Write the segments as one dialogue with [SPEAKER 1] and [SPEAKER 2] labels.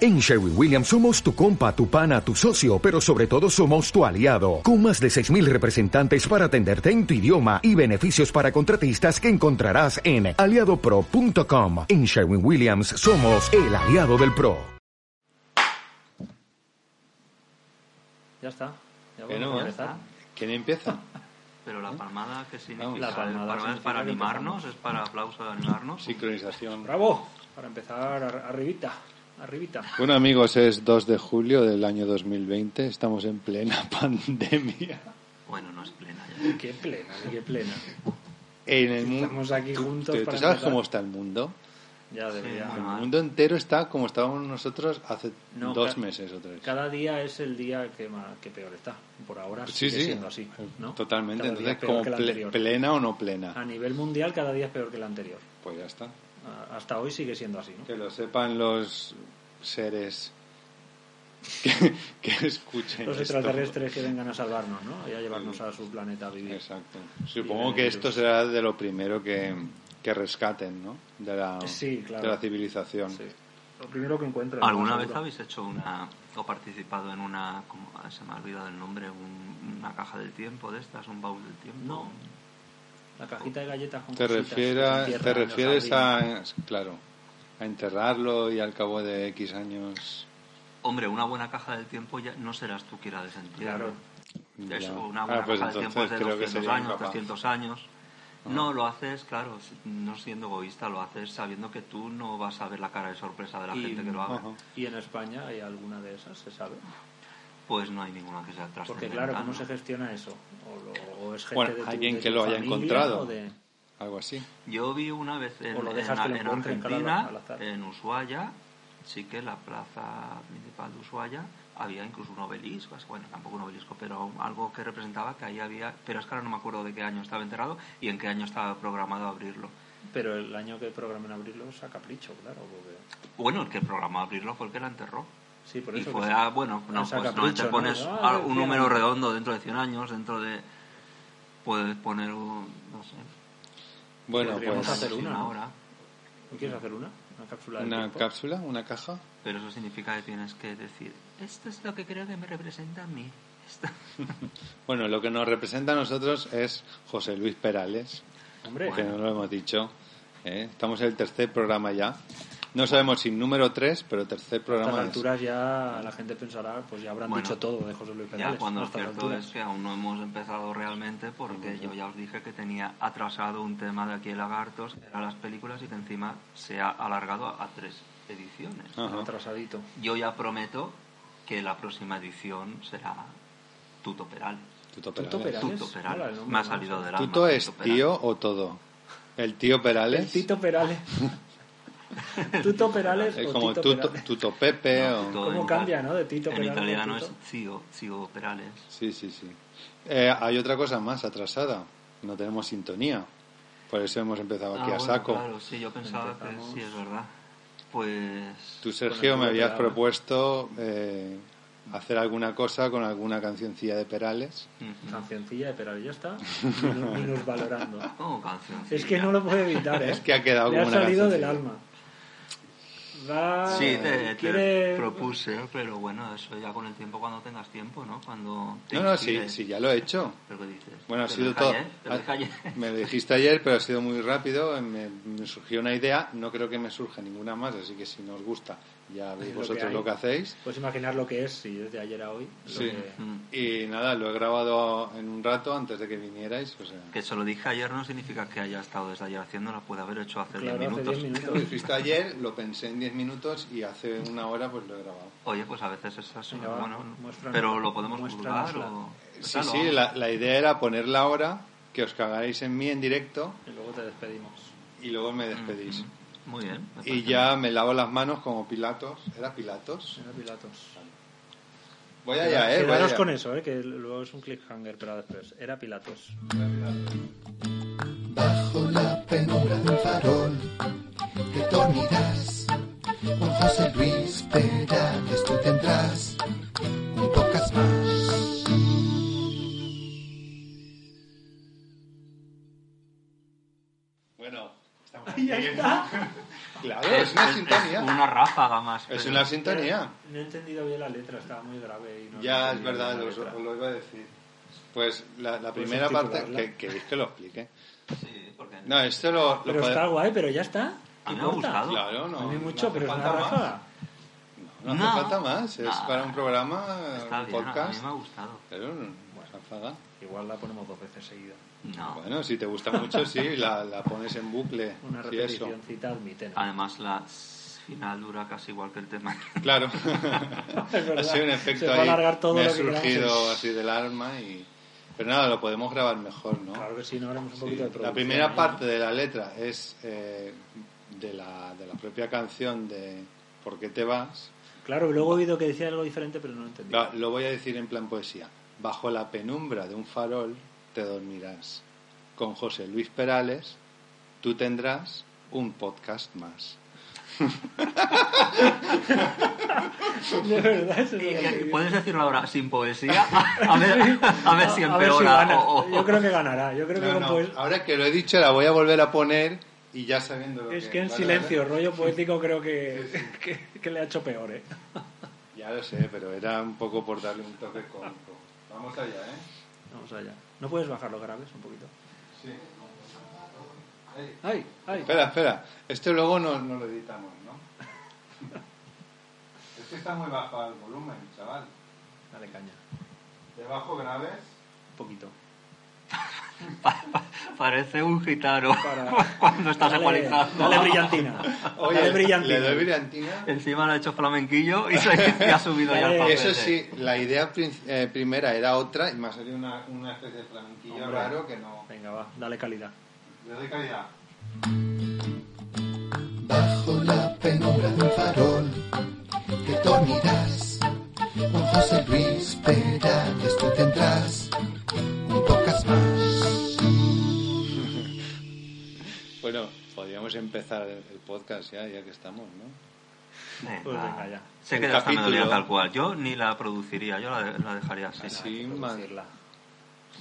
[SPEAKER 1] En Sherwin Williams somos tu compa, tu pana, tu socio, pero sobre todo somos tu aliado, con más de 6.000 representantes para atenderte en tu idioma y beneficios para contratistas que encontrarás en aliadopro.com. En Sherwin Williams somos el aliado del PRO.
[SPEAKER 2] Ya está. Ya
[SPEAKER 3] Que
[SPEAKER 2] vamos
[SPEAKER 3] no,
[SPEAKER 2] a
[SPEAKER 3] ¿eh?
[SPEAKER 2] empezar.
[SPEAKER 3] ¿Quién empieza?
[SPEAKER 4] Pero la palmada, ¿qué significa?
[SPEAKER 3] Vamos.
[SPEAKER 4] La
[SPEAKER 3] La
[SPEAKER 2] ¿Eh? palmada
[SPEAKER 4] palmada, es
[SPEAKER 2] significa
[SPEAKER 4] para
[SPEAKER 2] que
[SPEAKER 4] animarnos, es para aplauso de animarnos.
[SPEAKER 3] Sincronización.
[SPEAKER 2] Bravo. Para empezar, ar- arribita. Arribita.
[SPEAKER 3] Bueno amigos, es 2 de julio del año 2020, estamos en plena pandemia.
[SPEAKER 4] Bueno, no es plena ya.
[SPEAKER 2] Qué plena, qué plena.
[SPEAKER 3] En el mu-
[SPEAKER 2] Estamos aquí
[SPEAKER 3] ¿Tú-
[SPEAKER 2] juntos
[SPEAKER 3] ¿Tú, tú
[SPEAKER 2] para
[SPEAKER 3] sabes
[SPEAKER 2] empezar.
[SPEAKER 3] cómo está el mundo?
[SPEAKER 2] Ya debería.
[SPEAKER 3] El
[SPEAKER 4] bueno. Ah.
[SPEAKER 3] mundo entero está como estábamos nosotros hace
[SPEAKER 2] No,
[SPEAKER 3] dos
[SPEAKER 2] ca-
[SPEAKER 3] meses o tres.
[SPEAKER 2] Cada día es el día que, más, que peor está. Por ahora
[SPEAKER 3] Sí,
[SPEAKER 2] sigue
[SPEAKER 3] sí.
[SPEAKER 2] siendo así. ¿no?
[SPEAKER 3] Totalmente,
[SPEAKER 2] Cada día
[SPEAKER 3] entonces
[SPEAKER 2] peor
[SPEAKER 3] como
[SPEAKER 2] que el
[SPEAKER 3] ple-
[SPEAKER 2] anterior. Ah.
[SPEAKER 3] plena o no plena.
[SPEAKER 2] A nivel mundial cada día es peor que el anterior.
[SPEAKER 3] Pues ya está.
[SPEAKER 2] Ah, Hasta hoy sigue siendo así, ¿no?
[SPEAKER 3] Que lo sepan los seres que, que escuchen.
[SPEAKER 2] Los
[SPEAKER 3] esto.
[SPEAKER 2] extraterrestres que vengan a salvarnos, ¿no? Y a llevarnos a su planeta a vivir.
[SPEAKER 3] Exacto.
[SPEAKER 2] Bien,
[SPEAKER 3] Supongo que esto
[SPEAKER 2] virus.
[SPEAKER 3] será de lo primero que, que rescaten, ¿no? De la,
[SPEAKER 2] Sí, claro.
[SPEAKER 3] de la civilización.
[SPEAKER 2] Sí. Lo primero que encuentren.
[SPEAKER 4] ¿Alguna
[SPEAKER 2] ¿no?
[SPEAKER 4] vez
[SPEAKER 2] Seguro.
[SPEAKER 4] habéis hecho una o participado en una, como, ah, se me ha olvidado el nombre, un- una caja del tiempo de estas, un baúl del tiempo?
[SPEAKER 2] No. La cajita de galletas con
[SPEAKER 3] ¿Te,
[SPEAKER 2] cositas que
[SPEAKER 3] refiera-
[SPEAKER 2] entierran
[SPEAKER 3] ¿Te
[SPEAKER 2] en los
[SPEAKER 3] refieres
[SPEAKER 2] jardines.
[SPEAKER 3] a, claro, a enterrarlo y al cabo de X años?
[SPEAKER 4] Hombre, una buena caja del tiempo ya no serás tú quien la desentierre.
[SPEAKER 2] Claro.
[SPEAKER 3] ya.
[SPEAKER 4] Eso, una
[SPEAKER 3] Ah,
[SPEAKER 4] buena
[SPEAKER 3] pues
[SPEAKER 4] caja del tiempo es
[SPEAKER 3] entonces
[SPEAKER 4] de
[SPEAKER 3] creo que
[SPEAKER 4] 200
[SPEAKER 3] sería
[SPEAKER 4] años,
[SPEAKER 3] incapaz.
[SPEAKER 4] 300 años.
[SPEAKER 2] Ah.
[SPEAKER 4] No, lo haces, claro, si- no siendo egoísta, lo haces sabiendo que tú no vas a ver la cara de sorpresa de la
[SPEAKER 2] Y-
[SPEAKER 4] gente que lo haga.
[SPEAKER 3] Ajá.
[SPEAKER 2] ¿Y en España hay alguna de esas? ¿Se sabe?
[SPEAKER 4] Pues no hay ninguna que sea trascendental.
[SPEAKER 2] Porque claro, ¿cómo
[SPEAKER 4] ¿no?
[SPEAKER 2] se gestiona eso? ¿O, lo, o es gente
[SPEAKER 3] Bueno,
[SPEAKER 2] de tu-
[SPEAKER 3] alguien
[SPEAKER 2] de
[SPEAKER 3] que
[SPEAKER 2] tu
[SPEAKER 3] lo haya
[SPEAKER 2] familia,
[SPEAKER 3] encontrado.
[SPEAKER 2] o de-
[SPEAKER 3] Algo así.
[SPEAKER 4] Yo vi una vez en,
[SPEAKER 2] O lo
[SPEAKER 4] en-
[SPEAKER 2] dejas que lo
[SPEAKER 4] en
[SPEAKER 2] encuentren, claro,
[SPEAKER 4] Argentina,
[SPEAKER 2] al azar.
[SPEAKER 4] en Ushuaia, sí que en la plaza principal de Ushuaia había incluso un obelisco, así, bueno, tampoco un obelisco, pero algo que representaba que ahí había, pero es que ahora no me acuerdo de qué año estaba enterrado y en qué año estaba programado abrirlo.
[SPEAKER 2] Pero el año que programen abrirlo es a capricho, claro. porque-
[SPEAKER 4] Bueno, el que programó abrirlo fue el que la enterró.
[SPEAKER 2] Sí, por
[SPEAKER 4] Y
[SPEAKER 2] eso.
[SPEAKER 4] fue,
[SPEAKER 2] que-
[SPEAKER 4] ah, bueno, no,
[SPEAKER 2] es a
[SPEAKER 4] pues no
[SPEAKER 2] capricho,
[SPEAKER 4] te
[SPEAKER 2] ¿no?
[SPEAKER 4] pones
[SPEAKER 2] Ah,
[SPEAKER 4] a-
[SPEAKER 2] de
[SPEAKER 4] un
[SPEAKER 2] 100
[SPEAKER 4] número
[SPEAKER 2] años.
[SPEAKER 4] redondo dentro de 100 años, dentro de... Puedes poner un... no sé.
[SPEAKER 3] Bueno,
[SPEAKER 2] Podríamos
[SPEAKER 3] pues
[SPEAKER 2] hacer una, ¿no?
[SPEAKER 4] ahora.
[SPEAKER 2] ¿No quieres hacer una? ¿Una cápsula del
[SPEAKER 3] una
[SPEAKER 2] tiempo?
[SPEAKER 3] cápsula, una caja.
[SPEAKER 4] Pero eso significa que tienes que decir, esto es lo que creo que me representa a mí. Esto-
[SPEAKER 3] Bueno, lo que nos representa a nosotros es José Luis Perales.
[SPEAKER 2] Hombre,
[SPEAKER 3] que no lo hemos dicho. ¿eh? Estamos en el tercer programa ya. No sabemos si número 3, pero tercer
[SPEAKER 2] a estas
[SPEAKER 3] programa es.
[SPEAKER 2] alturas ya la gente pensará, pues ya habrán
[SPEAKER 4] Bueno,
[SPEAKER 2] dicho todo de José Luis Perales.
[SPEAKER 4] ya cuando
[SPEAKER 2] a
[SPEAKER 4] lo
[SPEAKER 2] estas
[SPEAKER 4] cierto
[SPEAKER 2] alturas.
[SPEAKER 4] es que aún no hemos empezado realmente porque yo ya os dije que tenía atrasado un tema de aquí en Lagartos, que era las películas y que encima se ha alargado a, a tres ediciones.
[SPEAKER 3] Ajá.
[SPEAKER 2] Atrasadito.
[SPEAKER 4] Yo ya prometo que la próxima edición será Tuto Perales.
[SPEAKER 3] Tuto
[SPEAKER 2] Tuto
[SPEAKER 3] Perales.
[SPEAKER 2] Perales.
[SPEAKER 4] Tuto
[SPEAKER 2] Hola,
[SPEAKER 4] Perales.
[SPEAKER 2] el nombre,
[SPEAKER 4] Me ha
[SPEAKER 2] ¿no?
[SPEAKER 4] salido del alma.
[SPEAKER 3] ¿Tuto es
[SPEAKER 4] Perales.
[SPEAKER 3] tío o todo? El tío Perales.
[SPEAKER 2] El Tito Perales. Tuto Perales
[SPEAKER 3] es
[SPEAKER 2] o
[SPEAKER 3] como
[SPEAKER 2] Tito
[SPEAKER 3] tuto,
[SPEAKER 2] Perales.
[SPEAKER 3] tuto Pepe
[SPEAKER 4] No,
[SPEAKER 3] o...
[SPEAKER 4] Tuto
[SPEAKER 2] ¿Cómo
[SPEAKER 4] en
[SPEAKER 2] cambia,
[SPEAKER 4] ital-
[SPEAKER 2] no? De Tito
[SPEAKER 4] En
[SPEAKER 2] Perales a
[SPEAKER 4] italiano es
[SPEAKER 2] Tuto.
[SPEAKER 4] Zio, Zio Perales.
[SPEAKER 3] Sí, sí, sí. Eh, hay otra cosa más atrasada. No tenemos sintonía. Por eso hemos empezado
[SPEAKER 4] Ah,
[SPEAKER 3] aquí a
[SPEAKER 4] bueno,
[SPEAKER 3] saco.
[SPEAKER 4] Claro, sí, yo pensaba
[SPEAKER 2] Empezamos.
[SPEAKER 4] que sí, es verdad. Pues.
[SPEAKER 3] Tú,
[SPEAKER 2] Con el
[SPEAKER 3] Sergio,
[SPEAKER 2] tubo
[SPEAKER 3] me habías
[SPEAKER 2] Perales.
[SPEAKER 3] propuesto eh, hacer alguna cosa con alguna cancioncilla de Perales.
[SPEAKER 4] Ujú.
[SPEAKER 2] Cancioncilla de Perales, ya está. Minus- Minusvalorando.
[SPEAKER 4] Oh, canción.
[SPEAKER 2] Es que no lo puedo evitar, ¿eh?
[SPEAKER 3] Es que ha quedado
[SPEAKER 2] Le
[SPEAKER 3] como
[SPEAKER 2] ha
[SPEAKER 3] una
[SPEAKER 2] salido del
[SPEAKER 3] cancioncilla.
[SPEAKER 2] alma. Va...
[SPEAKER 4] Sí, te, te
[SPEAKER 2] quiere-
[SPEAKER 4] propuse, pero bueno, eso ya con el tiempo, cuando tengas tiempo, ¿no? Cuando te
[SPEAKER 3] No, no, sí,
[SPEAKER 4] inspires.
[SPEAKER 3] sí, ya lo he hecho.
[SPEAKER 4] Pero ¿qué dices?
[SPEAKER 3] Bueno, ha
[SPEAKER 4] Te
[SPEAKER 3] sido
[SPEAKER 4] dejé
[SPEAKER 3] todo. Ah.
[SPEAKER 4] ayer, te dejé ayer.
[SPEAKER 3] Me lo dijiste ayer, pero ha sido muy rápido. Me, me surgió una idea. No creo que me surja ninguna más, así que si nos gusta, ya veis
[SPEAKER 2] Es lo
[SPEAKER 3] vosotros
[SPEAKER 2] que hay.
[SPEAKER 3] lo que hacéis.
[SPEAKER 2] Puedes imaginar lo que es si es de ayer a hoy. lo
[SPEAKER 3] Sí.
[SPEAKER 2] que-
[SPEAKER 4] Mm.
[SPEAKER 3] Y nada, lo he grabado en un rato antes de que vinierais. O sea,
[SPEAKER 4] Que se lo dije ayer no significa que haya estado desde ayer haciéndolo, puede haber hecho hace 10
[SPEAKER 2] Claro, hace
[SPEAKER 4] minutos.
[SPEAKER 2] 10
[SPEAKER 3] lo
[SPEAKER 2] minutos.
[SPEAKER 3] dijiste ayer, lo pensé en 10 minutos y hace una hora pues lo he grabado.
[SPEAKER 4] Oye, pues a veces es así.
[SPEAKER 2] Venga, va,
[SPEAKER 4] bueno,
[SPEAKER 2] muéstranos-
[SPEAKER 4] pero lo podemos
[SPEAKER 2] muéstranosla.
[SPEAKER 4] juzgar o.
[SPEAKER 3] Sí,
[SPEAKER 4] Claro,
[SPEAKER 3] sí, la, la idea era ponerla ahora, que os cagaréis en mí en directo
[SPEAKER 2] Y luego te despedimos.
[SPEAKER 3] y luego me despedís.
[SPEAKER 4] mm, Muy bien. me
[SPEAKER 3] Y
[SPEAKER 4] parece
[SPEAKER 3] ya me lavo las manos como Pilatos. ¿Era Pilatos?
[SPEAKER 2] Señor Pilatos.
[SPEAKER 3] Voy allá, eh. voy
[SPEAKER 2] Quedaros
[SPEAKER 3] allá.
[SPEAKER 2] con eso, ¿eh? Que luego es un cliffhanger, pero después. Era Pilatos.
[SPEAKER 5] Bajo la penumbra del farol de Tornidas, un José Luis Perales tú tendrás un podcast más.
[SPEAKER 3] Bueno, estamos
[SPEAKER 2] Ya está.
[SPEAKER 3] Claro, es, una sintonía.
[SPEAKER 4] una una ráfaga más.
[SPEAKER 3] Es
[SPEAKER 4] pero-
[SPEAKER 3] una sintonía.
[SPEAKER 2] No he entendido bien la letra, estaba muy grave. Y no
[SPEAKER 3] Ya, es
[SPEAKER 2] entendí bien
[SPEAKER 3] verdad,
[SPEAKER 2] la
[SPEAKER 3] os,
[SPEAKER 2] letra.
[SPEAKER 3] os lo iba a decir. Pues la,
[SPEAKER 2] Pues
[SPEAKER 3] la primera parte,
[SPEAKER 2] subtitularla.
[SPEAKER 3] que, queréis que lo explique.
[SPEAKER 4] Sí, porque
[SPEAKER 3] No, esto lo, lo
[SPEAKER 2] Pero
[SPEAKER 3] pode-
[SPEAKER 2] está guay, pero ya está.
[SPEAKER 4] A
[SPEAKER 2] ¿Qué
[SPEAKER 4] mí me ha
[SPEAKER 2] importa?
[SPEAKER 4] gustado.
[SPEAKER 3] Claro, no.
[SPEAKER 2] a mí
[SPEAKER 3] no
[SPEAKER 2] mucho,
[SPEAKER 3] hace
[SPEAKER 2] pero es una
[SPEAKER 3] falta más.
[SPEAKER 2] ráfaga.
[SPEAKER 3] No, no
[SPEAKER 4] No.
[SPEAKER 3] hace falta más. Es
[SPEAKER 4] Nada.
[SPEAKER 3] para un programa, un
[SPEAKER 4] está bien, a mí
[SPEAKER 3] podcast. mm,
[SPEAKER 4] me ha gustado.
[SPEAKER 3] Claro, no, no es ráfaga.
[SPEAKER 2] Igual la ponemos dos veces seguida.
[SPEAKER 4] No.
[SPEAKER 3] Bueno, si te gusta mucho, sí, la, la pones en bucle.
[SPEAKER 2] Una
[SPEAKER 3] sí, eso. Ah,
[SPEAKER 2] repeticióncita admite. ¿no?
[SPEAKER 4] Además, la s- final dura casi igual que el tema.
[SPEAKER 3] Claro.
[SPEAKER 2] verdad.
[SPEAKER 3] ha sido un
[SPEAKER 2] Se
[SPEAKER 3] efecto
[SPEAKER 2] va a
[SPEAKER 3] ahí.
[SPEAKER 2] alargar todo
[SPEAKER 3] me
[SPEAKER 2] lo
[SPEAKER 3] ha
[SPEAKER 2] que queramos.
[SPEAKER 3] surgido así del alma y... Pero nada, lo podemos grabar mejor, ¿no?
[SPEAKER 2] Claro que sí, no haremos un
[SPEAKER 3] Sí,
[SPEAKER 2] poquito de
[SPEAKER 3] La
[SPEAKER 2] producción ¿eh?
[SPEAKER 3] primera
[SPEAKER 2] ahí,
[SPEAKER 3] parte de la letra es eh, de, la, de la propia canción de ¿Por qué te vas?
[SPEAKER 2] ¿no? Claro, luego he oído que decía algo diferente, pero no lo entendí.
[SPEAKER 3] Va, Lo voy a decir en plan poesía. Bajo la penumbra de un farol te dormirás. Con José Luis Perales tú tendrás un podcast más.
[SPEAKER 2] De verdad, eso es lo
[SPEAKER 4] Y- y-
[SPEAKER 2] que digo.
[SPEAKER 4] ¿Puedes decirlo ahora sin poesía? A ver, a ver si
[SPEAKER 2] A ver si
[SPEAKER 4] empeora.
[SPEAKER 2] gana.
[SPEAKER 4] o- o-
[SPEAKER 2] Yo creo que ganará. Yo creo que
[SPEAKER 3] No,
[SPEAKER 2] con
[SPEAKER 3] no, ah,
[SPEAKER 2] poes-
[SPEAKER 3] Ahora que lo he dicho la voy a volver a poner y ya sabiendo lo
[SPEAKER 2] Es que en
[SPEAKER 3] vale,
[SPEAKER 2] silencio,
[SPEAKER 3] vale.
[SPEAKER 2] rollo poético, creo que, que, que le ha hecho peor, ¿eh?
[SPEAKER 3] Ya lo sé, pero era un poco por darle un toque cómico. Vamos allá, ¿eh?
[SPEAKER 2] Vamos allá. ¿No puedes bajar los graves un poquito?
[SPEAKER 3] Sí.
[SPEAKER 2] ¡Ay! ¡Ay!
[SPEAKER 3] Espera, espera. Esto luego no, no lo editamos, ¿no? es que Este está muy bajo el volumen, chaval.
[SPEAKER 2] Dale caña.
[SPEAKER 3] De bajo graves.
[SPEAKER 2] Un poquito.
[SPEAKER 4] pa- pa- parece un gitano
[SPEAKER 2] Para-
[SPEAKER 4] cuando estás
[SPEAKER 2] Dale,
[SPEAKER 4] ecualizando.
[SPEAKER 2] dale brillantina. dale brillantina. Eh,
[SPEAKER 3] le doy brillantina.
[SPEAKER 4] Encima lo ha hecho flamenquillo y se y ha subido ya
[SPEAKER 2] Dale.
[SPEAKER 4] el papel.
[SPEAKER 3] Eso
[SPEAKER 4] de-
[SPEAKER 3] sí, la idea prin- eh, primera era otra y me ha salido una, una especie de flamenquillo
[SPEAKER 2] Hombre.
[SPEAKER 3] raro que no...
[SPEAKER 2] Venga, va. Dale calidad.
[SPEAKER 3] Le doy calidad.
[SPEAKER 5] Bajo la penumbra de un farol te dormirás. Con José Luis Perales tú tendrás un podcast más.
[SPEAKER 3] Bueno, podríamos empezar el, el podcast ya, ya que estamos, ¿no?
[SPEAKER 4] Venga.
[SPEAKER 2] Pues venga, ya.
[SPEAKER 4] Se
[SPEAKER 3] El
[SPEAKER 4] queda esta
[SPEAKER 3] capítulo.
[SPEAKER 4] melodía tal cual. Yo ni la produciría, yo la, de- la dejaría así.
[SPEAKER 3] Así,
[SPEAKER 2] Hay que
[SPEAKER 3] man-
[SPEAKER 2] producirla.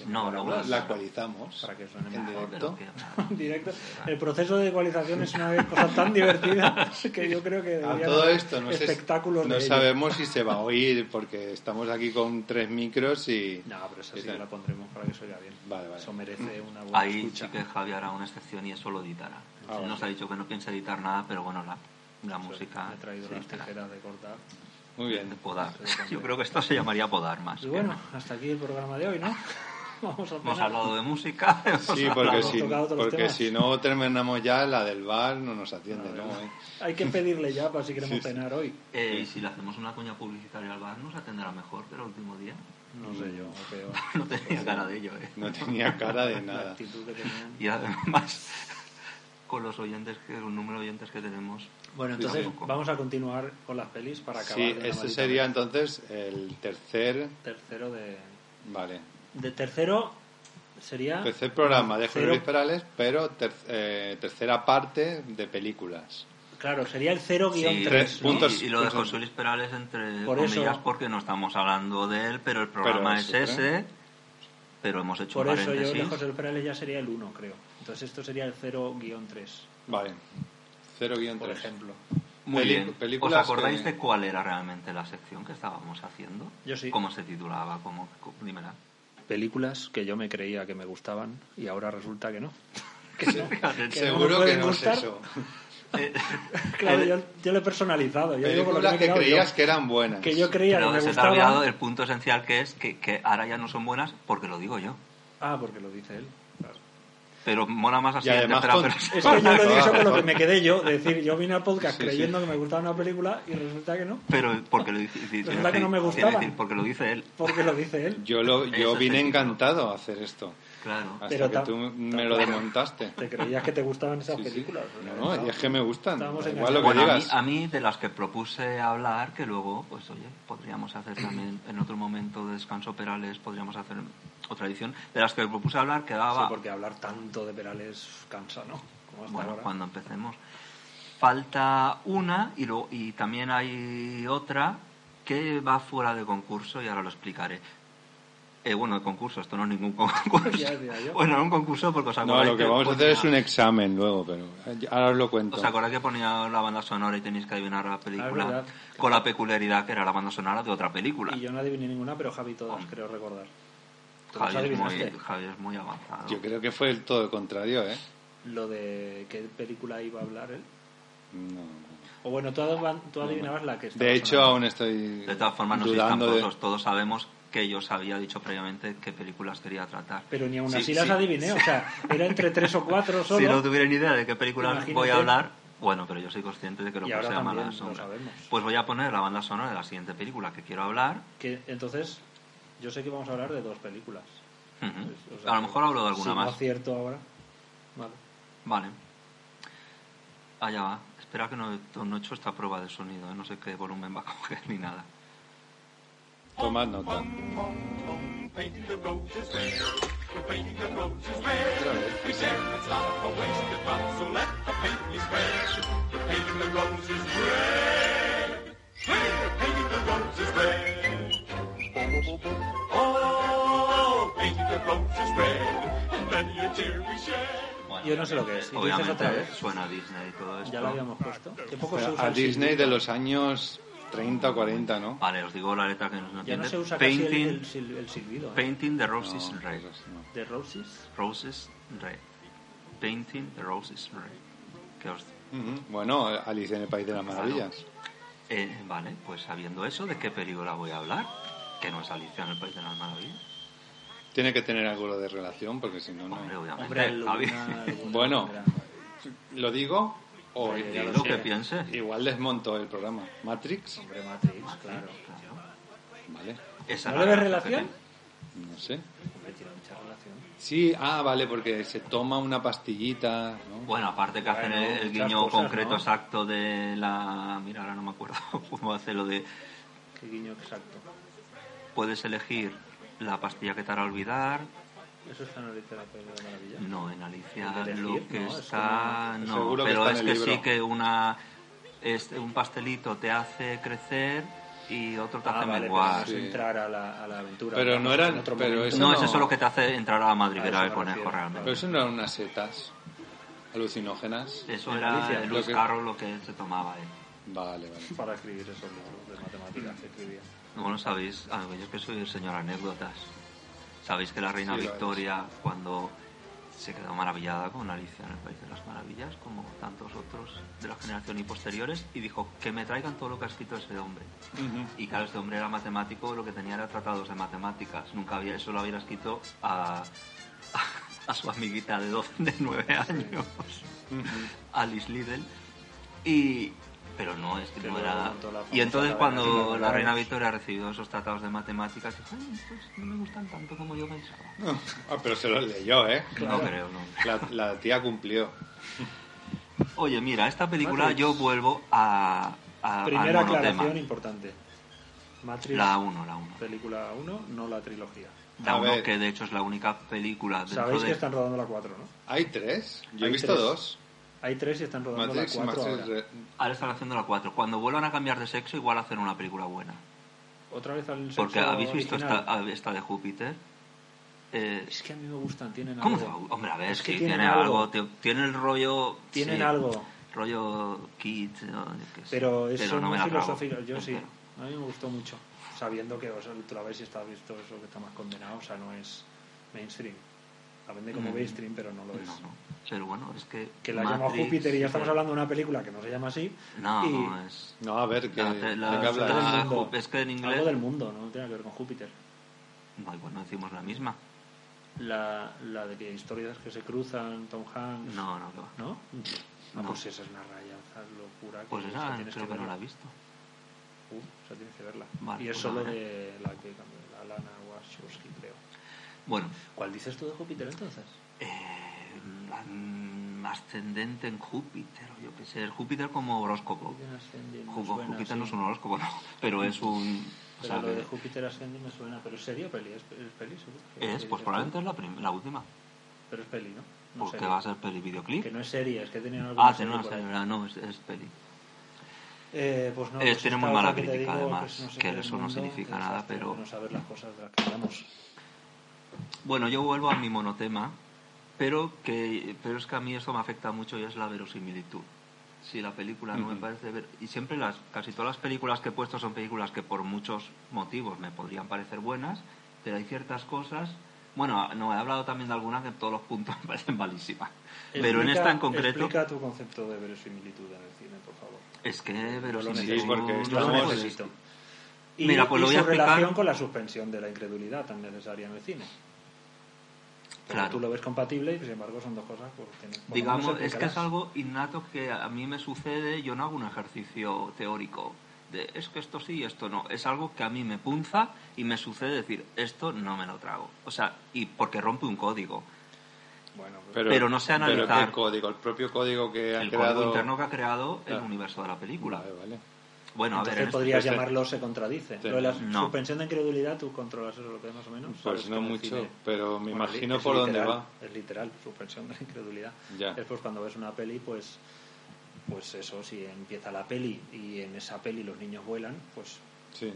[SPEAKER 4] No, luego
[SPEAKER 2] Hablas.
[SPEAKER 3] la actualizamos
[SPEAKER 2] Para que suene
[SPEAKER 3] en
[SPEAKER 2] mejor,
[SPEAKER 3] directo.
[SPEAKER 4] Pero
[SPEAKER 2] En directo. El proceso de ecualización es una cosa tan divertida que yo creo que
[SPEAKER 3] A
[SPEAKER 2] debería
[SPEAKER 3] todo esto, no, sé-
[SPEAKER 2] espectáculos
[SPEAKER 3] no
[SPEAKER 2] de ello.
[SPEAKER 3] sabemos si se va a oír porque estamos aquí con tres micros y.
[SPEAKER 2] No, pero esa
[SPEAKER 3] y
[SPEAKER 2] sí que
[SPEAKER 3] tal.
[SPEAKER 2] la pondremos para que se oiga bien.
[SPEAKER 3] Vale, vale.
[SPEAKER 2] Eso merece una
[SPEAKER 4] que-
[SPEAKER 2] buena
[SPEAKER 4] Ahí
[SPEAKER 2] escucha.
[SPEAKER 4] sí que Javi hará una excepción y eso lo editará.
[SPEAKER 3] Ah,
[SPEAKER 4] Nos
[SPEAKER 3] vale.
[SPEAKER 4] ha dicho que no piensa editar nada, pero bueno, la, la
[SPEAKER 2] Eso,
[SPEAKER 4] música...
[SPEAKER 2] Me he traído
[SPEAKER 4] sí,
[SPEAKER 2] las
[SPEAKER 4] te la-
[SPEAKER 2] tijeras de cortar.
[SPEAKER 3] Muy bien.
[SPEAKER 4] Podar.
[SPEAKER 2] Eso también.
[SPEAKER 4] Yo creo que esto se llamaría podar más.
[SPEAKER 2] Y
[SPEAKER 4] que
[SPEAKER 2] Pues bueno,
[SPEAKER 4] nada.
[SPEAKER 2] hasta aquí el programa de hoy, ¿no? Vamos a
[SPEAKER 4] Hemos
[SPEAKER 2] cenar.
[SPEAKER 4] hablado de música. hemos
[SPEAKER 3] Sí, porque
[SPEAKER 4] hablado-
[SPEAKER 2] Hemos
[SPEAKER 3] si,
[SPEAKER 2] tocado otros
[SPEAKER 3] porque
[SPEAKER 2] temas.
[SPEAKER 3] si no terminamos ya, la del bar no nos atiende,
[SPEAKER 2] No,
[SPEAKER 3] ¿no?
[SPEAKER 2] ¿verdad?
[SPEAKER 3] ¿Eh?
[SPEAKER 2] Hay que pedirle ya para si queremos
[SPEAKER 3] Sí, sí.
[SPEAKER 2] cenar hoy.
[SPEAKER 4] Eh, y si le hacemos una cuña publicitaria al bar, nos atenderá mejor, pero el último día
[SPEAKER 2] No
[SPEAKER 3] Mm.
[SPEAKER 2] sé yo, o peor.
[SPEAKER 4] no tenía gana de ello. Eh.
[SPEAKER 3] No tenía cara de
[SPEAKER 2] La
[SPEAKER 3] nada.
[SPEAKER 2] actitud que tenían.
[SPEAKER 4] Y además, con los oyentes, que, el número de oyentes que tenemos,
[SPEAKER 2] Bueno, entonces
[SPEAKER 4] Tampoco.
[SPEAKER 2] vamos a continuar con las pelis para acabar. de
[SPEAKER 3] Sí,
[SPEAKER 2] una
[SPEAKER 3] este
[SPEAKER 2] maldita
[SPEAKER 3] sería
[SPEAKER 2] vez.
[SPEAKER 3] entonces el tercer.
[SPEAKER 2] Tercero de...
[SPEAKER 3] Vale.
[SPEAKER 2] De tercero sería...
[SPEAKER 3] Tercer programa de José
[SPEAKER 2] Cero.
[SPEAKER 3] Luis Perales, pero ter- eh, tercera parte de películas.
[SPEAKER 2] Claro, sería el 0-3.
[SPEAKER 4] Sí,
[SPEAKER 3] tres
[SPEAKER 4] y-
[SPEAKER 3] puntos.
[SPEAKER 4] Y, lo de José Luis Perales entre
[SPEAKER 2] Por
[SPEAKER 4] comillas
[SPEAKER 2] eso-
[SPEAKER 4] porque no estamos hablando de él, pero el programa
[SPEAKER 3] Pero
[SPEAKER 4] es
[SPEAKER 3] sí,
[SPEAKER 4] ese. Pero hemos hecho
[SPEAKER 2] Por
[SPEAKER 4] un
[SPEAKER 2] eso yo
[SPEAKER 4] paréntesis.
[SPEAKER 2] de José Luis Perales ya sería el 1, creo. Entonces esto sería el 0-3,
[SPEAKER 3] Vale. 0-3.
[SPEAKER 2] por ejemplo.
[SPEAKER 4] Muy
[SPEAKER 3] Peli-
[SPEAKER 4] bien. ¿Os
[SPEAKER 3] películas
[SPEAKER 4] acordáis
[SPEAKER 3] que-
[SPEAKER 4] de cuál era realmente la sección que estábamos haciendo?
[SPEAKER 2] Yo sí.
[SPEAKER 4] ¿Cómo se titulaba? ¿Cómo? cómo- Dímela.
[SPEAKER 2] Películas que yo me creía que me gustaban y ahora resulta que no.
[SPEAKER 4] Fíjate,
[SPEAKER 2] Que no me
[SPEAKER 3] Seguro que
[SPEAKER 2] pueden
[SPEAKER 3] no es
[SPEAKER 2] gustar.
[SPEAKER 3] eso.
[SPEAKER 4] eh,
[SPEAKER 2] Claro,
[SPEAKER 4] el-
[SPEAKER 2] yo, yo lo he personalizado. Yo digo con lo que,
[SPEAKER 3] Películas
[SPEAKER 2] me he
[SPEAKER 3] que
[SPEAKER 2] quedado yo.
[SPEAKER 3] creías que eran buenas.
[SPEAKER 2] que yo creía que
[SPEAKER 4] Pero
[SPEAKER 2] me
[SPEAKER 4] se te ha olvidado
[SPEAKER 2] gustaban.
[SPEAKER 4] el punto esencial que es que, que ahora ya no son buenas porque lo digo yo.
[SPEAKER 2] Ah, porque lo dice él. Claro.
[SPEAKER 4] Pero mola más así
[SPEAKER 3] Y
[SPEAKER 4] en
[SPEAKER 3] además
[SPEAKER 4] tercera
[SPEAKER 3] con-
[SPEAKER 4] persona.
[SPEAKER 2] Es que yo lo he
[SPEAKER 3] Claro.
[SPEAKER 2] dicho con lo que me quedé yo. Es decir, yo vine al podcast
[SPEAKER 3] Sí, sí.
[SPEAKER 2] creyendo que me gustaba una película y resulta que no,
[SPEAKER 4] Pero porque lo dice.
[SPEAKER 2] Es
[SPEAKER 4] quiero
[SPEAKER 2] verdad que no me
[SPEAKER 4] quiero
[SPEAKER 2] gustaban.
[SPEAKER 4] decir, porque lo dice él.
[SPEAKER 2] porque lo dice él.
[SPEAKER 3] Yo, lo, yo
[SPEAKER 4] Eso
[SPEAKER 3] vine
[SPEAKER 4] sí.
[SPEAKER 3] encantado a hacer esto.
[SPEAKER 4] Claro.
[SPEAKER 3] Hasta
[SPEAKER 2] Pero
[SPEAKER 3] que
[SPEAKER 2] tam-
[SPEAKER 3] tú me
[SPEAKER 2] tam-
[SPEAKER 3] lo desmontaste.
[SPEAKER 2] Te creías que te gustaban esas
[SPEAKER 3] Sí, sí.
[SPEAKER 2] películas.
[SPEAKER 3] No, no, y es que me gustan.
[SPEAKER 2] Estábamos
[SPEAKER 3] Da Igual lo que
[SPEAKER 4] Bueno, a mí,
[SPEAKER 3] digas.
[SPEAKER 4] a mí de las que propuse hablar, que luego, pues oye, podríamos hacer también en otro momento de descanso perales, podríamos hacer otra edición, de las que propuse hablar
[SPEAKER 2] Sí,
[SPEAKER 4] quedaba,
[SPEAKER 2] porque hablar tanto de Perales cansa, ¿no? Como hasta
[SPEAKER 4] bueno,
[SPEAKER 2] ahora.
[SPEAKER 4] cuando empecemos, falta una y, luego, y también hay otra que va fuera de concurso y ahora lo explicaré. Eh, bueno, de concurso, esto no es ningún concurso.
[SPEAKER 2] Ya decía yo.
[SPEAKER 4] Bueno, era un concurso porque os
[SPEAKER 3] No,
[SPEAKER 4] acordáis
[SPEAKER 3] lo que vamos a hacer es
[SPEAKER 4] ponía-
[SPEAKER 3] un examen luego, pero ahora os lo cuento.
[SPEAKER 4] ¿Os acordáis que ponía la banda sonora y tenéis que adivinar la
[SPEAKER 2] Ah, es
[SPEAKER 4] película?
[SPEAKER 2] verdad.
[SPEAKER 4] con la peculiaridad que era la banda sonora de otra película.
[SPEAKER 2] Y yo no adiviné ninguna, pero Javi todas, creo recordar. ¿Tú las
[SPEAKER 4] Javier es,
[SPEAKER 2] adivinaste?
[SPEAKER 4] muy, Javier es muy avanzado.
[SPEAKER 3] Yo creo que fue el todo el contrario, ¿eh?
[SPEAKER 2] Lo de qué película iba a hablar él.
[SPEAKER 3] No.
[SPEAKER 2] O bueno, tú, advan- tú adivinabas la que estaba
[SPEAKER 3] De hecho,
[SPEAKER 2] sonando.
[SPEAKER 3] aún estoy
[SPEAKER 4] De todas formas, no sois tan
[SPEAKER 3] dudando de...
[SPEAKER 4] pocos. Todos sabemos que yo os había dicho previamente qué películas quería tratar.
[SPEAKER 2] Pero ni aún
[SPEAKER 4] Sí,
[SPEAKER 2] así las
[SPEAKER 4] sí.
[SPEAKER 2] adiviné, o sea, era entre tres o cuatro solo.
[SPEAKER 4] Si no tuviera ni idea de qué películas
[SPEAKER 2] Imagínate.
[SPEAKER 4] voy a hablar, bueno, pero yo soy consciente de que lo
[SPEAKER 2] Y
[SPEAKER 4] que
[SPEAKER 2] ahora
[SPEAKER 4] se llama
[SPEAKER 2] también
[SPEAKER 4] la
[SPEAKER 2] lo
[SPEAKER 4] sombra.
[SPEAKER 2] sabemos.
[SPEAKER 4] Pues voy a poner la banda sonora de la siguiente película que quiero hablar.
[SPEAKER 2] que, entonces, yo sé que vamos a hablar de dos películas.
[SPEAKER 4] Ujú.
[SPEAKER 2] Pues, o sea,
[SPEAKER 4] a lo mejor hablo de alguna
[SPEAKER 2] si
[SPEAKER 4] más.
[SPEAKER 2] No acierto ahora. Vale.
[SPEAKER 4] Vale. Allá va. Espera que no, he- no he hecho esta prueba de sonido. ¿eh? No sé qué volumen va a coger ni nada.
[SPEAKER 3] Tomad nota.
[SPEAKER 4] Bueno,
[SPEAKER 2] Yo no sé lo que es. ¿Y dices
[SPEAKER 4] Obviamente
[SPEAKER 2] otra vez?
[SPEAKER 4] suena a Disney y todo esto.
[SPEAKER 2] Ya lo habíamos puesto. Qué poco se
[SPEAKER 3] Ah, Pero
[SPEAKER 2] usa
[SPEAKER 3] A
[SPEAKER 2] el
[SPEAKER 3] Disney
[SPEAKER 2] silbido.
[SPEAKER 3] de los años 30 o 40, ¿no?
[SPEAKER 4] Vale, os digo la letra que nos
[SPEAKER 2] Ya no
[SPEAKER 4] entiende.
[SPEAKER 2] se usa casi el,
[SPEAKER 4] painting,
[SPEAKER 2] el sil- el silbido. ¿eh?
[SPEAKER 4] painting the
[SPEAKER 3] No,
[SPEAKER 4] Roses Red.
[SPEAKER 3] eso sí, no.
[SPEAKER 2] De Roses.
[SPEAKER 4] Roses Red. Painting the Roses Red. Que os-
[SPEAKER 3] Ujú. Bueno, Alicia en el País de las Maravillas.
[SPEAKER 4] eh, vale, pues sabiendo eso, ¿de qué película voy a hablar? Que no es Alicia en el País de las Maravillas.
[SPEAKER 3] Tiene que tener algo de relación porque si no, no.
[SPEAKER 4] Hombre, obviamente.
[SPEAKER 2] Hombre,
[SPEAKER 4] Javi.
[SPEAKER 2] alguna- alguna
[SPEAKER 3] Bueno.
[SPEAKER 2] manera.
[SPEAKER 3] ¿Lo digo? O
[SPEAKER 2] Hombre, ya
[SPEAKER 4] Di
[SPEAKER 2] lo
[SPEAKER 4] eh, lo
[SPEAKER 2] sé.
[SPEAKER 4] que pienses.
[SPEAKER 3] igual desmonto el programa. Matrix,
[SPEAKER 2] Hombre, Matrix, claro.
[SPEAKER 3] vale,
[SPEAKER 4] Esa
[SPEAKER 2] ¿No
[SPEAKER 4] era
[SPEAKER 2] le ves
[SPEAKER 4] la
[SPEAKER 2] relación?
[SPEAKER 4] que
[SPEAKER 3] no sé.
[SPEAKER 2] Hombre, tiene mucha relación.
[SPEAKER 3] Sí, ah, vale, porque se toma una pastillita, ¿no?
[SPEAKER 4] te- Bueno, aparte que hacen
[SPEAKER 2] Bueno,
[SPEAKER 4] el,
[SPEAKER 2] muchas
[SPEAKER 4] el guiño
[SPEAKER 2] cosas,
[SPEAKER 4] concreto
[SPEAKER 2] ¿no?
[SPEAKER 4] exacto de la... Mira, ahora no me acuerdo cómo hace lo de...
[SPEAKER 2] Qué guiño exacto.
[SPEAKER 4] Puedes elegir la pastilla que te hará olvidar.
[SPEAKER 2] Eso está en la literatura de maravilla.
[SPEAKER 4] No, en Alicia
[SPEAKER 2] El de elegir,
[SPEAKER 4] lo que
[SPEAKER 2] ¿no? Eso
[SPEAKER 4] está...
[SPEAKER 3] no-
[SPEAKER 4] No,
[SPEAKER 3] Seguro que
[SPEAKER 4] pero
[SPEAKER 3] está
[SPEAKER 4] es
[SPEAKER 3] en el
[SPEAKER 4] que sí
[SPEAKER 3] libro.
[SPEAKER 4] que una este, un pastelito te hace crecer y otro te
[SPEAKER 2] Ah,
[SPEAKER 4] hace
[SPEAKER 2] vale,
[SPEAKER 4] menguar.
[SPEAKER 2] pero no es entrar a la, a la aventura.
[SPEAKER 3] Pero no era-
[SPEAKER 2] En otro
[SPEAKER 3] pero
[SPEAKER 2] momento.
[SPEAKER 3] eso
[SPEAKER 4] No,
[SPEAKER 3] no-
[SPEAKER 4] es eso lo que te hace entrar a la madriguera
[SPEAKER 2] A eso
[SPEAKER 4] del
[SPEAKER 2] me
[SPEAKER 4] conejo
[SPEAKER 2] refiero,
[SPEAKER 4] realmente.
[SPEAKER 3] Pero eso no eran unas setas alucinógenas.
[SPEAKER 4] Eso
[SPEAKER 2] En
[SPEAKER 4] era
[SPEAKER 2] Alicia,
[SPEAKER 4] el
[SPEAKER 3] lo
[SPEAKER 4] Luis
[SPEAKER 3] que-
[SPEAKER 4] Carroll lo que se tomaba eh. él.
[SPEAKER 3] Vale, vale.
[SPEAKER 2] Para escribir esos libros de matemáticas que escribía.
[SPEAKER 4] Bueno, sabéis, a ver, yo que soy el señor anécdotas. Sabéis que la reina
[SPEAKER 3] Sí, lo
[SPEAKER 4] Victoria, cuando se quedó maravillada con Alicia en el País de las Maravillas, como tantos otros de la generación y posteriores, y dijo que me traigan todo lo que ha escrito ese hombre. Y claro, este hombre era matemático, lo que tenía era tratados de matemáticas. Nunca había, eso lo había escrito a, a, su amiguita de, 12, de 9 años, Alice Liddell. Y, pero no, es que
[SPEAKER 2] Que
[SPEAKER 4] no
[SPEAKER 2] luego
[SPEAKER 4] era.
[SPEAKER 2] montó la
[SPEAKER 4] Y entonces,
[SPEAKER 2] famosa cadena
[SPEAKER 4] cuando
[SPEAKER 2] de
[SPEAKER 4] la reina
[SPEAKER 2] Moraes.
[SPEAKER 4] Victoria recibió esos tratados de matemáticas, dijo: "Ay, pues no me gustan tanto como yo pensaba.
[SPEAKER 3] Ah, pero se los leyó, ¿eh?
[SPEAKER 4] No creo, no.
[SPEAKER 3] La, la tía cumplió.
[SPEAKER 4] Oye, mira, esta película
[SPEAKER 2] Matrix.
[SPEAKER 4] yo vuelvo a. a al
[SPEAKER 2] Primera
[SPEAKER 4] ah, monotema.
[SPEAKER 2] aclaración importante. Matrix,
[SPEAKER 4] La 1, la 1.
[SPEAKER 2] película 1, no la trilogía.
[SPEAKER 4] La
[SPEAKER 3] A
[SPEAKER 4] 1,
[SPEAKER 3] ver.
[SPEAKER 4] que de hecho es la única película dentro
[SPEAKER 2] Sabéis
[SPEAKER 4] de.
[SPEAKER 2] que están rodando la 4, ¿no?
[SPEAKER 3] ¿Hay tres? Yo he
[SPEAKER 2] Hay
[SPEAKER 3] visto
[SPEAKER 2] tres.
[SPEAKER 3] dos.
[SPEAKER 2] Hay tres y están rodando
[SPEAKER 3] Matrix y
[SPEAKER 2] la 4
[SPEAKER 3] Matrix. eh,
[SPEAKER 2] ahora.
[SPEAKER 3] Re-
[SPEAKER 4] Ahora están haciendo la 4. Cuando vuelvan a cambiar de sexo, igual hacen una película buena.
[SPEAKER 2] Otra vez al sexo
[SPEAKER 4] Porque habéis visto
[SPEAKER 2] Pues original.
[SPEAKER 4] esta, ah, esta de Júpiter. Eh,
[SPEAKER 2] Es que a mí me gustan, tienen
[SPEAKER 4] ¿Cómo te va?
[SPEAKER 2] algo.
[SPEAKER 4] Hombre, a ver,
[SPEAKER 2] Es que
[SPEAKER 4] sí,
[SPEAKER 2] tienen
[SPEAKER 4] tiene algo.
[SPEAKER 2] algo.
[SPEAKER 4] te- tiene el rollo.
[SPEAKER 2] Tienen
[SPEAKER 4] sí,
[SPEAKER 2] algo,
[SPEAKER 4] Rollo kit. No, yo qué sé,
[SPEAKER 2] pero eso
[SPEAKER 4] pero no me
[SPEAKER 2] es
[SPEAKER 4] la
[SPEAKER 2] muy
[SPEAKER 4] trago.
[SPEAKER 2] filosófico. Yo sí,
[SPEAKER 4] Espero.
[SPEAKER 2] a mí me gustó mucho. Sabiendo que o sea, tú la ves y está visto eso que está más condenado, o sea, no es mainstream. La vende como
[SPEAKER 4] Mm.
[SPEAKER 2] mainstream, pero no lo es.
[SPEAKER 4] No, no. Pero bueno, es que.
[SPEAKER 2] Que la llama
[SPEAKER 4] Matrix,
[SPEAKER 2] Júpiter y ya estamos
[SPEAKER 4] eh,
[SPEAKER 2] hablando de una película que no se llama así.
[SPEAKER 4] No,
[SPEAKER 2] y
[SPEAKER 4] no, es.
[SPEAKER 3] No, a ver, ¿qué, ¿de
[SPEAKER 4] La, te-
[SPEAKER 3] qué
[SPEAKER 4] la-
[SPEAKER 3] hablas?
[SPEAKER 4] la-
[SPEAKER 2] Del mundo.
[SPEAKER 4] Ju- es que en inglés.
[SPEAKER 2] algo del mundo, no tiene que ver con Júpiter.
[SPEAKER 4] No, igual no decimos la misma.
[SPEAKER 2] La, la de que historias que se cruzan, Tom Hanks.
[SPEAKER 4] No, no, que va.
[SPEAKER 2] ¿No? Ah,
[SPEAKER 4] No.
[SPEAKER 2] pues esa es una rayaza locura. Que este
[SPEAKER 4] Pues
[SPEAKER 2] o sea,
[SPEAKER 4] esa
[SPEAKER 2] tienes
[SPEAKER 4] creo
[SPEAKER 2] que
[SPEAKER 4] que no
[SPEAKER 2] verla.
[SPEAKER 4] la he visto.
[SPEAKER 2] Uh, o sea, tienes que verla.
[SPEAKER 4] Vale,
[SPEAKER 2] y es
[SPEAKER 4] pues
[SPEAKER 2] solo
[SPEAKER 4] la veré.
[SPEAKER 2] de la que cambió, la Lana Wachowski, creo.
[SPEAKER 4] Bueno,
[SPEAKER 2] ¿Cuál dices tú de Júpiter entonces?
[SPEAKER 4] eh, mm, ascendente en Júpiter, o yo qué sé. Júpiter como horóscopo.
[SPEAKER 2] Júpiter Ascending. me
[SPEAKER 4] Ju-
[SPEAKER 2] suena,
[SPEAKER 4] Júpiter no
[SPEAKER 2] sí.
[SPEAKER 4] es un horóscopo, no, pero es un. o
[SPEAKER 2] Pero
[SPEAKER 4] sea,
[SPEAKER 2] lo de
[SPEAKER 4] que-
[SPEAKER 2] Júpiter Ascending me suena. Pero es serie o peli, es, es peli, seguro.
[SPEAKER 4] Es,
[SPEAKER 2] Sí,
[SPEAKER 4] pues probablemente es la, prim- la última.
[SPEAKER 2] Pero es peli, ¿no? No
[SPEAKER 4] Porque
[SPEAKER 2] serie.
[SPEAKER 4] va a ser peli videoclip.
[SPEAKER 2] Que no es serie, es que tenían alguna
[SPEAKER 4] ah, tiene
[SPEAKER 2] serie
[SPEAKER 4] una
[SPEAKER 2] por ahí.
[SPEAKER 4] serie, ¿verdad? no, es, es peli.
[SPEAKER 2] Eh, pues no,
[SPEAKER 4] Eh,
[SPEAKER 2] pues
[SPEAKER 4] tiene
[SPEAKER 2] esta
[SPEAKER 4] muy mala
[SPEAKER 2] otra que te
[SPEAKER 4] crítica,
[SPEAKER 2] digo,
[SPEAKER 4] además,
[SPEAKER 2] pues no sé
[SPEAKER 4] que
[SPEAKER 2] qué
[SPEAKER 4] eso no
[SPEAKER 2] mundo,
[SPEAKER 4] significa
[SPEAKER 2] qué
[SPEAKER 4] nada,
[SPEAKER 2] desastre,
[SPEAKER 4] pero-
[SPEAKER 2] No saber las cosas de las que hablamos.
[SPEAKER 4] Bueno, yo vuelvo a mi monotema, pero, que, pero es que a mí esto me afecta mucho y es la verosimilitud. Si la película no me
[SPEAKER 3] Ujú.
[SPEAKER 4] parece ver... Y siempre las, casi todas las películas que he puesto son películas que por muchos motivos me podrían parecer buenas, pero hay ciertas cosas... Bueno, no, he hablado también de algunas que todos los puntos me parecen malísimas. Pero en
[SPEAKER 2] Explica-
[SPEAKER 4] esta en concreto...
[SPEAKER 2] Explica tu concepto de verosimilitud en el cine, por favor.
[SPEAKER 4] Es que
[SPEAKER 3] Sí,
[SPEAKER 4] verosimilitud...
[SPEAKER 2] necesito.
[SPEAKER 3] porque
[SPEAKER 4] no
[SPEAKER 2] Yo lo
[SPEAKER 3] estamos-
[SPEAKER 4] puedes-
[SPEAKER 2] necesito. Y,
[SPEAKER 4] Mira, pues
[SPEAKER 2] y
[SPEAKER 4] lo voy
[SPEAKER 2] su
[SPEAKER 4] a explicar.
[SPEAKER 2] relación con la suspensión de la incredulidad tan necesaria en el cine. Porque
[SPEAKER 4] Claro.
[SPEAKER 2] Tú lo ves compatible y, sin embargo, son dos cosas pues, que... por lo menos
[SPEAKER 4] digamos, es que
[SPEAKER 2] explicarás.
[SPEAKER 4] es algo innato que a mí me sucede, yo no hago un ejercicio teórico de es que esto sí y esto no, es algo que a mí me punza y me sucede decir esto no me lo trago, o sea, y porque rompe un código,
[SPEAKER 2] Bueno, pues,
[SPEAKER 3] Pero,
[SPEAKER 4] Pero no sé analizar.
[SPEAKER 3] ¿qué código? El propio código que ha
[SPEAKER 4] el
[SPEAKER 3] creado...
[SPEAKER 4] código interno que ha creado el
[SPEAKER 3] Claro.
[SPEAKER 4] universo de la película.
[SPEAKER 3] Vale, vale.
[SPEAKER 4] Bueno, a
[SPEAKER 2] entonces
[SPEAKER 4] ver, en
[SPEAKER 2] podrías
[SPEAKER 3] este-
[SPEAKER 2] llamarlo se contradice.
[SPEAKER 3] Sí.
[SPEAKER 2] Lo de la
[SPEAKER 4] No.
[SPEAKER 2] suspensión de incredulidad, ¿tú controlas eso lo que es más o menos? Sabes
[SPEAKER 3] Pues no
[SPEAKER 2] que en el
[SPEAKER 3] mucho,
[SPEAKER 2] cine-
[SPEAKER 3] pero me
[SPEAKER 2] Bueno,
[SPEAKER 3] imagino
[SPEAKER 2] es
[SPEAKER 3] por dónde
[SPEAKER 2] literal,
[SPEAKER 3] va.
[SPEAKER 2] Es literal, suspensión de la incredulidad.
[SPEAKER 3] Ya.
[SPEAKER 2] Es pues cuando ves una peli, pues, pues eso, si empieza la peli y en esa peli los niños vuelan, pues
[SPEAKER 3] Sí.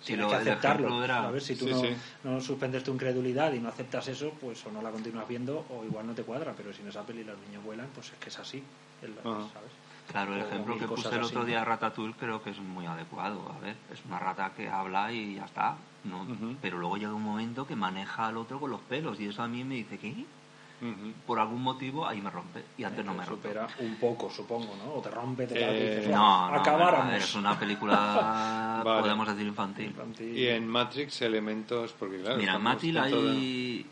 [SPEAKER 4] si
[SPEAKER 2] tienes
[SPEAKER 4] lo-
[SPEAKER 2] que
[SPEAKER 4] el ejemplo
[SPEAKER 2] aceptarlo.
[SPEAKER 4] era-
[SPEAKER 2] A ver, si tú
[SPEAKER 3] Sí,
[SPEAKER 2] no,
[SPEAKER 3] sí.
[SPEAKER 2] no suspendes tu incredulidad y no aceptas eso, pues o no la continúas viendo o igual no te cuadra, pero si en esa peli los niños vuelan, pues es que es así. el-
[SPEAKER 3] Ajá.
[SPEAKER 2] ¿sabes?
[SPEAKER 4] Claro, el
[SPEAKER 2] o
[SPEAKER 4] ejemplo
[SPEAKER 2] mil
[SPEAKER 4] que puse
[SPEAKER 2] cosas
[SPEAKER 4] el otro
[SPEAKER 2] así.
[SPEAKER 4] día Ratatouille creo que es muy adecuado. A ver, es una rata que habla y ya está. ¿no?
[SPEAKER 3] Ujú.
[SPEAKER 4] Pero luego llega un momento que maneja al otro con los pelos y eso a mí me dice que
[SPEAKER 3] Ujú.
[SPEAKER 4] por algún motivo ahí me rompe y antes no
[SPEAKER 2] Te
[SPEAKER 4] me rompe.
[SPEAKER 2] Eh, supera un poco, supongo, ¿no? O te rompe, te
[SPEAKER 3] Eh,
[SPEAKER 2] cae, dices,
[SPEAKER 4] No, no,
[SPEAKER 2] acabáramos.
[SPEAKER 4] a ver, es una película,
[SPEAKER 3] Vale.
[SPEAKER 4] podemos decir, infantil.
[SPEAKER 2] Infantil.
[SPEAKER 3] Y en Matrix elementos, porque claro...
[SPEAKER 4] Mira, en
[SPEAKER 3] estamos
[SPEAKER 4] Matil
[SPEAKER 3] dentro de-
[SPEAKER 4] hay...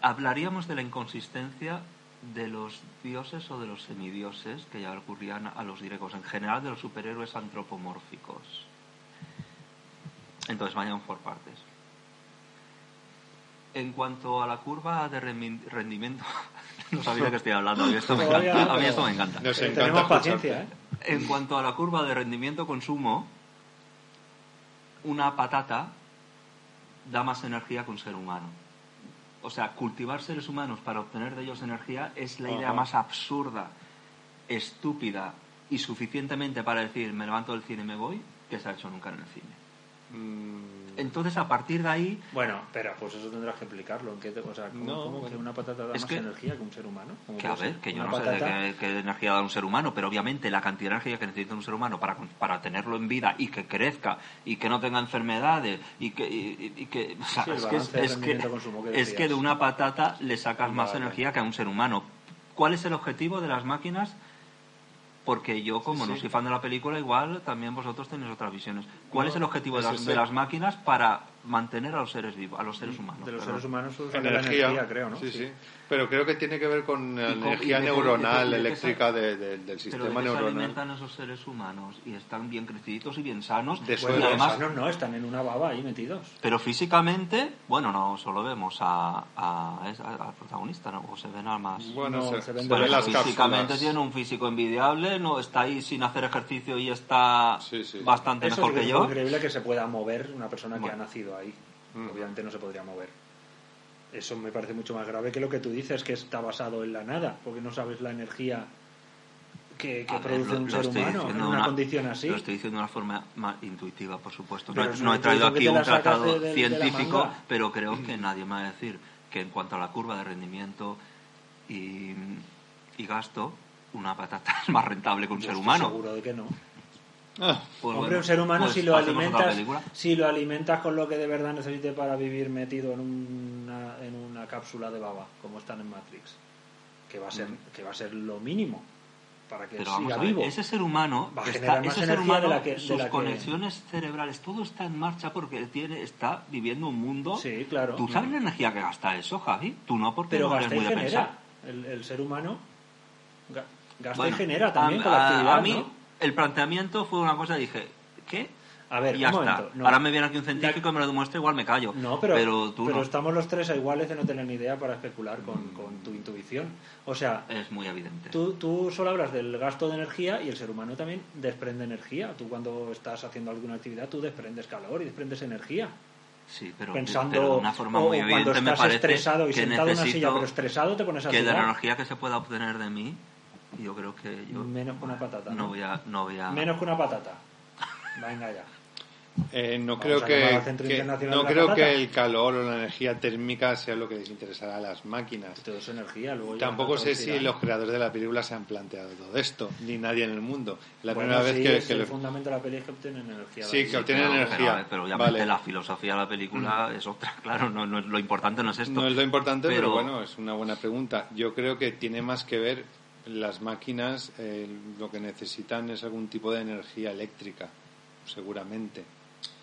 [SPEAKER 4] Hablaríamos de la inconsistencia de los dioses o de los semidioses que ya ocurrían a los griegos, en general de los superhéroes antropomórficos. Entonces, vayan por partes. En cuanto a la curva de remin- rendimiento, no sabía de qué estoy hablando, a mí esto me
[SPEAKER 2] Todavía no,
[SPEAKER 4] encanta. A mí
[SPEAKER 2] pero-
[SPEAKER 4] esto me encanta.
[SPEAKER 3] Nos
[SPEAKER 2] Eh,
[SPEAKER 3] encanta
[SPEAKER 2] tenemos
[SPEAKER 3] escucharte.
[SPEAKER 2] paciencia, ¿eh?
[SPEAKER 4] En cuanto a la curva de rendimiento-consumo, una patata da más energía que un ser humano. O sea, cultivar seres humanos para obtener de ellos energía es la idea
[SPEAKER 3] Ajá.
[SPEAKER 4] más absurda, estúpida y suficientemente para decir me levanto del cine y me voy, que se ha hecho nunca en el cine.
[SPEAKER 3] Mm,
[SPEAKER 4] Entonces, a partir de ahí,
[SPEAKER 2] Bueno, pero pues eso tendrás que explicarlo. ¿en qué te- o sea, ¿cómo,
[SPEAKER 3] No,
[SPEAKER 2] cómo
[SPEAKER 3] bueno.
[SPEAKER 2] que una patata da
[SPEAKER 4] Es
[SPEAKER 2] más
[SPEAKER 4] que-
[SPEAKER 2] energía que un ser humano? ¿Cómo
[SPEAKER 4] que a
[SPEAKER 2] puede
[SPEAKER 4] ver,
[SPEAKER 2] ser?
[SPEAKER 4] que yo
[SPEAKER 2] Una
[SPEAKER 4] no sé de
[SPEAKER 2] patata-
[SPEAKER 4] qué, qué energía da un ser humano, pero obviamente la cantidad de energía que necesita un ser humano para, con- para tenerlo en vida y que crezca y que no tenga enfermedades y que... y- y- y que o sea,
[SPEAKER 2] Sí, el
[SPEAKER 4] es que,
[SPEAKER 2] balance de
[SPEAKER 4] es, que,
[SPEAKER 2] rendimiento-consumo que
[SPEAKER 4] es
[SPEAKER 2] decías.
[SPEAKER 4] que de una patata le sacas más
[SPEAKER 2] Vale.
[SPEAKER 4] energía que a un ser humano. ¿Cuál es el objetivo de las máquinas? Porque yo, como no
[SPEAKER 3] sí.
[SPEAKER 4] soy fan de la película, igual también vosotros tenéis otras visiones. ¿Cuál
[SPEAKER 3] No,
[SPEAKER 4] es el objetivo de
[SPEAKER 3] eso
[SPEAKER 4] las,
[SPEAKER 3] sí.
[SPEAKER 4] de las máquinas para mantener a los seres vivos, a los seres humanos?
[SPEAKER 2] De los
[SPEAKER 4] perdón?
[SPEAKER 2] seres humanos solo sale la
[SPEAKER 3] energía,
[SPEAKER 2] energía, creo, ¿no?
[SPEAKER 3] Sí, sí. Pero creo que tiene que ver con la
[SPEAKER 4] Y con-
[SPEAKER 3] energía
[SPEAKER 4] y de-
[SPEAKER 3] neuronal,
[SPEAKER 4] de- de- de-
[SPEAKER 3] eléctrica de- de- del
[SPEAKER 4] Pero de
[SPEAKER 3] sistema
[SPEAKER 4] que se
[SPEAKER 3] neuronal.
[SPEAKER 4] alimentan esos seres humanos y están bien creciditos y bien sanos.
[SPEAKER 2] Bueno,
[SPEAKER 3] De
[SPEAKER 4] y
[SPEAKER 3] suelo.
[SPEAKER 2] los
[SPEAKER 4] además,
[SPEAKER 2] humanos no, están en una baba ahí metidos.
[SPEAKER 4] pero físicamente, bueno, no solo vemos a, a- es- a- al protagonista, ¿no? o se ven al más.
[SPEAKER 3] Bueno,
[SPEAKER 2] No,
[SPEAKER 3] se,
[SPEAKER 2] se ven
[SPEAKER 3] se ven
[SPEAKER 2] de-
[SPEAKER 3] las
[SPEAKER 4] físicamente
[SPEAKER 3] cápsulas.
[SPEAKER 4] tiene un físico envidiable, no está ahí sin hacer ejercicio y está
[SPEAKER 3] Sí, sí.
[SPEAKER 4] bastante
[SPEAKER 2] Eso
[SPEAKER 4] mejor
[SPEAKER 2] sí que
[SPEAKER 4] que
[SPEAKER 2] es
[SPEAKER 4] yo.
[SPEAKER 2] increíble que se pueda mover una persona que
[SPEAKER 4] Bueno.
[SPEAKER 2] ha nacido ahí.
[SPEAKER 3] Mm.
[SPEAKER 2] Obviamente no se podría mover. Eso me parece mucho más grave que lo que tú dices, que está basado en la nada, porque no sabes la energía que, que
[SPEAKER 4] A ver,
[SPEAKER 2] produce
[SPEAKER 4] lo-
[SPEAKER 2] un
[SPEAKER 4] lo
[SPEAKER 2] ser
[SPEAKER 4] estoy
[SPEAKER 2] humano en
[SPEAKER 4] diciendo
[SPEAKER 2] una,
[SPEAKER 4] de
[SPEAKER 2] condición así.
[SPEAKER 4] Lo estoy diciendo de una forma más intuitiva, por supuesto. No,
[SPEAKER 2] Pero
[SPEAKER 4] he-
[SPEAKER 2] es una
[SPEAKER 4] no he traído aquí
[SPEAKER 2] intuición que
[SPEAKER 4] un
[SPEAKER 2] te la sacas
[SPEAKER 4] tratado
[SPEAKER 2] de- de- de la
[SPEAKER 4] científico,
[SPEAKER 2] manga.
[SPEAKER 4] pero creo que nadie me va a decir que en cuanto a la curva de rendimiento y, y gasto, una patata es más rentable que un
[SPEAKER 2] Yo
[SPEAKER 4] ser
[SPEAKER 2] estoy
[SPEAKER 4] humano.
[SPEAKER 2] Seguro de que no.
[SPEAKER 3] Ah,
[SPEAKER 4] Pues
[SPEAKER 2] Hombre,
[SPEAKER 4] bueno,
[SPEAKER 2] un ser humano
[SPEAKER 4] pues
[SPEAKER 2] si lo
[SPEAKER 4] hacemos otra
[SPEAKER 2] alimentas,
[SPEAKER 4] película.
[SPEAKER 2] si lo alimentas con lo que de verdad necesite para vivir metido en una, en una cápsula de baba, como están en Matrix, que va a ser, que va a ser lo mínimo para que
[SPEAKER 4] Mm. Pero vamos
[SPEAKER 2] siga
[SPEAKER 4] a ver,
[SPEAKER 2] vivo.
[SPEAKER 4] ese ser humano,
[SPEAKER 2] Va a
[SPEAKER 4] está-
[SPEAKER 2] generar más
[SPEAKER 4] ese ser
[SPEAKER 2] energía
[SPEAKER 4] humano,
[SPEAKER 2] de la que- de
[SPEAKER 4] sus
[SPEAKER 2] la que-
[SPEAKER 4] conexiones cerebrales, todo está en marcha porque él tiene, está viviendo un mundo.
[SPEAKER 2] Sí, claro.
[SPEAKER 4] ¿Tú sabes la energía que gasta eso, Javi? Tú no, porque
[SPEAKER 2] Pero
[SPEAKER 4] no eres
[SPEAKER 2] gasta y
[SPEAKER 4] muy de pensar.
[SPEAKER 2] genera. El, el ser humano ga- gasta
[SPEAKER 4] Bueno,
[SPEAKER 2] y genera también con la
[SPEAKER 4] a-
[SPEAKER 2] actividad.
[SPEAKER 4] a mí
[SPEAKER 2] ¿no?
[SPEAKER 4] el planteamiento fue una cosa, dije, ¿qué?
[SPEAKER 2] A ver,
[SPEAKER 4] Y ya
[SPEAKER 2] un
[SPEAKER 4] está.
[SPEAKER 2] momento. no.
[SPEAKER 4] Ahora me viene aquí un científico y me lo demuestra, igual me callo.
[SPEAKER 2] No, pero,
[SPEAKER 4] tú
[SPEAKER 2] pero
[SPEAKER 4] no.
[SPEAKER 2] estamos los tres a iguales de no tener ni idea para especular con, con tu intuición. O sea,
[SPEAKER 4] Es muy evidente.
[SPEAKER 2] Tú, tú solo hablas del gasto de energía y el ser humano también desprende energía. Tú cuando estás haciendo alguna actividad, tú desprendes calor y desprendes energía.
[SPEAKER 4] sí, pero,
[SPEAKER 2] pensando
[SPEAKER 4] pero de una forma
[SPEAKER 2] o
[SPEAKER 4] muy
[SPEAKER 2] cuando
[SPEAKER 4] evidente me
[SPEAKER 2] estás
[SPEAKER 4] parece
[SPEAKER 2] estresado y
[SPEAKER 4] que
[SPEAKER 2] sentado en una
[SPEAKER 4] necesito
[SPEAKER 2] silla, pero estresado te pones a
[SPEAKER 4] que de la
[SPEAKER 2] sudar.
[SPEAKER 4] energía que se pueda obtener de mí, yo creo que yo
[SPEAKER 2] Menos que una patata.
[SPEAKER 4] Ah. no voy a... No voy a
[SPEAKER 2] Menos que una patata. Venga ya.
[SPEAKER 3] Eh, no
[SPEAKER 2] Vamos
[SPEAKER 3] creo
[SPEAKER 2] a llamar
[SPEAKER 3] que,
[SPEAKER 2] al Centro
[SPEAKER 3] que-
[SPEAKER 2] Internacional
[SPEAKER 3] no
[SPEAKER 2] de la
[SPEAKER 3] creo
[SPEAKER 2] Patata.
[SPEAKER 3] que el calor o la energía térmica sea lo que les interesará a las máquinas.
[SPEAKER 2] Todo es energía. Luego ya
[SPEAKER 3] Tampoco
[SPEAKER 2] no
[SPEAKER 3] sé si
[SPEAKER 2] producirán.
[SPEAKER 3] los creadores de la película se han planteado todo esto, ni nadie en el mundo. Es La
[SPEAKER 2] Bueno,
[SPEAKER 3] primera
[SPEAKER 2] sí,
[SPEAKER 3] vez que-
[SPEAKER 2] es
[SPEAKER 3] que,
[SPEAKER 2] el
[SPEAKER 3] lo-
[SPEAKER 2] fundamento de la peli es que obtienen energía. de
[SPEAKER 3] Sí,
[SPEAKER 2] ahí.
[SPEAKER 3] que obtienen
[SPEAKER 4] pero,
[SPEAKER 3] energía.
[SPEAKER 4] Pero, pero obviamente
[SPEAKER 3] Vale. Mm.
[SPEAKER 4] la filosofía de la película es otra, claro, no, no es- lo importante no es esto.
[SPEAKER 3] no es lo importante, pero,
[SPEAKER 4] Pero-
[SPEAKER 3] bueno, es una buena pregunta. Yo creo que tiene más que ver las máquinas, eh, lo que necesitan es algún tipo de energía eléctrica, seguramente.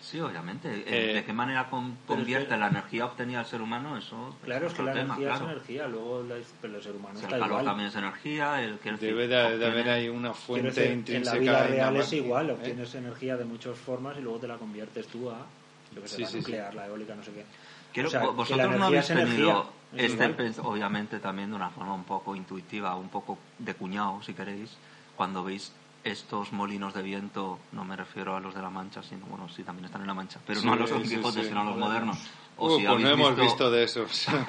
[SPEAKER 4] Sí, obviamente. Eh,
[SPEAKER 3] Eh,
[SPEAKER 4] ¿De qué manera con- convierte
[SPEAKER 2] que-
[SPEAKER 4] la energía obtenida al ser humano? Eso
[SPEAKER 2] Claro, es que la
[SPEAKER 4] otro tema,
[SPEAKER 2] energía
[SPEAKER 4] claro.
[SPEAKER 2] es energía, luego la- pero el ser humano
[SPEAKER 4] O sea,
[SPEAKER 2] está
[SPEAKER 4] el calor
[SPEAKER 2] igual.
[SPEAKER 4] también es energía, el que
[SPEAKER 3] Debe de, de haber ahí una
[SPEAKER 2] ¿eh? Quiero
[SPEAKER 3] fuente
[SPEAKER 2] decir, en
[SPEAKER 3] intrínseca.
[SPEAKER 2] la vida
[SPEAKER 3] en la
[SPEAKER 2] real es
[SPEAKER 3] máquina,
[SPEAKER 2] igual,
[SPEAKER 3] ¿eh?
[SPEAKER 2] obtienes energía de muchas formas y luego te la conviertes tú a yo que sé,
[SPEAKER 3] Sí,
[SPEAKER 2] la
[SPEAKER 3] sí, sí.
[SPEAKER 2] nuclear, la eólica, no sé qué.
[SPEAKER 4] Quiero-
[SPEAKER 2] O sea,
[SPEAKER 4] vo-
[SPEAKER 2] que la
[SPEAKER 4] vosotros no
[SPEAKER 2] energía
[SPEAKER 4] habéis
[SPEAKER 2] es energía,
[SPEAKER 4] tenido
[SPEAKER 2] es
[SPEAKER 4] este
[SPEAKER 2] igual.
[SPEAKER 4] pens- obviamente también de una forma un poco intuitiva, un poco de cuñado, si queréis, cuando veis estos molinos de viento, no me refiero a los de la Mancha, sino bueno, sí también están en la Mancha, pero
[SPEAKER 3] Sí,
[SPEAKER 4] no a los de
[SPEAKER 3] sí,
[SPEAKER 4] Don Quijote,
[SPEAKER 3] sí.
[SPEAKER 4] sino a los modernos. O
[SPEAKER 3] Uh,
[SPEAKER 4] si
[SPEAKER 3] pues no
[SPEAKER 4] habéis
[SPEAKER 3] hemos visto de esos.
[SPEAKER 2] Más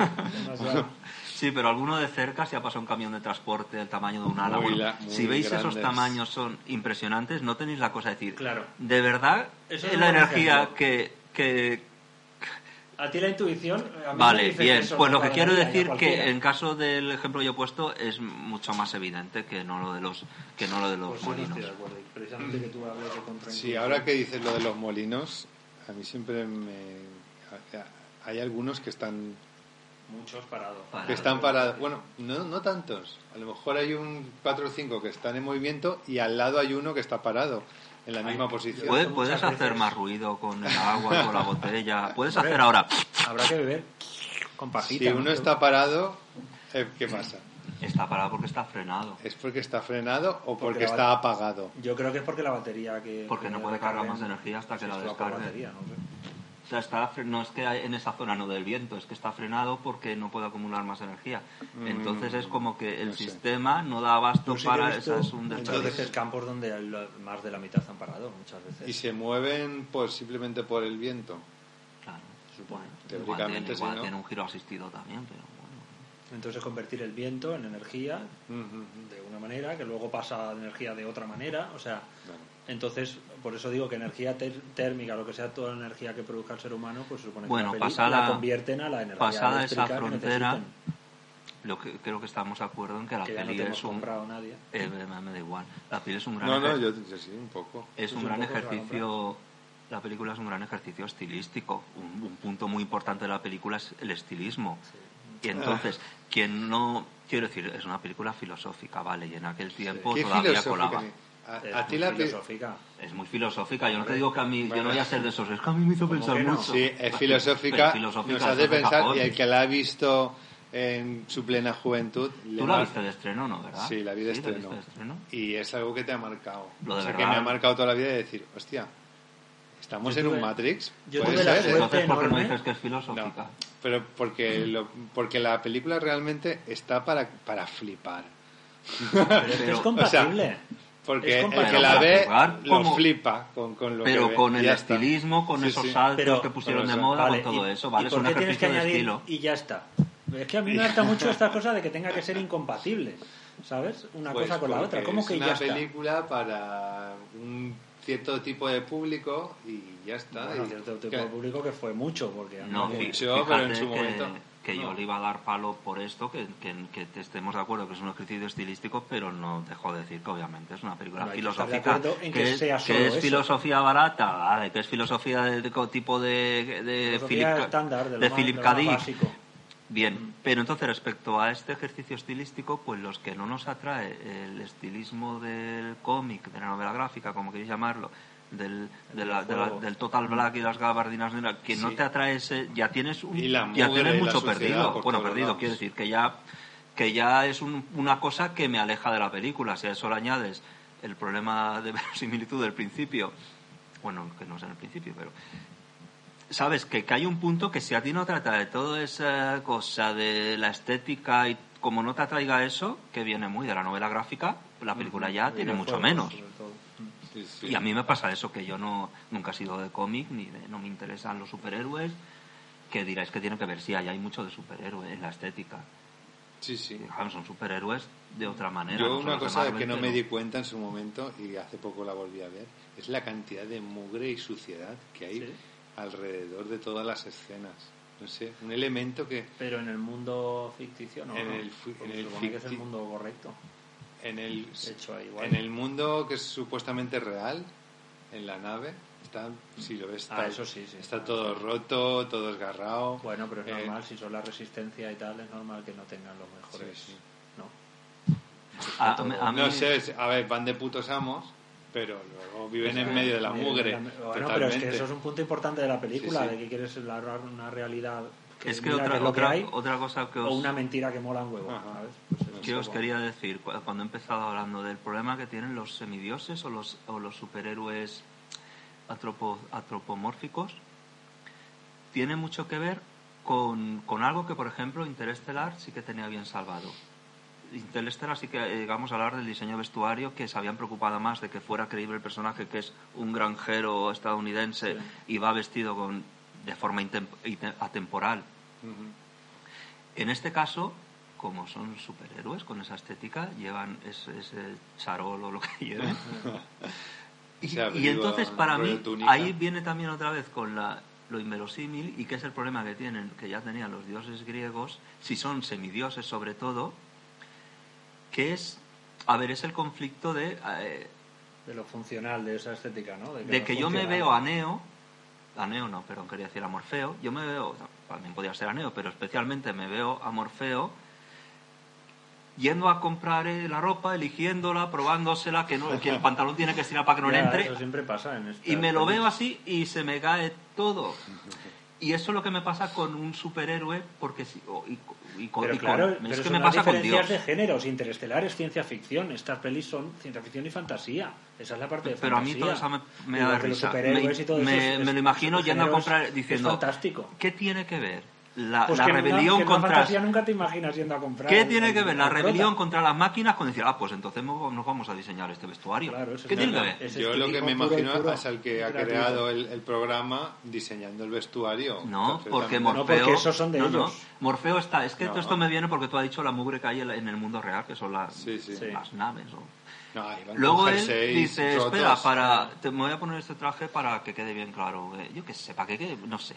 [SPEAKER 2] vale.
[SPEAKER 4] Sí, pero alguno de cerca se ha pasado un camión de transporte del tamaño de un ala.
[SPEAKER 3] Muy
[SPEAKER 4] Bueno,
[SPEAKER 3] la- muy
[SPEAKER 4] si veis esos
[SPEAKER 3] grandes.
[SPEAKER 4] tamaños son impresionantes, no tenéis la cosa de decir,
[SPEAKER 2] Claro.
[SPEAKER 4] de verdad,
[SPEAKER 2] Eso
[SPEAKER 4] es
[SPEAKER 2] es
[SPEAKER 4] la
[SPEAKER 2] un buen
[SPEAKER 4] energía
[SPEAKER 2] ejemplo.
[SPEAKER 4] que... que
[SPEAKER 2] A ti la intuición. a mí me
[SPEAKER 4] vale,
[SPEAKER 2] dice
[SPEAKER 4] bien.
[SPEAKER 2] eso
[SPEAKER 4] Pues
[SPEAKER 2] no
[SPEAKER 4] lo que
[SPEAKER 2] para
[SPEAKER 4] quiero
[SPEAKER 2] nada,
[SPEAKER 4] decir
[SPEAKER 2] ya
[SPEAKER 4] que
[SPEAKER 2] cualquiera.
[SPEAKER 4] en caso del ejemplo que yo he puesto es mucho más evidente que no lo de los que no lo de los
[SPEAKER 2] Pues sí, no
[SPEAKER 4] molinos.
[SPEAKER 2] estoy de acuerdo. y Precisamente que tú hablas de contra
[SPEAKER 3] Sí, ahora que dices lo de los molinos, a mí siempre me... Hay algunos que están
[SPEAKER 2] Muchos parados.
[SPEAKER 4] Parados.
[SPEAKER 3] que están parados. Bueno, no, no tantos. A lo mejor hay un 4 o 5 que están en movimiento y al lado hay uno que está parado en la
[SPEAKER 2] Ay,
[SPEAKER 3] misma
[SPEAKER 2] yo-
[SPEAKER 3] posición.
[SPEAKER 4] Puedes,
[SPEAKER 2] muchas
[SPEAKER 4] puedes hacer
[SPEAKER 2] veces-
[SPEAKER 4] más ruido con el agua, con la botella. Puedes
[SPEAKER 2] Hombre.
[SPEAKER 4] hacer ahora.
[SPEAKER 2] Habrá que beber con pajita.
[SPEAKER 3] si
[SPEAKER 2] ¿no?
[SPEAKER 3] uno está parado, eh, ¿qué pasa?
[SPEAKER 4] Está parado porque está frenado.
[SPEAKER 3] ¿Es porque está frenado o porque,
[SPEAKER 2] la
[SPEAKER 3] está
[SPEAKER 2] bat-
[SPEAKER 3] apagado?
[SPEAKER 2] Yo creo que es porque la batería que.
[SPEAKER 4] Porque no
[SPEAKER 2] que
[SPEAKER 4] puede cargar
[SPEAKER 2] recarguen-
[SPEAKER 4] más energía hasta que
[SPEAKER 2] Sí,
[SPEAKER 4] la
[SPEAKER 2] se va por
[SPEAKER 4] descargue.
[SPEAKER 2] batería, no sé.
[SPEAKER 4] O sea, está fre- no es que hay- en esa zona no del viento, es que está frenado porque no puede acumular más energía.
[SPEAKER 2] Mm,
[SPEAKER 4] Entonces es como que el
[SPEAKER 3] no sé.
[SPEAKER 4] sistema no da abasto
[SPEAKER 2] Yo sí que he
[SPEAKER 4] para...
[SPEAKER 2] visto
[SPEAKER 4] esa es un
[SPEAKER 2] en
[SPEAKER 4] desperdicio.
[SPEAKER 2] veces campos donde hay la- más de la mitad han parado muchas veces.
[SPEAKER 3] Y se mueven pues simplemente por el viento.
[SPEAKER 4] Claro.
[SPEAKER 2] supone.
[SPEAKER 4] Igual,
[SPEAKER 3] Teóricamente
[SPEAKER 4] tiene,
[SPEAKER 3] sí,
[SPEAKER 4] igual
[SPEAKER 3] ¿no?
[SPEAKER 4] tiene un giro asistido también, pero bueno.
[SPEAKER 2] Entonces convertir el viento en energía
[SPEAKER 3] Ujú.
[SPEAKER 2] de una manera, que luego pasa a energía de otra manera, o sea,
[SPEAKER 3] Claro.
[SPEAKER 2] entonces por eso digo que energía ter- térmica, lo que sea toda la energía que produzca el ser humano, pues se supone que
[SPEAKER 4] Bueno,
[SPEAKER 2] la, peli
[SPEAKER 4] pasada-
[SPEAKER 2] la convierten a la energía
[SPEAKER 4] pasada esa
[SPEAKER 2] eléctrica que
[SPEAKER 4] frontera,
[SPEAKER 2] necesitan,
[SPEAKER 4] Lo que creo que estamos de acuerdo en que la
[SPEAKER 2] que ya no
[SPEAKER 4] peli
[SPEAKER 2] te hemos
[SPEAKER 4] es un
[SPEAKER 2] comprado nadie.
[SPEAKER 4] eh, me, me da igual. La peli es un gran
[SPEAKER 3] No, no,
[SPEAKER 4] ejer-
[SPEAKER 3] yo, yo sí, un poco.
[SPEAKER 4] es
[SPEAKER 2] es
[SPEAKER 4] un
[SPEAKER 2] un
[SPEAKER 4] gran
[SPEAKER 2] poco
[SPEAKER 4] ejercicio la película es un gran ejercicio estilístico. Un, un punto muy importante de la película es el estilismo. Y entonces, quien no quiero decir, es una película filosófica, vale, y en aquel tiempo
[SPEAKER 3] ¿Qué
[SPEAKER 4] todavía
[SPEAKER 3] filosófica
[SPEAKER 4] colaba.
[SPEAKER 3] ni-
[SPEAKER 2] Es
[SPEAKER 3] A, a ti
[SPEAKER 2] muy
[SPEAKER 3] la pe-
[SPEAKER 2] filosófica.
[SPEAKER 4] Es muy filosófica, yo no te digo que a mí, yo no voy a ser de esos, es que a mí me hizo pensar
[SPEAKER 2] que no?
[SPEAKER 4] mucho.
[SPEAKER 3] Sí, es
[SPEAKER 4] Pero
[SPEAKER 3] filosófica,
[SPEAKER 4] filosófica,
[SPEAKER 3] nos
[SPEAKER 4] eso
[SPEAKER 3] hace
[SPEAKER 4] es de
[SPEAKER 3] pensar
[SPEAKER 4] Japón.
[SPEAKER 3] y el que la ha visto en su plena juventud... le
[SPEAKER 4] Tú la
[SPEAKER 3] va-
[SPEAKER 4] viste de estreno, ¿no? ¿Verdad?
[SPEAKER 3] Sí, la vi de
[SPEAKER 4] viste
[SPEAKER 3] estreno. Y es algo que te ha marcado.
[SPEAKER 4] Lo de
[SPEAKER 3] o sea, que
[SPEAKER 4] verdad.
[SPEAKER 3] me ha marcado toda la vida de decir, hostia, estamos
[SPEAKER 2] Yo
[SPEAKER 3] en un
[SPEAKER 2] tuve-
[SPEAKER 3] Matrix.
[SPEAKER 2] yo
[SPEAKER 3] ¿Puede
[SPEAKER 2] tuve la
[SPEAKER 3] ser? ¿eh?".
[SPEAKER 2] suerte
[SPEAKER 4] Entonces, ¿por qué no
[SPEAKER 2] enorme.
[SPEAKER 4] dices que es
[SPEAKER 3] No,
[SPEAKER 4] filosófica?
[SPEAKER 3] pero porque, lo- porque la película realmente está para, para flipar.
[SPEAKER 2] Pero es que
[SPEAKER 4] Pero,
[SPEAKER 2] es
[SPEAKER 4] o sea,
[SPEAKER 2] compatible.
[SPEAKER 3] Porque
[SPEAKER 2] Es
[SPEAKER 3] el
[SPEAKER 2] comparable.
[SPEAKER 3] que la ve
[SPEAKER 4] Jugar
[SPEAKER 3] lo
[SPEAKER 4] como-
[SPEAKER 3] flipa con, con lo que
[SPEAKER 4] Pero
[SPEAKER 3] ve,
[SPEAKER 4] con
[SPEAKER 3] y
[SPEAKER 4] el
[SPEAKER 3] ya está.
[SPEAKER 4] estilismo, con
[SPEAKER 3] Sí,
[SPEAKER 4] esos
[SPEAKER 3] sí.
[SPEAKER 4] saltos
[SPEAKER 2] Pero-
[SPEAKER 4] que pusieron
[SPEAKER 3] pero
[SPEAKER 4] de
[SPEAKER 3] eso,
[SPEAKER 4] moda,
[SPEAKER 2] Vale,
[SPEAKER 4] con todo
[SPEAKER 2] y-
[SPEAKER 4] eso, ¿vale?
[SPEAKER 2] ¿y
[SPEAKER 4] Es
[SPEAKER 2] por
[SPEAKER 4] un
[SPEAKER 2] qué tienes que
[SPEAKER 4] ejercicio de
[SPEAKER 2] añadir
[SPEAKER 4] estilo.
[SPEAKER 2] y ya está? Es que a mí me harta mucho esta cosa de que tenga que ser incompatible, ¿sabes? Una
[SPEAKER 3] Pues
[SPEAKER 2] cosa con la otra.
[SPEAKER 3] porque
[SPEAKER 2] ¿Cómo que
[SPEAKER 3] es
[SPEAKER 2] ya
[SPEAKER 3] una
[SPEAKER 2] está?
[SPEAKER 3] película para un cierto tipo de público y ya está.
[SPEAKER 2] Bueno,
[SPEAKER 3] Y-
[SPEAKER 2] cierto tipo
[SPEAKER 3] que-
[SPEAKER 2] de público que fue mucho, porque... a mí
[SPEAKER 4] No,
[SPEAKER 2] me-
[SPEAKER 4] fí-
[SPEAKER 3] Yo,
[SPEAKER 4] fíjate
[SPEAKER 3] pero en su
[SPEAKER 4] que,
[SPEAKER 3] momento,
[SPEAKER 4] que yo
[SPEAKER 3] no.
[SPEAKER 4] le iba a dar palo por esto, que, que, que te estemos de acuerdo que es un ejercicio estilístico, pero no dejo de decir que obviamente es una película
[SPEAKER 2] No hay que estar de
[SPEAKER 4] filosófica.
[SPEAKER 2] acuerdo en que
[SPEAKER 4] es,
[SPEAKER 2] sea solo
[SPEAKER 4] que es
[SPEAKER 2] eso.
[SPEAKER 4] filosofía barata, vale, que es filosofía de, de co- tipo de, de
[SPEAKER 2] filosofía
[SPEAKER 4] Philip, Ka-
[SPEAKER 2] estándar, de lo
[SPEAKER 4] de
[SPEAKER 2] más-
[SPEAKER 4] Philip
[SPEAKER 2] de lo
[SPEAKER 4] K.
[SPEAKER 2] más
[SPEAKER 4] Dick.
[SPEAKER 2] básico.
[SPEAKER 4] Bien, pero entonces respecto a este ejercicio estilístico, pues los que no nos atrae el estilismo del cómic, de la novela gráfica, como queréis llamarlo, del, de la- de la-
[SPEAKER 2] Juego.
[SPEAKER 4] del Total Black y las gabardinas negras, que no
[SPEAKER 3] Sí.
[SPEAKER 4] te atrae ese, ya tienes, un,
[SPEAKER 3] Y la
[SPEAKER 4] ya
[SPEAKER 3] mugre
[SPEAKER 4] tienes
[SPEAKER 3] y la
[SPEAKER 4] mucho
[SPEAKER 3] suciedad
[SPEAKER 4] perdido.
[SPEAKER 3] por
[SPEAKER 4] Bueno,
[SPEAKER 3] todos
[SPEAKER 4] perdido,
[SPEAKER 3] lados.
[SPEAKER 4] quiero decir que ya, que ya es un- una cosa que me aleja de la película. Si a eso le añades el problema de verosimilitud del principio, bueno, que no es en el principio, pero sabes que, que hay un punto que si a ti no trata de toda esa cosa de la estética y como no te atraiga eso, que viene muy de la novela gráfica, la película ya tiene mucho
[SPEAKER 2] Videojuegos,
[SPEAKER 4] menos.
[SPEAKER 2] sobre todo.
[SPEAKER 3] Sí, sí.
[SPEAKER 4] Y a mí me pasa eso, que yo no nunca he sido de cómic, ni de, no me interesan los superhéroes, que diráis que tiene que ver, sí, ahí hay mucho de superhéroe en la estética.
[SPEAKER 3] Sí, sí.
[SPEAKER 4] Joder, son superhéroes de otra manera. no
[SPEAKER 3] Yo
[SPEAKER 4] son
[SPEAKER 3] una
[SPEAKER 4] los de
[SPEAKER 3] cosa
[SPEAKER 4] Marvel,
[SPEAKER 3] que no me
[SPEAKER 4] pero-
[SPEAKER 3] di cuenta en su momento y hace poco la volví a ver es la cantidad de mugre y suciedad que hay
[SPEAKER 2] Sí.
[SPEAKER 3] alrededor de todas las escenas. No sé, un elemento que
[SPEAKER 2] Pero en el mundo ficticio no.
[SPEAKER 3] En
[SPEAKER 2] ¿no?
[SPEAKER 3] el fi-
[SPEAKER 2] Porque
[SPEAKER 3] en el
[SPEAKER 2] supone que es el
[SPEAKER 3] ficti-
[SPEAKER 2] mundo correcto.
[SPEAKER 3] en el
[SPEAKER 2] Hecho igual.
[SPEAKER 3] en el mundo que es supuestamente real, en la nave está si lo ves está,
[SPEAKER 2] Ah, eso sí, sí.
[SPEAKER 3] está todo roto, todo esgarrado.
[SPEAKER 2] Bueno, pero es
[SPEAKER 3] Eh,
[SPEAKER 2] normal, si son la resistencia y tal, es normal que no tengan los mejores.
[SPEAKER 3] Sí, sí.
[SPEAKER 2] ¿no?
[SPEAKER 4] A- a mí- a mí-
[SPEAKER 3] No sé, es- a ver, van de putos amos, pero luego viven en medio de la
[SPEAKER 2] Bueno,
[SPEAKER 3] mugre.
[SPEAKER 2] eh, pero es
[SPEAKER 3] totalmente.
[SPEAKER 2] que eso es un punto importante de la película,
[SPEAKER 3] Sí, sí.
[SPEAKER 2] de que quieres narrar una realidad que,
[SPEAKER 4] Es que
[SPEAKER 2] mira
[SPEAKER 4] otra,
[SPEAKER 2] es lo que
[SPEAKER 4] otra-
[SPEAKER 2] hay,
[SPEAKER 4] otra cosa que os,
[SPEAKER 2] o una mentira que mola un huevo,
[SPEAKER 3] Ajá.
[SPEAKER 2] ¿sabes? Pues es
[SPEAKER 4] que
[SPEAKER 2] un
[SPEAKER 4] os
[SPEAKER 2] poco-
[SPEAKER 4] quería decir cu- cuando he empezado hablando del problema que tienen los semidioses o los, o los superhéroes atropo- atropomórficos, tiene mucho que ver con, con algo que, por ejemplo, Interestelar sí que tenía bien salvado. Interstellar sí que eh, llegamos a hablar del diseño vestuario que se habían preocupado más de que fuera creíble el personaje que es un granjero estadounidense y va vestido con de forma intem- ite- atemporal. En este caso, como son superhéroes con esa estética, llevan ese, ese charol o lo que lleven. y,
[SPEAKER 3] Ese abrigo
[SPEAKER 4] y entonces para mí
[SPEAKER 3] rollo túnica.
[SPEAKER 4] ahí viene también otra vez con la lo inverosímil y que es el problema que tienen que ya tenían los dioses griegos si son semidioses sobre todo que es, a ver, es el conflicto de, eh,
[SPEAKER 2] De lo funcional, de esa estética, ¿no?
[SPEAKER 4] de
[SPEAKER 2] no
[SPEAKER 4] que yo me
[SPEAKER 2] funciona.
[SPEAKER 4] veo a Neo, a Neo no, perdón, quería decir a Morfeo, yo me veo, también podía ser a Neo, pero especialmente me veo a Morfeo yendo a comprar eh, la ropa, eligiéndola, probándosela, que, no, que el pantalón tiene que estirar para que no le
[SPEAKER 2] Ya,
[SPEAKER 4] entre,
[SPEAKER 2] Eso siempre pasa en esta
[SPEAKER 4] y me lo veo así y se me cae todo. Y eso es lo que me pasa con un superhéroe, porque sí, o- y, y con,
[SPEAKER 2] Pero
[SPEAKER 4] y con-
[SPEAKER 2] claro,
[SPEAKER 4] es
[SPEAKER 2] pero
[SPEAKER 4] que
[SPEAKER 2] son
[SPEAKER 4] me
[SPEAKER 2] las
[SPEAKER 4] pasa con Dios.
[SPEAKER 2] diferencias de géneros, interestelar es ciencia ficción, estas pelis son ciencia ficción y fantasía, esa es la parte de
[SPEAKER 4] Pero a mí
[SPEAKER 2] fantasía.
[SPEAKER 4] todo eso me, me
[SPEAKER 2] Y
[SPEAKER 4] da
[SPEAKER 2] lo que los
[SPEAKER 4] risa.
[SPEAKER 2] superhéroes
[SPEAKER 4] me,
[SPEAKER 2] y todo
[SPEAKER 4] me-
[SPEAKER 2] eso es-
[SPEAKER 4] me
[SPEAKER 2] es-
[SPEAKER 4] lo imagino
[SPEAKER 2] es-
[SPEAKER 4] yendo a
[SPEAKER 2] es-
[SPEAKER 4] comprar
[SPEAKER 2] es
[SPEAKER 4] diciendo...
[SPEAKER 2] fantástico.
[SPEAKER 4] ¿Qué tiene que ver la,
[SPEAKER 2] Pues
[SPEAKER 4] Ah, la
[SPEAKER 2] que en una-
[SPEAKER 4] rebelión
[SPEAKER 2] que en una
[SPEAKER 4] contra...
[SPEAKER 2] fantasía nunca te imaginas yendo a comprar.
[SPEAKER 4] ¿Qué
[SPEAKER 2] el-
[SPEAKER 4] tiene que
[SPEAKER 2] el-
[SPEAKER 4] ver la
[SPEAKER 2] el prota?
[SPEAKER 4] rebelión contra las máquinas con decir, ah, pues entonces mo- nos vamos a diseñar este vestuario?
[SPEAKER 2] Claro, eso
[SPEAKER 4] ¿Qué
[SPEAKER 2] es
[SPEAKER 4] tiene que
[SPEAKER 2] verdad.
[SPEAKER 4] ver?
[SPEAKER 2] Ese
[SPEAKER 3] Yo lo que
[SPEAKER 2] estilismo
[SPEAKER 3] me
[SPEAKER 2] puro y
[SPEAKER 3] imagino
[SPEAKER 2] puro
[SPEAKER 3] es al que ha
[SPEAKER 2] gratuito.
[SPEAKER 3] creado el, el programa diseñando el vestuario.
[SPEAKER 4] No, porque
[SPEAKER 3] Perfectamente.
[SPEAKER 4] Morfeo...
[SPEAKER 2] porque esos son de
[SPEAKER 4] no, no,
[SPEAKER 2] ellos.
[SPEAKER 4] Morfeo está... Es que
[SPEAKER 3] No.
[SPEAKER 4] todo esto me viene porque tú has dicho la mugre que hay en la- en el mundo real, que son las,
[SPEAKER 3] Sí, sí.
[SPEAKER 2] Sí.
[SPEAKER 4] las naves. o-
[SPEAKER 3] No, ahí van
[SPEAKER 4] Luego
[SPEAKER 3] con
[SPEAKER 4] él
[SPEAKER 3] jerseys
[SPEAKER 4] dice,
[SPEAKER 3] rotos.
[SPEAKER 4] espera, para, te, me voy a poner este traje para que quede bien claro. eh, Yo qué sé, para que quede, no sé.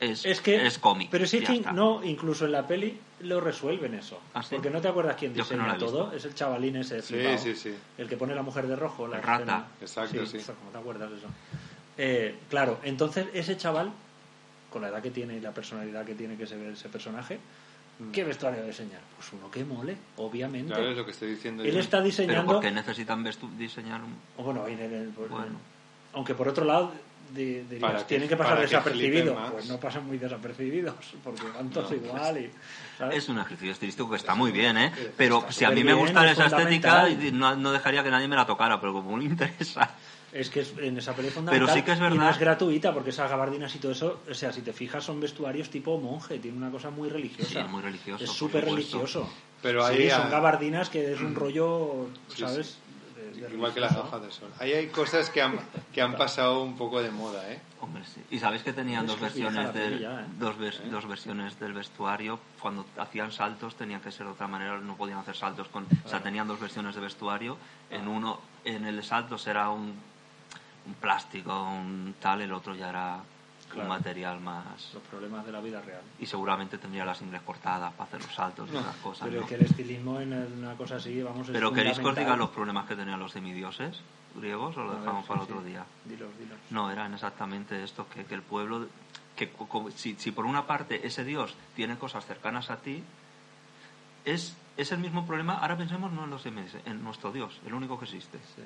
[SPEAKER 4] Es,
[SPEAKER 2] Es que.
[SPEAKER 4] es cómic.
[SPEAKER 2] Pero sí
[SPEAKER 4] ya
[SPEAKER 2] que
[SPEAKER 4] está.
[SPEAKER 2] no, incluso en la peli lo resuelven eso.
[SPEAKER 4] ¿Ah, sí?
[SPEAKER 2] Porque no te acuerdas quién
[SPEAKER 4] Yo que
[SPEAKER 2] diseña
[SPEAKER 4] no la he visto.
[SPEAKER 2] todo. Es el chavalín ese.
[SPEAKER 3] Sí,
[SPEAKER 2] flipado.
[SPEAKER 3] sí, sí.
[SPEAKER 2] El que pone la mujer de rojo. La
[SPEAKER 4] El rata.
[SPEAKER 2] escena.
[SPEAKER 3] Exacto, sí.
[SPEAKER 2] ostras, ¿cómo te acuerdas de eso? Eh, claro, entonces ese chaval, con la edad que tiene y la personalidad que tiene que se ve ese personaje, ¿qué vestuario va a diseñar? Pues uno que mole, obviamente.
[SPEAKER 3] Mm. Claro, es lo que estoy diciendo.
[SPEAKER 2] Él
[SPEAKER 3] yo.
[SPEAKER 2] está
[SPEAKER 4] Pero
[SPEAKER 2] diseñando
[SPEAKER 4] porque necesitan vestu- diseñar un...
[SPEAKER 2] O bueno, en el- en el-
[SPEAKER 4] Bueno.
[SPEAKER 2] aunque por otro lado di- dirías,
[SPEAKER 3] Para que-
[SPEAKER 2] tienen que pasar
[SPEAKER 3] para que flipen
[SPEAKER 2] desapercibidos.
[SPEAKER 3] más.
[SPEAKER 2] Pues no pasan muy desapercibidos, porque van todos
[SPEAKER 3] No,
[SPEAKER 2] igual y... ¿sabes?
[SPEAKER 4] Es un ejercicio estilístico que está muy bien, ¿eh? Pero si a mí me
[SPEAKER 2] superbién,
[SPEAKER 4] gusta
[SPEAKER 2] es
[SPEAKER 4] esa estética,
[SPEAKER 2] fundamental.
[SPEAKER 4] y no, no dejaría que nadie me la tocara, pero como no me interesa...
[SPEAKER 2] Es que es- en esa peli es fundamental
[SPEAKER 4] Pero sí que es
[SPEAKER 2] y no
[SPEAKER 4] verdad.
[SPEAKER 2] es gratuita, porque esas gabardinas y todo eso, o sea, si te fijas, son vestuarios tipo monje, tiene una cosa muy religiosa.
[SPEAKER 4] Sí, es muy religioso,
[SPEAKER 2] Es
[SPEAKER 4] por
[SPEAKER 2] súper
[SPEAKER 4] supuesto.
[SPEAKER 2] religioso.
[SPEAKER 3] Pero
[SPEAKER 2] Sí,
[SPEAKER 3] ahí
[SPEAKER 2] son
[SPEAKER 3] a- Mm.
[SPEAKER 2] gabardinas que es un rollo,
[SPEAKER 3] Sí,
[SPEAKER 2] ¿sabes? De- de
[SPEAKER 3] Igual que las
[SPEAKER 2] religioso.
[SPEAKER 3] gafas de sol. Ahí hay cosas que han, que han pasado un poco de moda, ¿eh?
[SPEAKER 4] Hombre, sí. Y sabéis que tenían
[SPEAKER 2] Es
[SPEAKER 4] dos
[SPEAKER 2] que es vieja la
[SPEAKER 4] versiones, del,
[SPEAKER 2] peli ya, ¿eh?
[SPEAKER 4] dos, vers- dos versiones del vestuario. Cuando hacían saltos tenía que ser de otra manera, no podían hacer saltos con... O sea, tenían dos versiones de vestuario. En uno, en el salto será un, un plástico, un tal, el otro ya era
[SPEAKER 2] Claro.
[SPEAKER 4] un material más...
[SPEAKER 2] Los problemas de la vida real.
[SPEAKER 4] Y seguramente tendría las ingles cortadas para hacer los saltos y esas cosas.
[SPEAKER 2] Pero
[SPEAKER 4] ¿no?
[SPEAKER 2] que el estilismo en una cosa así, vamos, es
[SPEAKER 4] ¿Pero queréis que os diga
[SPEAKER 2] fundamental.
[SPEAKER 4] los problemas que tenían los semidioses griegos o lo
[SPEAKER 2] A ver,
[SPEAKER 4] dejamos
[SPEAKER 2] sí,
[SPEAKER 4] para
[SPEAKER 2] sí.
[SPEAKER 4] otro día?
[SPEAKER 2] Dilos, dilos.
[SPEAKER 4] No, eran exactamente estos, que, que el pueblo, que cu- cu- si, si por una parte ese dios tiene cosas cercanas a ti, es, es el mismo problema, ahora pensemos no en los semidioses, en nuestro dios, el único que existe,
[SPEAKER 2] Sí,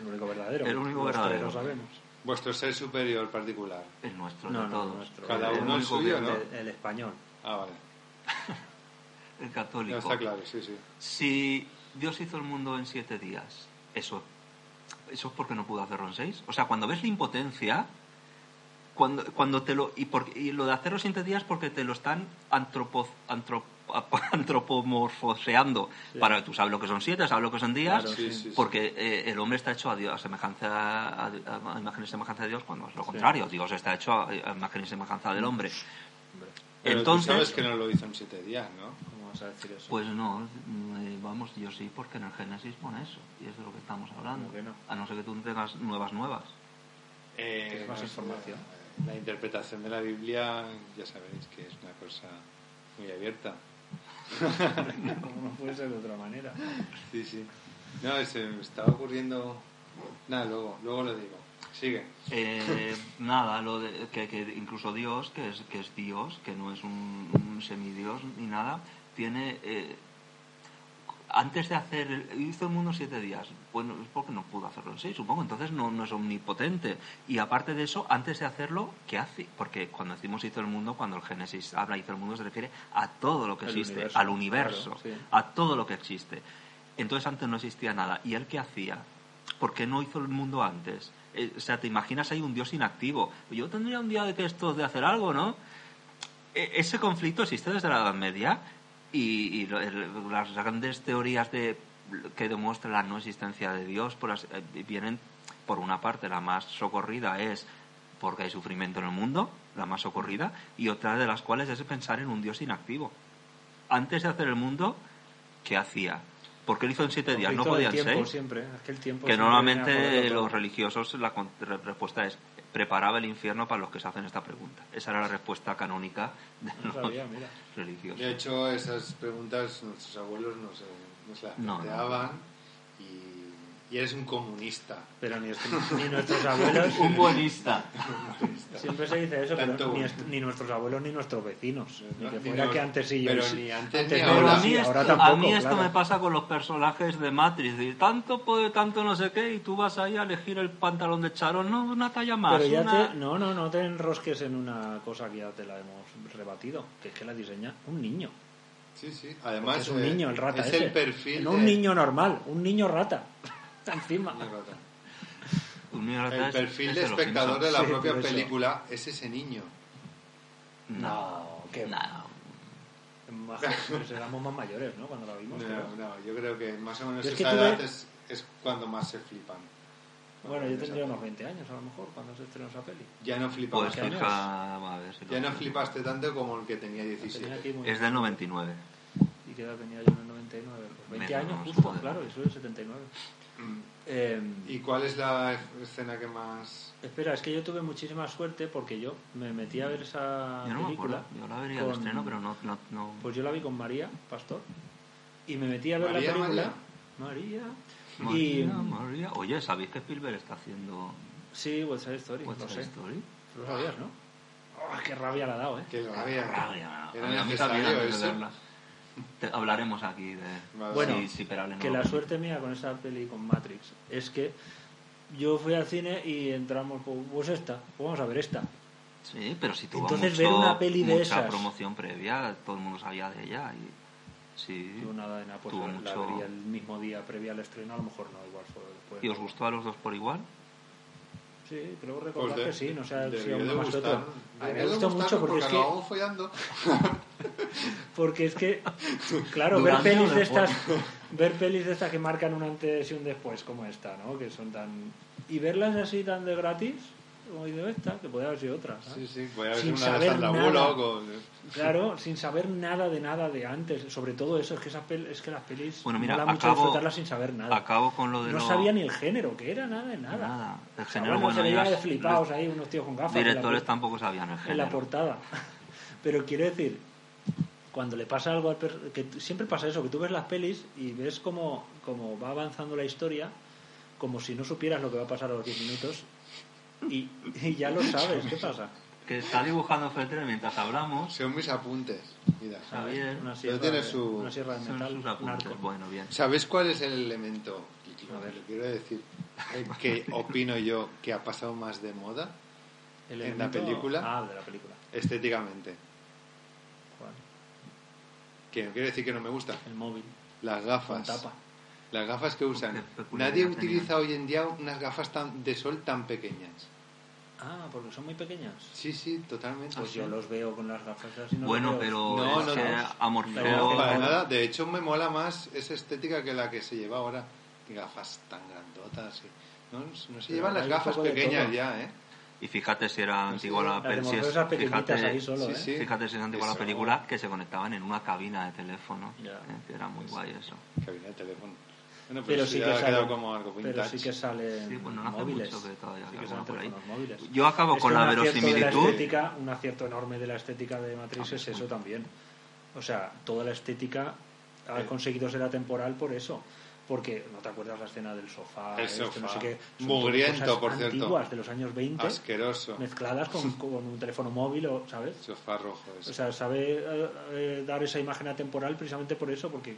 [SPEAKER 2] El único verdadero.
[SPEAKER 4] El único
[SPEAKER 2] Los tres
[SPEAKER 4] verdadero.
[SPEAKER 2] Lo sabemos.
[SPEAKER 3] Vuestro ser superior particular.
[SPEAKER 4] el nuestro,
[SPEAKER 2] No,
[SPEAKER 4] de
[SPEAKER 2] no,
[SPEAKER 4] todos,
[SPEAKER 2] nuestro.
[SPEAKER 3] Cada
[SPEAKER 4] El
[SPEAKER 3] uno el
[SPEAKER 4] único
[SPEAKER 3] suyo,
[SPEAKER 4] que-
[SPEAKER 3] ¿no?
[SPEAKER 2] El, el español.
[SPEAKER 3] Ah, vale.
[SPEAKER 4] el
[SPEAKER 3] Ya
[SPEAKER 4] católico.
[SPEAKER 3] está claro, sí, sí.
[SPEAKER 4] Si Dios hizo el mundo en siete días, eso, eso es porque no pudo hacerlo en seis. O sea, cuando ves la impotencia, cuando, cuando te lo. Y, por- y lo de hacerlo en siete días porque te lo están antropo, antrop- antropomorfoseando. Para, tú sabes lo que son siete, sabes lo que son días.
[SPEAKER 2] Claro,
[SPEAKER 3] Sí, sí, sí.
[SPEAKER 4] Porque eh, el hombre está hecho a, Dios, a semejanza a, a imagen y semejanza de Dios cuando es lo contrario. Dios está hecho a, a imagen y semejanza del hombre.
[SPEAKER 3] Mm. Pero tú
[SPEAKER 4] Entonces,
[SPEAKER 3] sabes que no lo hizo en siete días, ¿no?
[SPEAKER 2] Como vamos a decir eso.
[SPEAKER 4] Pues no, eh, vamos, yo sí, porque en el Génesis pone eso, y es de lo que estamos hablando.
[SPEAKER 2] ¿Cómo que no?
[SPEAKER 4] A no ser que tú tengas nuevas nuevas.
[SPEAKER 3] Eh,
[SPEAKER 2] ¿Tienes más
[SPEAKER 3] no sé,
[SPEAKER 2] información?
[SPEAKER 4] eh,
[SPEAKER 3] La interpretación de la Biblia, ya sabéis que es una cosa muy abierta.
[SPEAKER 2] no puede ser de otra manera.
[SPEAKER 3] Sí, sí. No, se me estaba ocurriendo. Nada, luego, luego lo digo. Sigue.
[SPEAKER 4] Eh, nada, lo de, que, que incluso Dios, que es, que es Dios, que no es un, un semidios ni nada, tiene... eh, antes de hacer... el- Hizo el mundo en siete días. Bueno, es porque no pudo hacerlo en seis, supongo. Entonces no, no es omnipotente. Y aparte de eso, antes de hacerlo, ¿qué hace? Porque cuando decimos hizo el mundo, cuando el Génesis habla hizo el mundo, se refiere a todo lo que
[SPEAKER 2] El
[SPEAKER 4] existe,
[SPEAKER 2] universo,
[SPEAKER 4] al universo,
[SPEAKER 2] claro, sí.
[SPEAKER 4] a todo lo que existe. Entonces antes no existía nada. ¿Y él qué hacía? ¿Por qué no hizo el mundo antes? Eh, o sea, te imaginas ahí un dios inactivo. Yo tendría un día de que esto de hacer algo, ¿no? E- ese conflicto existe desde la Edad Media y, y lo- el- las grandes teorías de que demuestran la no existencia de Dios por las- eh, vienen por una parte la más socorrida es porque hay sufrimiento en el mundo la más socorrida y otra de las cuales es pensar en un Dios inactivo antes de hacer el mundo ¿qué hacía? porque lo hizo en siete días no
[SPEAKER 2] Conflicto del
[SPEAKER 4] podían
[SPEAKER 2] tiempo,
[SPEAKER 4] ser
[SPEAKER 2] siempre, ¿eh? es que el tiempo
[SPEAKER 4] que
[SPEAKER 2] siempre viene a
[SPEAKER 4] normalmente
[SPEAKER 2] joderlo todo.
[SPEAKER 4] los religiosos la con- re- respuesta es preparaba el infierno para los que se hacen esta pregunta esa era la respuesta canónica de
[SPEAKER 2] No
[SPEAKER 4] los
[SPEAKER 2] sabía, mira.
[SPEAKER 4] religiosos
[SPEAKER 3] De hecho, esas preguntas nuestros abuelos nos, eh, nos las
[SPEAKER 4] No, no.
[SPEAKER 3] planteaban y- y eres un comunista.
[SPEAKER 2] Pero ni, est- ni nuestros abuelos.
[SPEAKER 4] un buenista
[SPEAKER 2] Siempre se dice eso,
[SPEAKER 3] Tanto
[SPEAKER 2] pero ni,
[SPEAKER 3] bueno.
[SPEAKER 2] est- ni nuestros abuelos ni nuestros vecinos. Ni
[SPEAKER 3] No,
[SPEAKER 2] que
[SPEAKER 3] ni
[SPEAKER 2] fuera
[SPEAKER 3] los-
[SPEAKER 2] que antes sí yo.
[SPEAKER 3] pero
[SPEAKER 2] sí-
[SPEAKER 3] ni antes ni
[SPEAKER 2] no,
[SPEAKER 3] ahora.
[SPEAKER 4] Pero a
[SPEAKER 2] sí,
[SPEAKER 4] mí, esto,
[SPEAKER 2] ahora
[SPEAKER 4] a
[SPEAKER 2] tampoco,
[SPEAKER 4] mí esto
[SPEAKER 2] claro.
[SPEAKER 4] me pasa con los personajes de Matrix. De tanto puede, tanto no sé qué, y tú vas ahí a elegir el pantalón de Charon. No, una talla más.
[SPEAKER 2] Pero ya
[SPEAKER 4] una-
[SPEAKER 2] te, no, no, no te enrosques en una cosa que ya te la hemos rebatido, que es que la diseña un niño.
[SPEAKER 3] Sí, sí.
[SPEAKER 2] Porque
[SPEAKER 3] Además,
[SPEAKER 2] es un
[SPEAKER 3] eh,
[SPEAKER 2] niño el rata
[SPEAKER 3] Es
[SPEAKER 2] ese.
[SPEAKER 3] el perfil.
[SPEAKER 2] No
[SPEAKER 3] de-
[SPEAKER 2] un niño normal, un niño rata. Encima.
[SPEAKER 3] Un niño rata.
[SPEAKER 4] Un niño
[SPEAKER 3] El
[SPEAKER 4] Pues es-
[SPEAKER 3] perfil
[SPEAKER 4] es
[SPEAKER 3] de
[SPEAKER 4] los
[SPEAKER 3] espectador de
[SPEAKER 4] Simpsons.
[SPEAKER 3] la
[SPEAKER 2] Sí,
[SPEAKER 3] propia
[SPEAKER 2] por eso.
[SPEAKER 3] película es ese niño.
[SPEAKER 4] No,
[SPEAKER 2] que
[SPEAKER 4] no.
[SPEAKER 2] más- pues éramos más mayores, ¿no? Cuando la vimos. creo.
[SPEAKER 3] No, no, yo creo que más o menos
[SPEAKER 2] Yo es que
[SPEAKER 3] esa
[SPEAKER 2] tuve-
[SPEAKER 3] edad es, es cuando más se flipan.
[SPEAKER 2] Bueno, yo
[SPEAKER 3] Cuando
[SPEAKER 2] tendría
[SPEAKER 3] esa-
[SPEAKER 2] unos 20 años a lo mejor cuando se estrenó esa peli.
[SPEAKER 3] Ya no flipabas
[SPEAKER 4] Pues
[SPEAKER 2] ¿Qué año
[SPEAKER 3] tanto.
[SPEAKER 2] es?
[SPEAKER 4] fija, a ver si lo-
[SPEAKER 3] Ya no flipaste tanto como el que tenía
[SPEAKER 2] Tenía
[SPEAKER 3] 17.
[SPEAKER 2] aquí muy-
[SPEAKER 4] Es del 99.
[SPEAKER 2] ¿Y qué edad tenía yo en el 99? Pues 20
[SPEAKER 4] Menos,
[SPEAKER 2] años justo,
[SPEAKER 4] joder.
[SPEAKER 2] claro, eso es 79.
[SPEAKER 3] Mm.
[SPEAKER 2] Eh,
[SPEAKER 3] ¿Y cuál es la escena que más.?
[SPEAKER 2] Espera, es que yo tuve muchísima suerte porque yo me metí a ver esa
[SPEAKER 4] Yo no me
[SPEAKER 2] Ah, película.
[SPEAKER 4] acuerdo. Yo la vería de
[SPEAKER 2] con-
[SPEAKER 4] estreno, pero no. no, no-
[SPEAKER 2] Pues yo la vi con María Pastor y me metí a ver
[SPEAKER 3] María,
[SPEAKER 2] la película. María. Y
[SPEAKER 4] María, María. Oye, ¿sabéis que Spielberg está haciendo
[SPEAKER 2] sí, What's Side Story,
[SPEAKER 4] What's
[SPEAKER 2] lo
[SPEAKER 4] That
[SPEAKER 2] sé.
[SPEAKER 4] Story?
[SPEAKER 2] Tú lo sabías, ¿no? Oh, qué rabia la ha dado, ¿eh?
[SPEAKER 3] Que la vea.
[SPEAKER 4] Rabia,
[SPEAKER 3] Era
[SPEAKER 4] a mí
[SPEAKER 3] necesario
[SPEAKER 4] también antes de
[SPEAKER 3] eso.
[SPEAKER 4] verla. Te- hablaremos aquí de.
[SPEAKER 3] Vale.
[SPEAKER 2] Bueno,
[SPEAKER 4] sí, sí, pero Ale no
[SPEAKER 2] que
[SPEAKER 4] lo
[SPEAKER 2] la
[SPEAKER 4] ve.
[SPEAKER 2] suerte mía con esa peli con Matrix es que yo fui al cine y entramos, pues, pues esta, pues vamos a ver esta.
[SPEAKER 4] Sí, pero si tuvo
[SPEAKER 2] Entonces,
[SPEAKER 4] mucho-
[SPEAKER 2] ver una peli de
[SPEAKER 4] mucha
[SPEAKER 2] esas.
[SPEAKER 4] promoción previa, todo el mundo sabía de ella. Y, sí.
[SPEAKER 2] Yo nada de nada, pues
[SPEAKER 4] Tuvo
[SPEAKER 2] la, la
[SPEAKER 4] mucho-
[SPEAKER 2] vería el mismo día previo al estreno, a lo mejor no, igual fue después.
[SPEAKER 4] ¿Y os gustó a los dos por igual?
[SPEAKER 2] Sí, creo recordar
[SPEAKER 3] Pues de-
[SPEAKER 2] que sí, no sé si a
[SPEAKER 3] debió
[SPEAKER 2] uno
[SPEAKER 3] de
[SPEAKER 2] más que otro.
[SPEAKER 3] gustar.
[SPEAKER 2] A mí me
[SPEAKER 3] Debió de
[SPEAKER 2] gustó
[SPEAKER 3] gustar
[SPEAKER 2] mucho porque es que, ¿Ah?
[SPEAKER 3] acabamos follando.
[SPEAKER 2] porque es que, claro, ver
[SPEAKER 4] Durante o
[SPEAKER 2] pelis de
[SPEAKER 4] después.
[SPEAKER 2] estas, ver pelis de estas que marcan un antes y un después como esta, ¿no? Que son tan y verlas así tan de gratis, como digo esta, que podría haber sido otra. ¿sabes?
[SPEAKER 3] Sí, sí. Voy a ver
[SPEAKER 2] Sin
[SPEAKER 3] una de
[SPEAKER 2] saber
[SPEAKER 3] Sandra
[SPEAKER 2] nada.
[SPEAKER 3] Bullock. o-
[SPEAKER 2] Claro, sin saber nada de nada de antes. Sobre todo eso, es que, esas pel- es que las pelis
[SPEAKER 4] Bueno, mira,
[SPEAKER 2] mola mucho
[SPEAKER 4] acabo-
[SPEAKER 2] disfrutarlas sin saber nada.
[SPEAKER 4] Acabo con lo de
[SPEAKER 2] no
[SPEAKER 4] lo-
[SPEAKER 2] sabía ni el género, que era nada de nada.
[SPEAKER 4] Nada. El
[SPEAKER 2] O sea,
[SPEAKER 4] género,
[SPEAKER 2] bueno, se
[SPEAKER 4] bueno,
[SPEAKER 2] veía
[SPEAKER 4] ya
[SPEAKER 2] de
[SPEAKER 4] es-
[SPEAKER 2] flipados ahí unos tíos con gafas. en la
[SPEAKER 4] Directores
[SPEAKER 2] pu-
[SPEAKER 4] tampoco sabían el género.
[SPEAKER 2] en la portada. Pero quiero decir, cuando le pasa algo al per- que t- siempre pasa eso, que tú ves las pelis y ves cómo, cómo va avanzando la historia, como si no supieras lo que va a pasar a los 10 minutos y, y ya lo sabes, ¿qué pasa?
[SPEAKER 4] Que está dibujando Fletcher mientras hablamos.
[SPEAKER 3] Son mis apuntes. Mira.
[SPEAKER 4] Ah, bien.
[SPEAKER 2] Una sierra,
[SPEAKER 3] tiene
[SPEAKER 2] de-
[SPEAKER 3] su-
[SPEAKER 2] una sierra de
[SPEAKER 4] Son
[SPEAKER 2] metal,
[SPEAKER 4] sus
[SPEAKER 2] un
[SPEAKER 4] apuntes.
[SPEAKER 2] arco.
[SPEAKER 4] Bueno, bien.
[SPEAKER 3] ¿Sabes cuál es el elemento?
[SPEAKER 2] A ver.
[SPEAKER 3] Lo quiero decir. el que opino yo que ha pasado más de moda
[SPEAKER 2] El
[SPEAKER 3] en la
[SPEAKER 2] elemento-
[SPEAKER 3] película.
[SPEAKER 2] Ah, de la película.
[SPEAKER 3] estéticamente.
[SPEAKER 2] Juan,
[SPEAKER 3] Que no quiero decir que no me gusta.
[SPEAKER 2] El móvil,
[SPEAKER 3] Las
[SPEAKER 2] con
[SPEAKER 3] gafas.
[SPEAKER 2] tapa.
[SPEAKER 3] Las gafas que usan.
[SPEAKER 4] Qué peculiaridad
[SPEAKER 3] Nadie
[SPEAKER 4] tenían.
[SPEAKER 3] utiliza hoy en día unas gafas tan, de sol tan pequeñas.
[SPEAKER 2] Ah, porque son muy pequeñas.
[SPEAKER 3] Sí, sí, totalmente.
[SPEAKER 2] Pues yo los veo con las gafas así. No
[SPEAKER 4] ¿Ah, bueno,
[SPEAKER 2] los veo.
[SPEAKER 4] pero
[SPEAKER 3] No,
[SPEAKER 4] es
[SPEAKER 3] no,
[SPEAKER 4] que
[SPEAKER 3] no.
[SPEAKER 4] a Morfeo.
[SPEAKER 2] No,
[SPEAKER 3] No, para nada. De hecho, me mola más esa estética que la que se lleva ahora. Gafas tan grandotas. sí. No, no se llevan
[SPEAKER 2] ahora
[SPEAKER 3] las
[SPEAKER 2] hay un
[SPEAKER 3] gafas
[SPEAKER 2] poco de
[SPEAKER 3] pequeñas
[SPEAKER 2] todo.
[SPEAKER 3] ya, ¿eh?
[SPEAKER 4] Y fíjate si era antigua la
[SPEAKER 2] Las
[SPEAKER 4] película.
[SPEAKER 2] demostradoras pequeñitas ahí solo,
[SPEAKER 3] sí,
[SPEAKER 2] ¿eh?
[SPEAKER 3] sí.
[SPEAKER 4] Fíjate si es antigua la
[SPEAKER 3] Eso.
[SPEAKER 4] película que se conectaban en una cabina de teléfono.
[SPEAKER 2] Ya.
[SPEAKER 4] ¿eh? Que era muy guay eso.
[SPEAKER 3] Cabina de teléfono. Bueno, pero,
[SPEAKER 2] Pero
[SPEAKER 3] eso
[SPEAKER 2] sí,
[SPEAKER 3] ya
[SPEAKER 2] que
[SPEAKER 3] ha quedado
[SPEAKER 2] salen,
[SPEAKER 3] como algo
[SPEAKER 2] pero
[SPEAKER 3] vintage.
[SPEAKER 2] sí que salen
[SPEAKER 4] Sí, bueno, no hace
[SPEAKER 2] móviles.
[SPEAKER 4] mucho que todavía
[SPEAKER 2] sí
[SPEAKER 4] haya
[SPEAKER 2] que salen
[SPEAKER 4] alguno por ahí.
[SPEAKER 2] teléfonos móviles.
[SPEAKER 4] Yo acabo
[SPEAKER 2] Es
[SPEAKER 4] con
[SPEAKER 2] que
[SPEAKER 4] la
[SPEAKER 2] un acierto de
[SPEAKER 4] verosimilitud. Ah,
[SPEAKER 2] La estética, un acierto enorme de la estética de Matrix es eso también. O sea, toda la estética ha
[SPEAKER 3] Eh.
[SPEAKER 2] conseguido ser atemporal por eso. Porque no te acuerdas la escena del sofá,
[SPEAKER 3] El
[SPEAKER 2] esto,
[SPEAKER 3] sofá.
[SPEAKER 2] no sé qué. Son
[SPEAKER 3] Mugriento,
[SPEAKER 2] todas cosas
[SPEAKER 3] por cierto.
[SPEAKER 2] Antiguas de los años 20,
[SPEAKER 3] Asqueroso.
[SPEAKER 2] mezcladas con, con un teléfono móvil, o, ¿sabes?
[SPEAKER 3] Sofá rojo. ese.
[SPEAKER 2] O sea, sabe eh, eh, dar esa imagen atemporal precisamente por eso, porque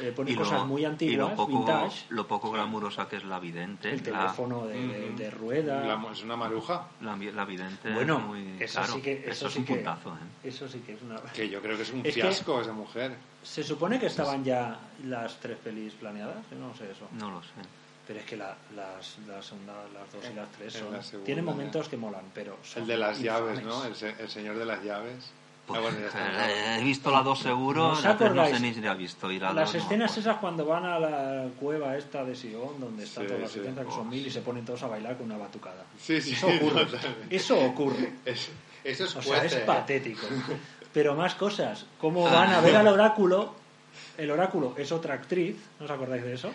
[SPEAKER 2] eh, pone
[SPEAKER 4] Y lo,
[SPEAKER 2] cosas muy
[SPEAKER 4] y
[SPEAKER 2] antiguas,
[SPEAKER 4] lo poco,
[SPEAKER 2] vintage,
[SPEAKER 4] lo poco glamurosa que es la vidente.
[SPEAKER 2] el
[SPEAKER 4] la-
[SPEAKER 2] teléfono de, de- de rueda.
[SPEAKER 3] La- es una maruja
[SPEAKER 4] La, vi- la vidente
[SPEAKER 2] bueno,
[SPEAKER 4] es muy
[SPEAKER 2] eso
[SPEAKER 4] claro,
[SPEAKER 2] sí que eso,
[SPEAKER 4] eso es
[SPEAKER 2] sí
[SPEAKER 4] un
[SPEAKER 2] que,
[SPEAKER 4] puntazo, ¿eh?
[SPEAKER 2] Eso sí que es una.
[SPEAKER 3] que yo creo que es un
[SPEAKER 2] Es que-
[SPEAKER 3] fiasco esa mujer.
[SPEAKER 2] Se supone que estaban ya las tres pelis planeadas, yo no sé eso.
[SPEAKER 4] No lo sé.
[SPEAKER 3] Ah,
[SPEAKER 2] Pero es que la- las, la segunda- las dos y las tres
[SPEAKER 3] en
[SPEAKER 2] son.
[SPEAKER 3] la segunda,
[SPEAKER 2] tienen momentos que molan, pero. son
[SPEAKER 3] El de las llaves,
[SPEAKER 2] infames.
[SPEAKER 3] ¿no? El, se- el señor de las llaves. Ah, bueno, ya está.
[SPEAKER 4] Eh, he visto la dos seguro,
[SPEAKER 2] ¿No os
[SPEAKER 4] la tres no sé
[SPEAKER 2] acordáis?
[SPEAKER 4] ni si la he visto. Y la
[SPEAKER 2] Las
[SPEAKER 4] dos no me
[SPEAKER 2] escenas
[SPEAKER 4] acuerdo.
[SPEAKER 2] esas cuando van a la cueva esta de Sion, donde están
[SPEAKER 3] Sí,
[SPEAKER 2] todos los
[SPEAKER 3] sí.
[SPEAKER 2] 70, que son
[SPEAKER 4] Oh,
[SPEAKER 2] mil, y se ponen todos a bailar con una batucada.
[SPEAKER 3] Sí, sí,
[SPEAKER 2] Eso ocurre.
[SPEAKER 3] totalmente.
[SPEAKER 2] Eso ocurre.
[SPEAKER 3] Es- eso es
[SPEAKER 2] O sea, es
[SPEAKER 3] cuece, ¿eh?
[SPEAKER 2] patético. Pero más cosas.
[SPEAKER 3] Ah.
[SPEAKER 2] ¿Cómo van a ver al oráculo? El oráculo es otra actriz, ¿no os acordáis de eso?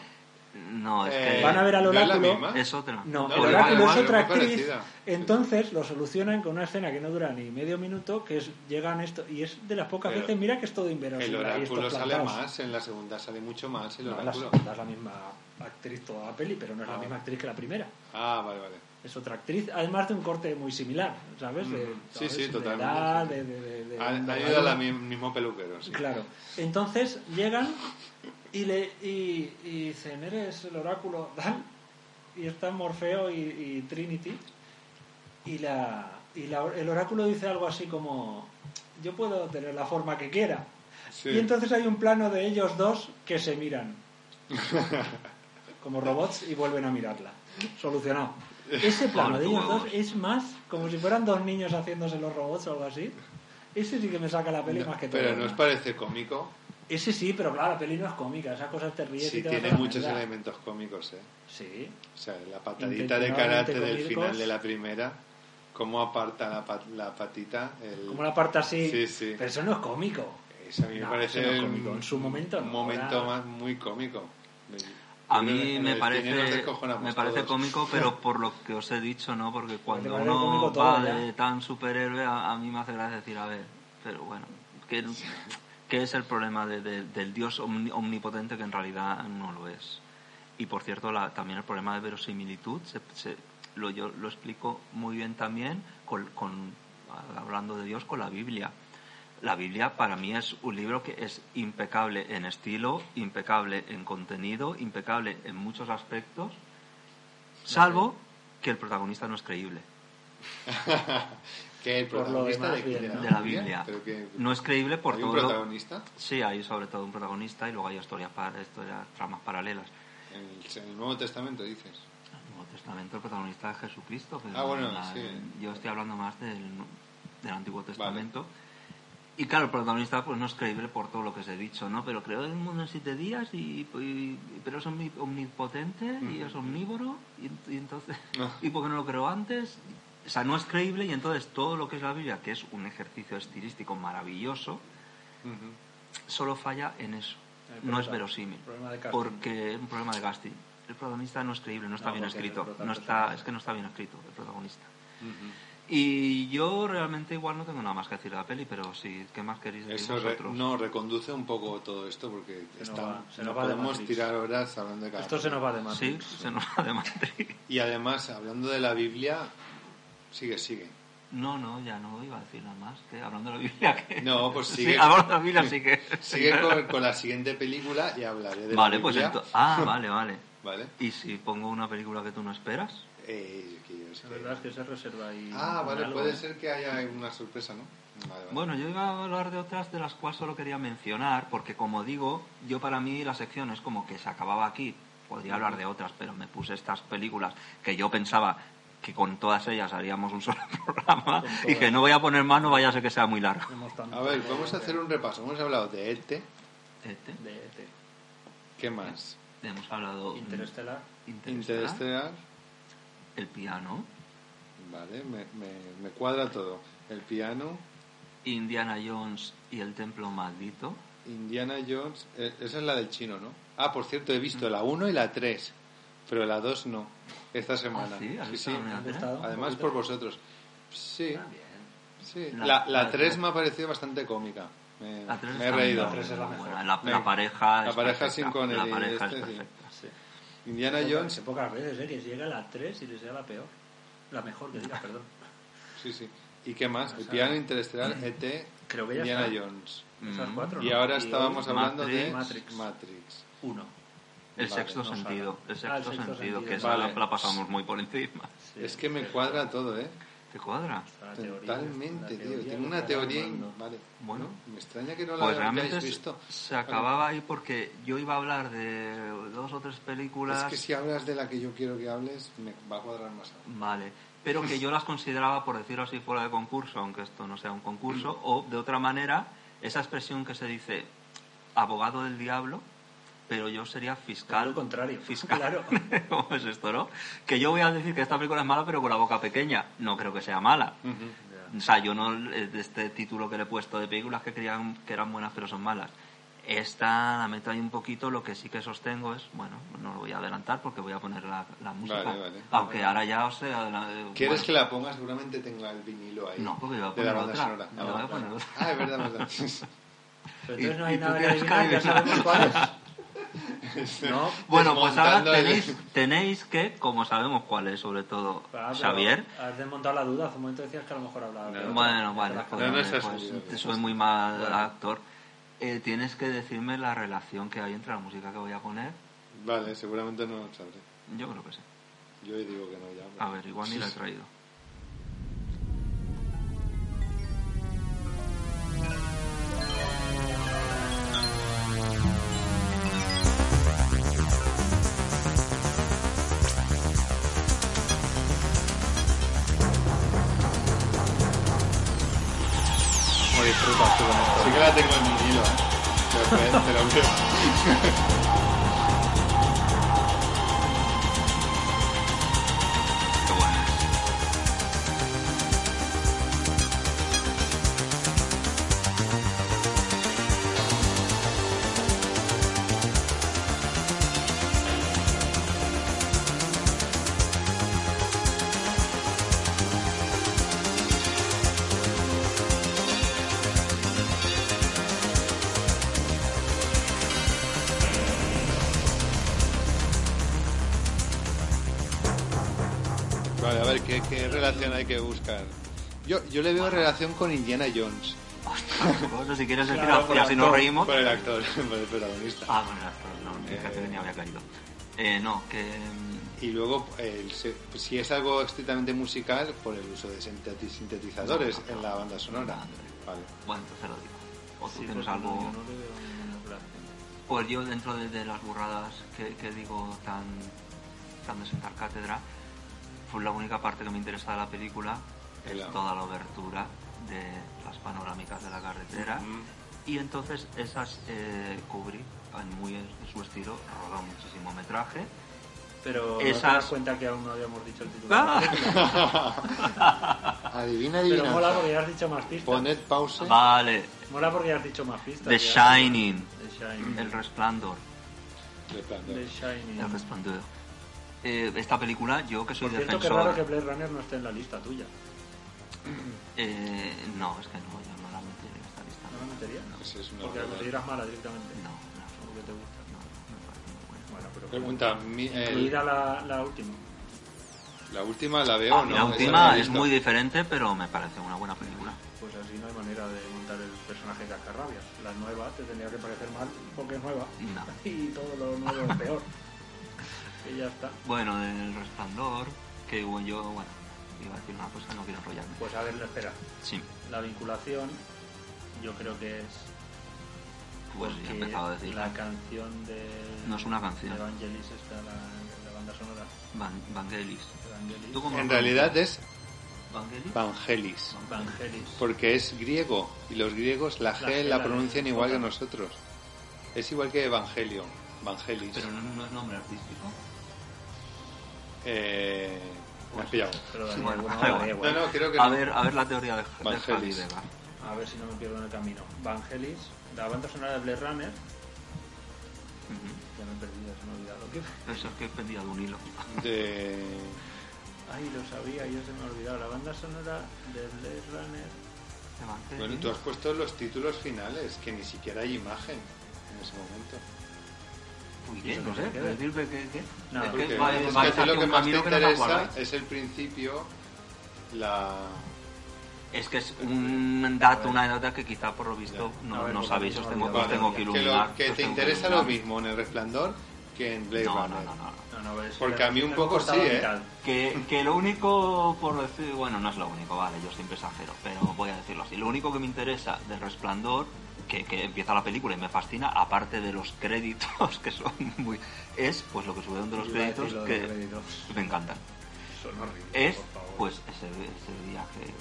[SPEAKER 4] No, es
[SPEAKER 3] Eh,
[SPEAKER 4] que.
[SPEAKER 2] Van a ver al
[SPEAKER 3] ¿no es la
[SPEAKER 2] oráculo.
[SPEAKER 3] misma?
[SPEAKER 4] Es otra.
[SPEAKER 2] No,
[SPEAKER 3] No,
[SPEAKER 2] el
[SPEAKER 3] pero
[SPEAKER 2] oráculo
[SPEAKER 3] igual,
[SPEAKER 2] es otra
[SPEAKER 3] muy
[SPEAKER 2] actriz.
[SPEAKER 3] parecida.
[SPEAKER 2] Entonces lo solucionan con una escena que no dura ni medio minuto, que es llegan esto y es de las pocas
[SPEAKER 3] Pero
[SPEAKER 2] veces. Mira que es todo
[SPEAKER 3] El
[SPEAKER 2] inverosímil. ahí estos
[SPEAKER 3] oráculo sale
[SPEAKER 2] plantados.
[SPEAKER 3] más, en la segunda sale mucho más el
[SPEAKER 2] No, la
[SPEAKER 3] oráculo.
[SPEAKER 2] segunda es la misma actriz toda la peli, pero no es la
[SPEAKER 3] Ah.
[SPEAKER 2] misma actriz que la primera.
[SPEAKER 3] Ah, vale, vale.
[SPEAKER 2] Es otra actriz, además de un corte muy similar, ¿sabes? De,
[SPEAKER 3] Mm. Sí,
[SPEAKER 2] ¿sabes?
[SPEAKER 3] sí,
[SPEAKER 2] De
[SPEAKER 3] totalmente,
[SPEAKER 2] edad,
[SPEAKER 3] sí, sí.
[SPEAKER 2] de- de- de- de-
[SPEAKER 3] Ha,
[SPEAKER 2] de-
[SPEAKER 3] ha ido al mismo peluquero, sí.
[SPEAKER 2] Claro. Entonces llegan y le y, y dicen, eres el oráculo, Dan. Y están Morfeo y, y Trinity. Y, la, y la- el oráculo dice algo así como, yo puedo tener la forma que quiera.
[SPEAKER 3] Sí.
[SPEAKER 2] Y entonces hay un plano de ellos dos que se miran. como robots y vuelven a mirarla. Solucionado. Ese plano de ellos dos es más como si fueran dos niños haciéndose los robots o algo así. Ese sí que me saca la peli
[SPEAKER 3] No,
[SPEAKER 2] más que todo.
[SPEAKER 3] pero
[SPEAKER 2] lo
[SPEAKER 3] ¿no os
[SPEAKER 2] demás.
[SPEAKER 3] parece cómico?
[SPEAKER 2] Ese sí, pero claro, la peli no es cómica, esas cosas te ríes
[SPEAKER 3] Sí,
[SPEAKER 2] y te vas a
[SPEAKER 3] tiene
[SPEAKER 2] la
[SPEAKER 3] muchos
[SPEAKER 2] mierda.
[SPEAKER 3] elementos cómicos, ¿eh?
[SPEAKER 2] Sí,
[SPEAKER 3] O sea, la patadita de
[SPEAKER 2] Intencionadamente
[SPEAKER 3] karate del
[SPEAKER 2] cómicos.
[SPEAKER 3] final de la primera, cómo aparta la, pat- la patita. El...
[SPEAKER 2] como la parte así,
[SPEAKER 3] Sí, sí.
[SPEAKER 2] pero eso no es cómico.
[SPEAKER 3] Eso a mí me
[SPEAKER 2] No,
[SPEAKER 3] parece
[SPEAKER 2] eso no es
[SPEAKER 3] un-
[SPEAKER 2] cómico. En su momento no,
[SPEAKER 3] un momento
[SPEAKER 2] ahora-
[SPEAKER 3] más muy cómico.
[SPEAKER 4] A
[SPEAKER 3] Yo creo que
[SPEAKER 4] mí
[SPEAKER 3] en
[SPEAKER 4] me
[SPEAKER 3] el cine nos
[SPEAKER 4] parece,
[SPEAKER 3] descojonamos
[SPEAKER 4] me parece
[SPEAKER 3] todos.
[SPEAKER 4] cómico, pero por lo que os he dicho, ¿no? Porque cuando
[SPEAKER 2] parece cómico
[SPEAKER 4] uno
[SPEAKER 2] todo,
[SPEAKER 4] va
[SPEAKER 2] ya.
[SPEAKER 4] de tan superhéroe, a, a mí me hace gracia decir, a ver, pero bueno, ¿qué, qué es el problema de- de- del dios omni- omnipotente que en realidad no lo es? Y por cierto, la- también el problema de verosimilitud, se- se- lo, yo lo explico muy bien también, con- con, hablando de Dios, con la Biblia. La Biblia para mí es un libro que es impecable en estilo, impecable en contenido, impecable en muchos aspectos, salvo que el protagonista no es creíble
[SPEAKER 3] que el
[SPEAKER 2] Por lo
[SPEAKER 3] protagonista
[SPEAKER 2] demás,
[SPEAKER 3] de,
[SPEAKER 2] bien,
[SPEAKER 3] quién era?
[SPEAKER 4] de la Biblia.
[SPEAKER 3] Pero que-
[SPEAKER 4] No es creíble por
[SPEAKER 3] ¿Hay
[SPEAKER 4] todo
[SPEAKER 3] un
[SPEAKER 4] lo-
[SPEAKER 3] protagonista?
[SPEAKER 4] Sí, hay sobre todo un protagonista y luego hay historias, para, historias tramas paralelas.
[SPEAKER 3] En el, en el Nuevo Testamento dices.
[SPEAKER 4] En el Nuevo Testamento el protagonista es Jesucristo, pero
[SPEAKER 3] Ah, bueno,
[SPEAKER 4] en la-
[SPEAKER 3] sí.
[SPEAKER 4] yo estoy hablando más del, del Antiguo Testamento. Y claro, el protagonista pues no es creíble por todo lo que se ha dicho, ¿no? Pero creó el mundo en siete días, y, y- pero es omni- omnipotente y es omnívoro, y, y entonces...
[SPEAKER 3] No.
[SPEAKER 4] ¿Y por qué no lo creó antes? O sea, no es creíble y entonces todo lo que es la Biblia, que es un ejercicio estilístico maravilloso,
[SPEAKER 3] Ujú.
[SPEAKER 4] solo falla en eso.
[SPEAKER 2] El
[SPEAKER 4] No es
[SPEAKER 2] prota-
[SPEAKER 4] verosímil.
[SPEAKER 2] problema de casting.
[SPEAKER 4] Porque es un problema de casting. El protagonista no es creíble, no está
[SPEAKER 2] No,
[SPEAKER 4] bien
[SPEAKER 2] Ah, porque el
[SPEAKER 4] escrito.
[SPEAKER 2] protagonista
[SPEAKER 4] No
[SPEAKER 2] no
[SPEAKER 4] está,
[SPEAKER 2] es-
[SPEAKER 4] es que no está bien escrito el protagonista. Y yo realmente igual no tengo nada más que decir de la peli, pero sí, ¿qué más queréis decir
[SPEAKER 3] Eso re-
[SPEAKER 4] vosotros?
[SPEAKER 3] no reconduce un poco todo esto porque
[SPEAKER 2] Se nos
[SPEAKER 3] está-
[SPEAKER 2] va- se
[SPEAKER 3] no
[SPEAKER 2] nos va de
[SPEAKER 3] podemos
[SPEAKER 2] Matrix.
[SPEAKER 3] tirar horas hablando de cada
[SPEAKER 2] Esto se
[SPEAKER 3] cosa.
[SPEAKER 2] nos va de
[SPEAKER 4] Sí,
[SPEAKER 2] Matrix.
[SPEAKER 4] se nos va de Matrix.
[SPEAKER 3] Y además, hablando de la Biblia, sigue, sigue.
[SPEAKER 4] No, no, ya no iba a decir nada más. que Hablando de la Biblia, que...
[SPEAKER 3] No, pues
[SPEAKER 4] sí,
[SPEAKER 3] sigue.
[SPEAKER 4] hablando de la Biblia sí que...
[SPEAKER 3] Sigue con, con la siguiente película y hablaré de
[SPEAKER 4] Vale,
[SPEAKER 3] la
[SPEAKER 4] pues
[SPEAKER 3] Biblia.
[SPEAKER 4] esto... Ah, vale, vale.
[SPEAKER 3] Vale.
[SPEAKER 4] ¿Y si pongo una película que tú no esperas?
[SPEAKER 3] Eh, que yo sé.
[SPEAKER 2] La verdad es que se reserva ahí.
[SPEAKER 3] Ah,
[SPEAKER 2] un
[SPEAKER 3] vale,
[SPEAKER 2] algo,
[SPEAKER 3] puede
[SPEAKER 2] ¿eh?
[SPEAKER 3] ser que haya una sorpresa, ¿no? Vale, vale.
[SPEAKER 4] Bueno, yo iba a hablar de otras de las cuales solo quería mencionar, porque como digo, yo para mí la sección es como que se acababa aquí. Podría hablar de otras, pero me puse estas películas que yo pensaba que con todas ellas haríamos un solo programa
[SPEAKER 2] Con
[SPEAKER 4] y que
[SPEAKER 2] todas.
[SPEAKER 4] no voy a poner mano, vaya a ser que sea muy largo.
[SPEAKER 2] Tenemos tanto
[SPEAKER 3] A ver,
[SPEAKER 2] de- E
[SPEAKER 3] vamos a hacer un repaso. Hemos hablado de ETE,
[SPEAKER 4] Este,
[SPEAKER 2] de- de
[SPEAKER 3] ¿qué más?
[SPEAKER 4] hemos hablado mm,
[SPEAKER 2] Interestelar.
[SPEAKER 4] Interestelar,
[SPEAKER 3] Interestelar,
[SPEAKER 4] el piano,
[SPEAKER 3] Vale, me, me- me cuadra todo. El piano,
[SPEAKER 4] Indiana Jones y el templo maldito.
[SPEAKER 3] Indiana Jones, eh, esa es la del chino, ¿no? Ah, por cierto, he visto la 1 y la 3, pero la 2 no, esta semana.
[SPEAKER 4] Ah,
[SPEAKER 2] Ah,
[SPEAKER 4] sí, ¿has
[SPEAKER 3] Sí,
[SPEAKER 4] visto
[SPEAKER 3] sí.
[SPEAKER 4] la
[SPEAKER 2] ¿Dónde
[SPEAKER 4] ¿Eh?
[SPEAKER 2] está? ¿Dónde
[SPEAKER 3] Además
[SPEAKER 2] está?
[SPEAKER 3] por vosotros. Sí,
[SPEAKER 2] Ah,
[SPEAKER 3] sí.
[SPEAKER 4] La-
[SPEAKER 3] La,
[SPEAKER 4] la-
[SPEAKER 3] 3 me ha parecido bastante cómica. Me,
[SPEAKER 4] La tres
[SPEAKER 3] me he
[SPEAKER 4] está muy
[SPEAKER 3] reído.
[SPEAKER 4] buena,
[SPEAKER 2] tres es la mejor.
[SPEAKER 4] buena. La,
[SPEAKER 3] Me-
[SPEAKER 4] la pareja
[SPEAKER 3] la
[SPEAKER 4] es
[SPEAKER 3] pareja
[SPEAKER 4] perfecta,
[SPEAKER 3] sin Connery
[SPEAKER 4] La pareja
[SPEAKER 3] este,
[SPEAKER 4] es
[SPEAKER 3] sí.
[SPEAKER 4] perfecta.
[SPEAKER 2] Sí.
[SPEAKER 3] Indiana
[SPEAKER 2] Qué
[SPEAKER 3] Jones,
[SPEAKER 2] pocas veces, ¿eh? Que llega a la 3 y le sea la peor. La mejor que diga, perdón.
[SPEAKER 3] sí, sí. ¿Y qué más? El piano interestelar, ET,
[SPEAKER 2] mm, Creo que ya
[SPEAKER 3] Indiana
[SPEAKER 2] está.
[SPEAKER 3] Jones.
[SPEAKER 2] Esas
[SPEAKER 4] Mm.
[SPEAKER 2] cuatro,
[SPEAKER 3] Y
[SPEAKER 2] ¿no?
[SPEAKER 3] ahora estábamos
[SPEAKER 4] Matrix,
[SPEAKER 3] hablando de
[SPEAKER 2] Matrix.
[SPEAKER 3] Matrix.
[SPEAKER 2] Uno.
[SPEAKER 4] El
[SPEAKER 3] Vale,
[SPEAKER 4] sexto
[SPEAKER 2] no sabe.
[SPEAKER 4] sentido.
[SPEAKER 2] Ah,
[SPEAKER 4] El sexto, sentido, que esa
[SPEAKER 3] Vale.
[SPEAKER 4] la, la pasamos muy por encima.
[SPEAKER 2] Sí.
[SPEAKER 3] Es que me cuadra todo, ¿eh?
[SPEAKER 4] ¿Te cuadra?
[SPEAKER 2] La teoría,
[SPEAKER 3] Totalmente,
[SPEAKER 2] la
[SPEAKER 3] tío.
[SPEAKER 2] teoría
[SPEAKER 3] Tengo
[SPEAKER 2] que
[SPEAKER 3] una
[SPEAKER 2] está
[SPEAKER 3] teoría. in-
[SPEAKER 2] armando.
[SPEAKER 3] Vale.
[SPEAKER 4] Bueno.
[SPEAKER 3] ¿no? Me extraña que no la
[SPEAKER 4] Pues realmente
[SPEAKER 3] hayáis
[SPEAKER 4] se-
[SPEAKER 3] visto.
[SPEAKER 4] se acababa ahí porque yo iba a hablar de dos o tres películas.
[SPEAKER 3] Es que si hablas de la que yo quiero que hables, me va a cuadrar más aún.
[SPEAKER 4] Vale, pero que yo las consideraba, por decirlo así, fuera de concurso, aunque esto no sea un
[SPEAKER 3] Mm.
[SPEAKER 4] concurso, o de otra manera, esa expresión que se dice abogado del diablo, pero yo sería fiscal.
[SPEAKER 2] Lo contrario,
[SPEAKER 4] Fiscal.
[SPEAKER 2] claro.
[SPEAKER 4] ¿Cómo es esto, no? Que yo voy a decir que esta película es mala, pero con la boca pequeña. No creo que sea mala. O sea, yo no, eh, de este título que le he puesto de películas que creían que eran buenas pero son malas. Esta la meto ahí un poquito, lo que sí que sostengo es, bueno, no lo voy a adelantar porque voy a poner la, la música.
[SPEAKER 3] Vale, vale.
[SPEAKER 4] Aunque ahora ya os he adelantado.
[SPEAKER 3] ¿Quieres
[SPEAKER 4] bueno,
[SPEAKER 3] que la ponga? Seguramente tenga el vinilo ahí.
[SPEAKER 4] No, porque iba a
[SPEAKER 3] De la
[SPEAKER 4] poner
[SPEAKER 3] banda
[SPEAKER 4] otra.
[SPEAKER 3] sonora.
[SPEAKER 4] No, voy a poner otra.
[SPEAKER 3] Ah, es verdad, es verdad.
[SPEAKER 2] Pero entonces no
[SPEAKER 4] ¿Y- y
[SPEAKER 2] hay
[SPEAKER 4] tú
[SPEAKER 2] nada que
[SPEAKER 4] tienes que
[SPEAKER 2] adivinar, ya sabemos
[SPEAKER 4] adivinar?
[SPEAKER 2] cuál es. No,
[SPEAKER 4] Bueno, pues ahora
[SPEAKER 3] Desmontando el-
[SPEAKER 4] tenéis, tenéis que, como sabemos cuál es, sobre todo
[SPEAKER 2] Ah, pero
[SPEAKER 4] Xavier.
[SPEAKER 2] Has desmontado la duda. Hace un momento decías que a lo mejor hablaba. de otra.
[SPEAKER 4] Bueno, vale,
[SPEAKER 2] Otra
[SPEAKER 4] pues,
[SPEAKER 3] No, no
[SPEAKER 4] eh,
[SPEAKER 3] seas
[SPEAKER 4] pues,
[SPEAKER 3] jodido, no
[SPEAKER 4] soy
[SPEAKER 3] seas
[SPEAKER 4] muy mal actor. Eh, tienes que decirme la relación que hay entre la música que voy a poner.
[SPEAKER 3] Vale, seguramente no lo sabré.
[SPEAKER 4] Yo creo que sí.
[SPEAKER 3] Yo digo que no ya.
[SPEAKER 4] A ver, igual ni la he traído.
[SPEAKER 3] Como disfrutas tú con esto. Sí que la tengo en vinilo, ¿eh? Te lo creo, te lo creo.
[SPEAKER 4] Qué buena es.
[SPEAKER 3] Vale, a ver, ¿qué, qué relación hay que buscar? Yo, yo le veo relación con Indiana Jones.
[SPEAKER 4] Bueno, si quieres decir
[SPEAKER 2] Claro,
[SPEAKER 4] algo, y así
[SPEAKER 2] claro,
[SPEAKER 4] nos reímos.
[SPEAKER 3] Por el actor, por el protagonista.
[SPEAKER 4] Ah, bueno, esto no, fíjate que ni había caído. Eh, no, que. mm,
[SPEAKER 3] Y luego, el se- pues, si es algo estrictamente musical, por el uso de sinteti- sintetizadores en la banda sonora. Vale.
[SPEAKER 4] Bueno, entonces lo digo. O tú
[SPEAKER 2] Sí,
[SPEAKER 4] tienes
[SPEAKER 2] porque
[SPEAKER 4] algo.
[SPEAKER 2] no- no le veo ninguna relación.
[SPEAKER 4] Pues yo, dentro de, de las burradas que, que digo tan, tan de sentar cátedra, fue la única parte que me interesa de la película, es
[SPEAKER 3] Claro.
[SPEAKER 4] toda la obertura de las panorámicas de la carretera. Y entonces esas eh, Kubrick, en muy en su estilo, rodó muchísimo metraje.
[SPEAKER 2] Pero no te
[SPEAKER 4] Esas-
[SPEAKER 2] das cuenta que aún no habíamos dicho el título.
[SPEAKER 4] ¡Ah!
[SPEAKER 3] Adivina,
[SPEAKER 2] Pero
[SPEAKER 3] adivina.
[SPEAKER 2] mola porque ya has dicho más pistas.
[SPEAKER 3] Poned pausa.
[SPEAKER 4] Vale,
[SPEAKER 2] Mola porque ya has dicho más pistas.
[SPEAKER 4] The
[SPEAKER 2] ya.
[SPEAKER 4] Shining,
[SPEAKER 2] The Shining.
[SPEAKER 4] El Resplandor.
[SPEAKER 3] De plan,
[SPEAKER 2] The
[SPEAKER 3] de-
[SPEAKER 2] Shining.
[SPEAKER 4] El Resplandor. Eh, esta película, yo que soy
[SPEAKER 2] Por cierto, qué
[SPEAKER 4] defensor.
[SPEAKER 2] raro que Blade Runner no esté en la lista tuya.
[SPEAKER 4] eh, no, es que no, yo no la metí en esta lista.
[SPEAKER 2] ¿No la metería?
[SPEAKER 3] Pues es una
[SPEAKER 2] Porque la
[SPEAKER 3] verdad.
[SPEAKER 2] consideras mala directamente.
[SPEAKER 4] No, en absoluto.
[SPEAKER 2] Porque te gusta.
[SPEAKER 4] No, no me parece muy buena.
[SPEAKER 2] Bueno, pero...
[SPEAKER 3] Pregunta, mi- el-
[SPEAKER 2] Incluida la, la última.
[SPEAKER 3] la última la veo,
[SPEAKER 4] Ah,
[SPEAKER 3] ¿no?
[SPEAKER 4] la
[SPEAKER 3] Esa
[SPEAKER 4] última
[SPEAKER 3] la he
[SPEAKER 4] es
[SPEAKER 3] visto.
[SPEAKER 4] muy diferente, pero me parece una buena película.
[SPEAKER 2] Pues así no hay manera de montar el personaje de Cascarrabias. La nueva te tendría que parecer mal porque es nueva.
[SPEAKER 4] No.
[SPEAKER 2] Y todo lo nuevo es peor. y ya está.
[SPEAKER 4] Bueno, del Resplandor, que bueno, yo, bueno, iba a decir una cosa, no quiero enrollarme.
[SPEAKER 2] Pues a ver, espera.
[SPEAKER 4] Sí,
[SPEAKER 2] La vinculación yo creo que es
[SPEAKER 4] pues ya he
[SPEAKER 2] Porque
[SPEAKER 4] empezado a decir.
[SPEAKER 2] La canción de.
[SPEAKER 4] No es una canción.
[SPEAKER 2] de Evangelis está la, la banda sonora.
[SPEAKER 4] Van- Vangelis.
[SPEAKER 2] Evangelis.
[SPEAKER 4] ¿Tú cómo
[SPEAKER 3] En
[SPEAKER 4] lo
[SPEAKER 3] realidad
[SPEAKER 4] pronuncias?
[SPEAKER 3] es
[SPEAKER 4] ¿Vangelis?
[SPEAKER 3] Vangelis.
[SPEAKER 2] Evangelis.
[SPEAKER 3] Porque es griego. Y los griegos la G
[SPEAKER 2] La G
[SPEAKER 3] la,
[SPEAKER 2] la
[SPEAKER 3] pronuncian
[SPEAKER 2] de-
[SPEAKER 3] igual que
[SPEAKER 2] otra.
[SPEAKER 3] nosotros. Es igual que Evangelio. Vangelis.
[SPEAKER 4] Pero no, no es nombre artístico.
[SPEAKER 3] Eh, Me has pillado.
[SPEAKER 2] Pero da
[SPEAKER 4] Bueno,
[SPEAKER 2] igual,
[SPEAKER 4] da
[SPEAKER 2] da
[SPEAKER 4] igual.
[SPEAKER 2] igual.
[SPEAKER 3] No, no, creo que
[SPEAKER 4] A
[SPEAKER 3] no.
[SPEAKER 4] ver, a ver la teoría de, de
[SPEAKER 3] Vangelis.
[SPEAKER 4] Javi Vega.
[SPEAKER 2] A ver si no me pierdo en el camino. Vangelis, la banda sonora de Blade Runner.
[SPEAKER 4] Ujú.
[SPEAKER 2] Ya me he perdido, se me ha olvidado. ¿Qué?
[SPEAKER 4] Eso es que he pendido de un hilo.
[SPEAKER 3] De...
[SPEAKER 2] Ay, lo sabía, yo se me ha olvidado. La banda sonora de Blade Runner.
[SPEAKER 4] Evangelio.
[SPEAKER 3] Bueno, tú has puesto los títulos finales, que ni siquiera hay imagen en ese momento.
[SPEAKER 4] Uy, ¿qué?
[SPEAKER 2] Eso
[SPEAKER 4] No
[SPEAKER 2] no
[SPEAKER 4] sé,
[SPEAKER 2] se queda.
[SPEAKER 4] decirme qué, qué.
[SPEAKER 2] No,
[SPEAKER 4] Es
[SPEAKER 2] porque
[SPEAKER 4] que
[SPEAKER 3] Porque
[SPEAKER 4] va-
[SPEAKER 3] es que
[SPEAKER 4] vais
[SPEAKER 3] a ti
[SPEAKER 4] hacia
[SPEAKER 3] lo que
[SPEAKER 4] un
[SPEAKER 3] más te
[SPEAKER 4] camino que no me ¿eh?
[SPEAKER 3] interesa
[SPEAKER 4] acordáis.
[SPEAKER 3] es el principio, la...
[SPEAKER 4] Es que es un dato, una nota que quizá por lo visto
[SPEAKER 3] Ya.
[SPEAKER 2] A
[SPEAKER 4] no,
[SPEAKER 2] ver,
[SPEAKER 4] no
[SPEAKER 2] porque
[SPEAKER 4] sabéis,
[SPEAKER 2] no
[SPEAKER 4] os
[SPEAKER 2] me
[SPEAKER 4] tengo,
[SPEAKER 2] olvidaba
[SPEAKER 4] os tengo
[SPEAKER 2] de
[SPEAKER 4] que
[SPEAKER 2] ella.
[SPEAKER 3] Que,
[SPEAKER 4] iluminar.
[SPEAKER 3] lo, que
[SPEAKER 4] os
[SPEAKER 3] te
[SPEAKER 4] tengo
[SPEAKER 3] interesa
[SPEAKER 4] iluminar.
[SPEAKER 3] lo mismo en El Resplandor que en Blade
[SPEAKER 4] No,
[SPEAKER 3] Runner.
[SPEAKER 4] no, no, no. no.
[SPEAKER 2] No, no, ves,
[SPEAKER 3] Porque
[SPEAKER 2] la-
[SPEAKER 3] a mí un
[SPEAKER 2] la
[SPEAKER 3] poco
[SPEAKER 2] he cortado
[SPEAKER 3] sí,
[SPEAKER 2] a la
[SPEAKER 3] ¿eh?
[SPEAKER 2] mitad.
[SPEAKER 4] Que, que lo único, por decir, bueno, no es lo único, vale, yo siempre exagero, pero voy a decirlo así. Lo único que me interesa del resplandor, que, que empieza la película y me fascina, aparte de los créditos, que son muy. es pues lo que subieron de los
[SPEAKER 2] Yo iba a decir
[SPEAKER 4] créditos
[SPEAKER 2] lo de
[SPEAKER 4] que
[SPEAKER 2] los créditos.
[SPEAKER 4] me encantan.
[SPEAKER 2] Son horribles.
[SPEAKER 4] Es,
[SPEAKER 2] por favor.
[SPEAKER 4] pues, ese, ese viaje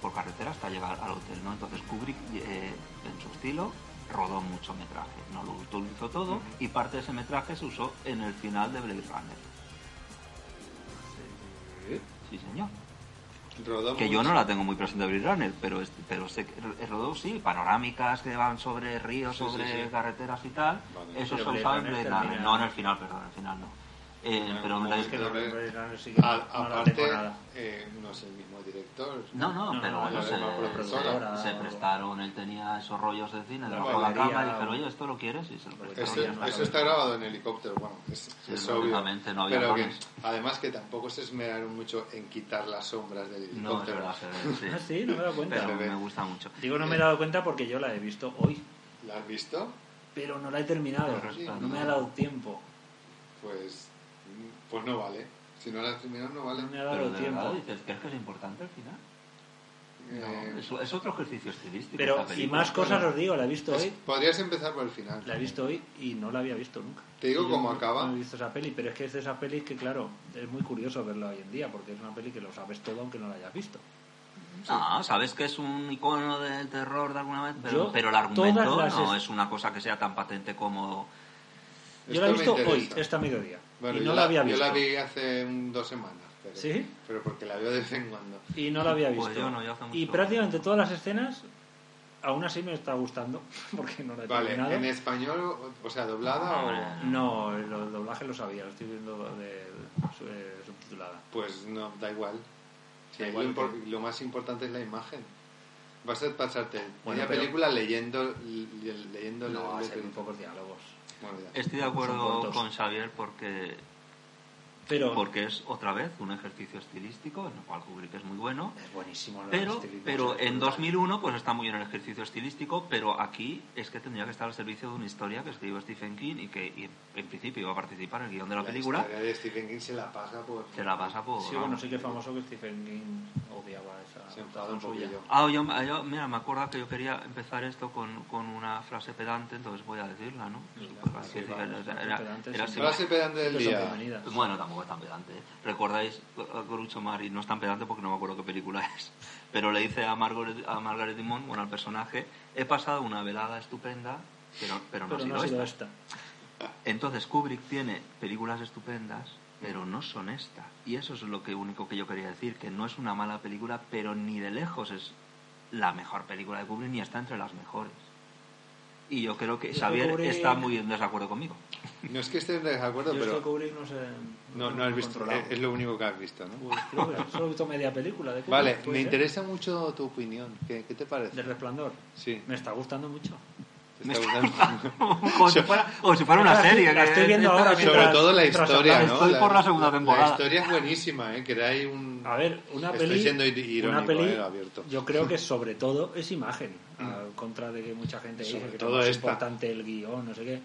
[SPEAKER 4] por carretera hasta llegar al hotel, ¿no? Entonces Kubrick, eh, en su estilo, rodó mucho metraje, ¿no? Lo utilizó todo y parte de ese metraje se usó en el final de Blade Runner. Sí, señor.
[SPEAKER 3] Rodó
[SPEAKER 4] Que yo
[SPEAKER 3] mucho.
[SPEAKER 4] no la tengo muy presente Blade Runner, pero, es- pero sé que R- rodó sí, panorámicas que van sobre ríos,
[SPEAKER 3] Sí, sí,
[SPEAKER 4] sobre
[SPEAKER 3] sí.
[SPEAKER 4] carreteras y tal.
[SPEAKER 3] Vale.
[SPEAKER 2] Pero
[SPEAKER 4] Eso se
[SPEAKER 2] Blade
[SPEAKER 4] usaba en
[SPEAKER 2] Runner
[SPEAKER 4] Blade Runner.
[SPEAKER 2] termina-
[SPEAKER 4] No, en el final, perdón, en el final no. Eh,
[SPEAKER 3] En
[SPEAKER 4] pero
[SPEAKER 3] algún
[SPEAKER 4] la-
[SPEAKER 2] Es que
[SPEAKER 3] momento.
[SPEAKER 2] no,
[SPEAKER 3] Pero es-
[SPEAKER 2] Blade Runner sí que
[SPEAKER 3] A-
[SPEAKER 2] no la
[SPEAKER 3] aparte,
[SPEAKER 2] tengo nada.
[SPEAKER 3] eh, no es el mismo director.
[SPEAKER 4] No, no,
[SPEAKER 2] No,
[SPEAKER 4] pero
[SPEAKER 2] no,
[SPEAKER 4] bueno,
[SPEAKER 2] la
[SPEAKER 4] se,
[SPEAKER 3] misma
[SPEAKER 2] productora.
[SPEAKER 4] se- se prestaron, él tenía esos rollos de cine
[SPEAKER 2] La
[SPEAKER 4] debajo de la
[SPEAKER 2] galería.
[SPEAKER 4] cama y dijeron, oye, ¿esto lo quieres? Y se lo prestaron.
[SPEAKER 2] Este
[SPEAKER 3] Eso,
[SPEAKER 4] y ya está.
[SPEAKER 3] eso está grabado en helicóptero, bueno, es, es obvio.
[SPEAKER 4] lógicamente no había
[SPEAKER 3] pero que,
[SPEAKER 4] drones.
[SPEAKER 3] además que tampoco se esmeraron mucho en quitar las sombras del
[SPEAKER 4] No, es
[SPEAKER 3] helicóptero.
[SPEAKER 4] verdad, se ve,
[SPEAKER 2] Ah,
[SPEAKER 4] sí.
[SPEAKER 2] sí, no me he dado cuenta.
[SPEAKER 4] Pero
[SPEAKER 3] ve.
[SPEAKER 4] me gusta mucho.
[SPEAKER 2] Digo, no me he dado cuenta porque yo la he visto hoy.
[SPEAKER 3] ¿La has visto?
[SPEAKER 2] Pero no la he terminado.
[SPEAKER 4] Pero
[SPEAKER 3] sí.
[SPEAKER 2] No me ha dado tiempo.
[SPEAKER 3] Pues, mm, pues no vale. Si no la has terminado, no vale.
[SPEAKER 2] No me ha
[SPEAKER 4] Pero
[SPEAKER 2] dado
[SPEAKER 4] de verdad,
[SPEAKER 2] tiempo.
[SPEAKER 4] dices, ¿crees que es importante al final?
[SPEAKER 3] Eh,
[SPEAKER 4] No, es, es otro ejercicio estilístico.
[SPEAKER 2] Pero,
[SPEAKER 4] esta
[SPEAKER 2] y
[SPEAKER 4] película,
[SPEAKER 2] más cosas
[SPEAKER 4] pero-
[SPEAKER 2] os digo, la he visto hoy.
[SPEAKER 3] Podrías empezar por el final.
[SPEAKER 2] La he visto hoy y no la había visto nunca.
[SPEAKER 3] Te digo
[SPEAKER 2] Y yo
[SPEAKER 3] cómo
[SPEAKER 2] no-
[SPEAKER 3] acaba.
[SPEAKER 2] No he visto esa peli, pero es que es de esas pelis que, claro, es muy curioso verla hoy en día porque es una peli que lo sabes todo aunque no la hayas visto.
[SPEAKER 4] No, sabes que es un icono del terror de alguna vez, pero,
[SPEAKER 2] Yo,
[SPEAKER 4] pero el argumento
[SPEAKER 2] todas las
[SPEAKER 4] no
[SPEAKER 2] es-
[SPEAKER 4] es una cosa que sea tan patente como...
[SPEAKER 2] Yo la he
[SPEAKER 3] Esto
[SPEAKER 2] visto
[SPEAKER 3] me
[SPEAKER 2] hoy,
[SPEAKER 3] interesa.
[SPEAKER 2] esta mediodía.
[SPEAKER 3] Bueno,
[SPEAKER 2] y
[SPEAKER 3] yo
[SPEAKER 2] no la había visto.
[SPEAKER 3] Yo la vi hace un- dos semanas. Pero,
[SPEAKER 2] ¿Sí?
[SPEAKER 3] Pero porque la veo de vez en cuando.
[SPEAKER 2] Y no la había
[SPEAKER 4] Pues
[SPEAKER 2] visto.
[SPEAKER 4] yo no, yo hace
[SPEAKER 2] y
[SPEAKER 4] mucho.
[SPEAKER 2] prácticamente todas las escenas, aún así me está gustando porque no la he
[SPEAKER 3] Vale,
[SPEAKER 2] terminado.
[SPEAKER 3] ¿en español, o- o sea, doblada o...?
[SPEAKER 2] No, el el doblaje lo sabía, lo estoy viendo de, su- eh, subtitulada.
[SPEAKER 3] Pues no, da igual.
[SPEAKER 2] Da
[SPEAKER 3] Ahí
[SPEAKER 2] igual
[SPEAKER 3] lo, impor-
[SPEAKER 2] que-
[SPEAKER 3] lo más importante es la imagen. Vas a pasarte
[SPEAKER 2] Bueno,
[SPEAKER 3] media
[SPEAKER 2] pero-
[SPEAKER 3] película leyendo, le- leyendo
[SPEAKER 2] No,
[SPEAKER 3] le-
[SPEAKER 2] hace
[SPEAKER 3] le-
[SPEAKER 2] muy pocos diálogos.
[SPEAKER 3] Bueno, ya.
[SPEAKER 4] Estoy de
[SPEAKER 2] Son
[SPEAKER 4] acuerdo
[SPEAKER 2] cortos.
[SPEAKER 4] con Xavier porque
[SPEAKER 2] Pero
[SPEAKER 4] porque es otra vez un ejercicio estilístico en el cual Kubrick es muy bueno
[SPEAKER 2] es buenísimo. lo de
[SPEAKER 4] pero
[SPEAKER 2] este libro, o
[SPEAKER 4] pero
[SPEAKER 2] sea,
[SPEAKER 4] en
[SPEAKER 2] brutal.
[SPEAKER 4] 2001 pues está muy bien el ejercicio estilístico pero aquí es que tendría que estar al servicio de una historia que escribió Stephen King y que y en principio iba a participar en el guión de la, película
[SPEAKER 3] historia de Stephen King se la pasa por...
[SPEAKER 4] se la pasa por
[SPEAKER 2] Sí, bueno, sí que es famoso que Stephen King odiaba esa
[SPEAKER 3] Se enfada un
[SPEAKER 2] adaptación suya.
[SPEAKER 3] poquillo.
[SPEAKER 4] Ah, yo, yo- mira, me acuerdo que yo quería empezar esto con, con una frase pedante, entonces voy a decirla, ¿no? Pues
[SPEAKER 2] Mira,
[SPEAKER 4] Porque
[SPEAKER 2] sí,
[SPEAKER 4] sí,
[SPEAKER 2] vale,
[SPEAKER 4] era-
[SPEAKER 2] frase
[SPEAKER 4] era-
[SPEAKER 2] pedante,
[SPEAKER 4] era
[SPEAKER 2] sí.
[SPEAKER 4] así.
[SPEAKER 3] Frase pedante del
[SPEAKER 2] Entonces son
[SPEAKER 3] día.
[SPEAKER 2] bienvenidas.
[SPEAKER 4] Bueno, tampoco es tan pedante. ¿eh? ¿Recordáis a Groucho Mari? No es tan pedante porque no me acuerdo qué película es. Pero le dice a Margaret, a Margaret Dumont, bueno, al personaje, he pasado una velada estupenda, pero, pero no
[SPEAKER 2] Pero
[SPEAKER 4] ha sido
[SPEAKER 2] no ha sido
[SPEAKER 4] esta.
[SPEAKER 2] esta.
[SPEAKER 4] Entonces Kubrick tiene películas estupendas, pero no son esta. Y eso es lo que único que yo quería decir, que no es una mala película, pero ni de lejos es la mejor película de Kubrick, ni está entre las mejores. Y yo creo que
[SPEAKER 2] Yo
[SPEAKER 4] Xavier
[SPEAKER 2] Kubrick-
[SPEAKER 4] está muy en desacuerdo conmigo.
[SPEAKER 3] No es que estés en desacuerdo,
[SPEAKER 2] Yo es que
[SPEAKER 3] pero...
[SPEAKER 2] Kubrick no sé...
[SPEAKER 3] No, no has visto, Eh,
[SPEAKER 2] controlado.
[SPEAKER 3] es, es lo único que has visto, ¿no?
[SPEAKER 2] Pues creo que solo he visto media película de Kubrick.
[SPEAKER 3] Vale,
[SPEAKER 2] ¿puede
[SPEAKER 3] me
[SPEAKER 2] ser?
[SPEAKER 3] interesa mucho tu opinión. ¿Qué, qué te parece?
[SPEAKER 2] Del resplandor.
[SPEAKER 3] Sí,
[SPEAKER 2] Me está gustando mucho.
[SPEAKER 3] te está gustando.
[SPEAKER 4] Como si fuera, como si fuera una
[SPEAKER 2] La-
[SPEAKER 4] serie.
[SPEAKER 2] la
[SPEAKER 4] que-
[SPEAKER 2] estoy viendo
[SPEAKER 4] esto-
[SPEAKER 2] ahora
[SPEAKER 4] esto-
[SPEAKER 3] Sobre
[SPEAKER 2] mientras-
[SPEAKER 3] todo la
[SPEAKER 2] mientras
[SPEAKER 3] historia,
[SPEAKER 2] hablaba.
[SPEAKER 3] ¿no?
[SPEAKER 4] Estoy por la segunda temporada.
[SPEAKER 3] La historia es buenísima, ¿eh? Que era ahí un...
[SPEAKER 2] A ver, una
[SPEAKER 3] Estoy
[SPEAKER 2] peli...
[SPEAKER 3] siendo ir- irónico,
[SPEAKER 2] una peli,
[SPEAKER 3] eh, lo abierto. Mm.
[SPEAKER 2] yo creo que sobre todo es imagen. a contra de que mucha gente dice
[SPEAKER 3] Sobre
[SPEAKER 2] que
[SPEAKER 3] todo
[SPEAKER 2] es
[SPEAKER 3] esta.
[SPEAKER 2] importante el guión, no sé qué.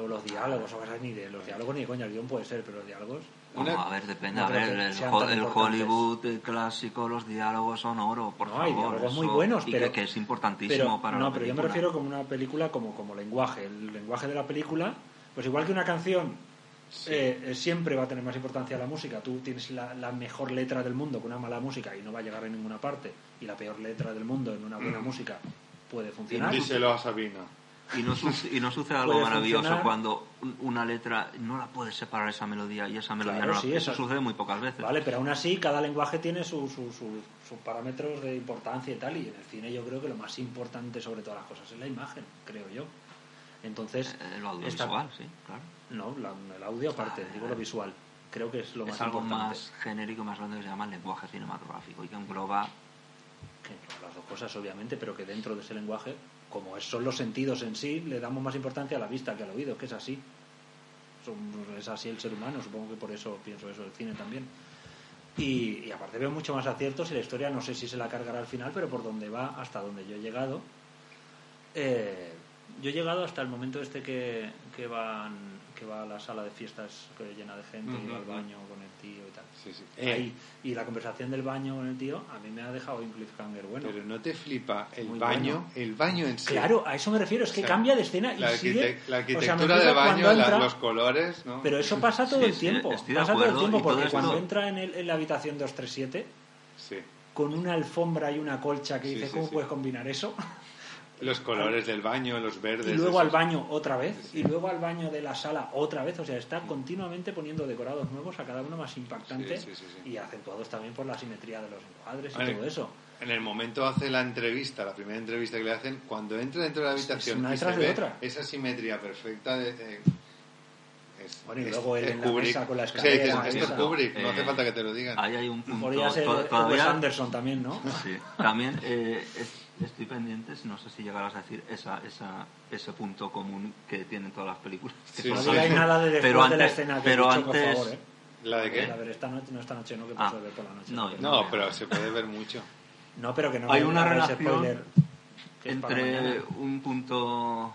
[SPEAKER 2] O los diálogos, o sea, ni de los diálogos ni de coña. El guión puede ser, pero los diálogos...
[SPEAKER 4] Bueno,
[SPEAKER 3] Una-
[SPEAKER 4] a ver, depende.
[SPEAKER 2] no
[SPEAKER 4] a
[SPEAKER 2] creo
[SPEAKER 4] ver,
[SPEAKER 2] que
[SPEAKER 4] el,
[SPEAKER 2] sean
[SPEAKER 4] ho-
[SPEAKER 2] tan
[SPEAKER 4] el
[SPEAKER 2] importantes.
[SPEAKER 4] Hollywood el clásico, los diálogos son oro, por
[SPEAKER 2] No,
[SPEAKER 4] favor.
[SPEAKER 2] hay diálogos muy
[SPEAKER 4] eso-
[SPEAKER 2] buenos,
[SPEAKER 4] y
[SPEAKER 2] pero-
[SPEAKER 4] que, que es importantísimo
[SPEAKER 2] Pero,
[SPEAKER 4] para
[SPEAKER 2] no,
[SPEAKER 4] la
[SPEAKER 2] pero yo me
[SPEAKER 4] película.
[SPEAKER 2] refiero como una película como, como lenguaje. El lenguaje de la película, pues igual que una canción eh, eh, siempre va a tener más importancia la música. Tú tienes la, la mejor letra del mundo con una mala música y no va a llegar a ninguna
[SPEAKER 4] Mm.
[SPEAKER 2] parte. Y la peor letra del mundo en una buena música puede funcionar.
[SPEAKER 3] Díselo a Sabina.
[SPEAKER 4] Y no, suce- y no sucede algo
[SPEAKER 2] Puede
[SPEAKER 4] maravilloso
[SPEAKER 2] funcionar.
[SPEAKER 4] cuando un- una letra no la puedes separar esa melodía y esa melodía
[SPEAKER 2] Claro,
[SPEAKER 4] no la-
[SPEAKER 2] sí,
[SPEAKER 4] Eso
[SPEAKER 2] esa-
[SPEAKER 4] sucede muy pocas veces.
[SPEAKER 2] Vale, pero aún así cada lenguaje tiene su- su- su- sus parámetros de importancia y tal, y en el cine yo creo que lo más importante sobre todas las cosas es la imagen, creo yo. Entonces,
[SPEAKER 4] Eh, lo
[SPEAKER 2] esta-
[SPEAKER 4] audiovisual, sí, claro.
[SPEAKER 2] no, la- el audio aparte,
[SPEAKER 4] Ah,
[SPEAKER 2] digo lo visual, creo que es lo más
[SPEAKER 4] es algo
[SPEAKER 2] importante.
[SPEAKER 4] más genérico, más grande que se llama lenguaje cinematográfico y que engloba
[SPEAKER 2] Que no, las dos cosas obviamente, pero que dentro de ese lenguaje, como es- son los sentidos en sí, le damos más importancia a la vista que al oído, que es así. Son- es así el ser humano, supongo que por eso pienso eso del cine también. Y, y aparte veo mucho más aciertos y la historia no sé si se la cargará al final, pero por donde va, hasta donde yo he llegado. eh, yo he llegado hasta el momento este que, que van que va a la sala de fiestas que llena de gente y
[SPEAKER 3] Ujú,
[SPEAKER 2] va al
[SPEAKER 3] ujú.
[SPEAKER 2] baño con el tío y tal.
[SPEAKER 3] Sí, sí.
[SPEAKER 2] Ahí. Y la conversación del baño con el tío a mí me ha dejado un cliffhanger bueno.
[SPEAKER 3] Pero no te flipa el
[SPEAKER 2] Muy
[SPEAKER 3] baño,
[SPEAKER 2] bueno.
[SPEAKER 3] el baño en sí.
[SPEAKER 2] Claro, a eso me refiero, es que
[SPEAKER 3] O sea,
[SPEAKER 2] cambia de escena y
[SPEAKER 3] La,
[SPEAKER 2] sigue...
[SPEAKER 3] arquite- la
[SPEAKER 2] o sea, me
[SPEAKER 3] arquitectura
[SPEAKER 2] flipa
[SPEAKER 3] del
[SPEAKER 2] cuando
[SPEAKER 3] baño, la-
[SPEAKER 2] entra,
[SPEAKER 3] los colores, ¿no?
[SPEAKER 2] Pero eso pasa todo
[SPEAKER 4] Sí,
[SPEAKER 2] el
[SPEAKER 4] sí,
[SPEAKER 2] tiempo,
[SPEAKER 4] estoy de
[SPEAKER 2] pasa todo el
[SPEAKER 4] acuerdo,
[SPEAKER 2] tiempo,
[SPEAKER 4] y todo
[SPEAKER 2] porque
[SPEAKER 4] esto-
[SPEAKER 2] cuando entra en, el- en la habitación 237,
[SPEAKER 3] Sí.
[SPEAKER 2] con una alfombra y una colcha que
[SPEAKER 3] Sí,
[SPEAKER 2] dice,
[SPEAKER 3] sí,
[SPEAKER 2] ¿cómo
[SPEAKER 3] sí.
[SPEAKER 2] puedes combinar eso?
[SPEAKER 3] Los colores del baño, los verdes.
[SPEAKER 2] y luego al
[SPEAKER 3] esos.
[SPEAKER 2] baño otra vez, y luego al baño de la sala otra vez, o sea, está continuamente poniendo decorados nuevos, a cada uno más impactante,
[SPEAKER 3] Sí, sí, sí, sí.
[SPEAKER 2] y acentuados también por la simetría de los encuadres y
[SPEAKER 3] Vale.
[SPEAKER 2] todo eso.
[SPEAKER 3] En el momento hace la entrevista, la primera entrevista que le hacen, cuando entra dentro de la habitación
[SPEAKER 2] una
[SPEAKER 3] y se
[SPEAKER 2] detrás de
[SPEAKER 3] ve
[SPEAKER 2] otra.
[SPEAKER 3] esa simetría perfecta de... de- es,
[SPEAKER 2] Bueno, y
[SPEAKER 3] es-
[SPEAKER 2] luego él
[SPEAKER 3] es
[SPEAKER 2] en la mesa con la
[SPEAKER 3] O sea,
[SPEAKER 2] escalera,
[SPEAKER 3] dices,
[SPEAKER 2] la
[SPEAKER 3] esto es
[SPEAKER 2] mesa.
[SPEAKER 3] Kubrick, no hace
[SPEAKER 4] Eh,
[SPEAKER 3] falta que te lo digan.
[SPEAKER 4] Ahí hay un punto.
[SPEAKER 2] Podría ser
[SPEAKER 4] to-
[SPEAKER 2] Wes
[SPEAKER 4] todavía-
[SPEAKER 2] Anderson también, ¿no?
[SPEAKER 4] Sí. También eh, es- estoy pendiente, no sé si llegarás a decir esa, esa, ese punto común que tienen todas las películas. que
[SPEAKER 3] Sí,
[SPEAKER 4] son
[SPEAKER 3] sí.
[SPEAKER 2] No digáis
[SPEAKER 4] tantas.
[SPEAKER 2] nada de después
[SPEAKER 4] pero
[SPEAKER 2] de
[SPEAKER 4] antes,
[SPEAKER 2] la escena que
[SPEAKER 4] pero
[SPEAKER 2] he dicho,
[SPEAKER 4] antes,
[SPEAKER 2] por favor, ¿eh?
[SPEAKER 3] ¿La de qué?
[SPEAKER 2] A ver, esta noche, no esta noche, no, que
[SPEAKER 4] Ah.
[SPEAKER 2] puedo ver por la noche.
[SPEAKER 4] No,
[SPEAKER 2] pero,
[SPEAKER 4] yo-
[SPEAKER 3] No, pero se puede ver mucho.
[SPEAKER 2] No, pero que no
[SPEAKER 4] Hay
[SPEAKER 2] me
[SPEAKER 4] una
[SPEAKER 2] hagáis
[SPEAKER 4] relación
[SPEAKER 2] spoiler, que es para
[SPEAKER 4] entre
[SPEAKER 2] mañana.
[SPEAKER 4] un punto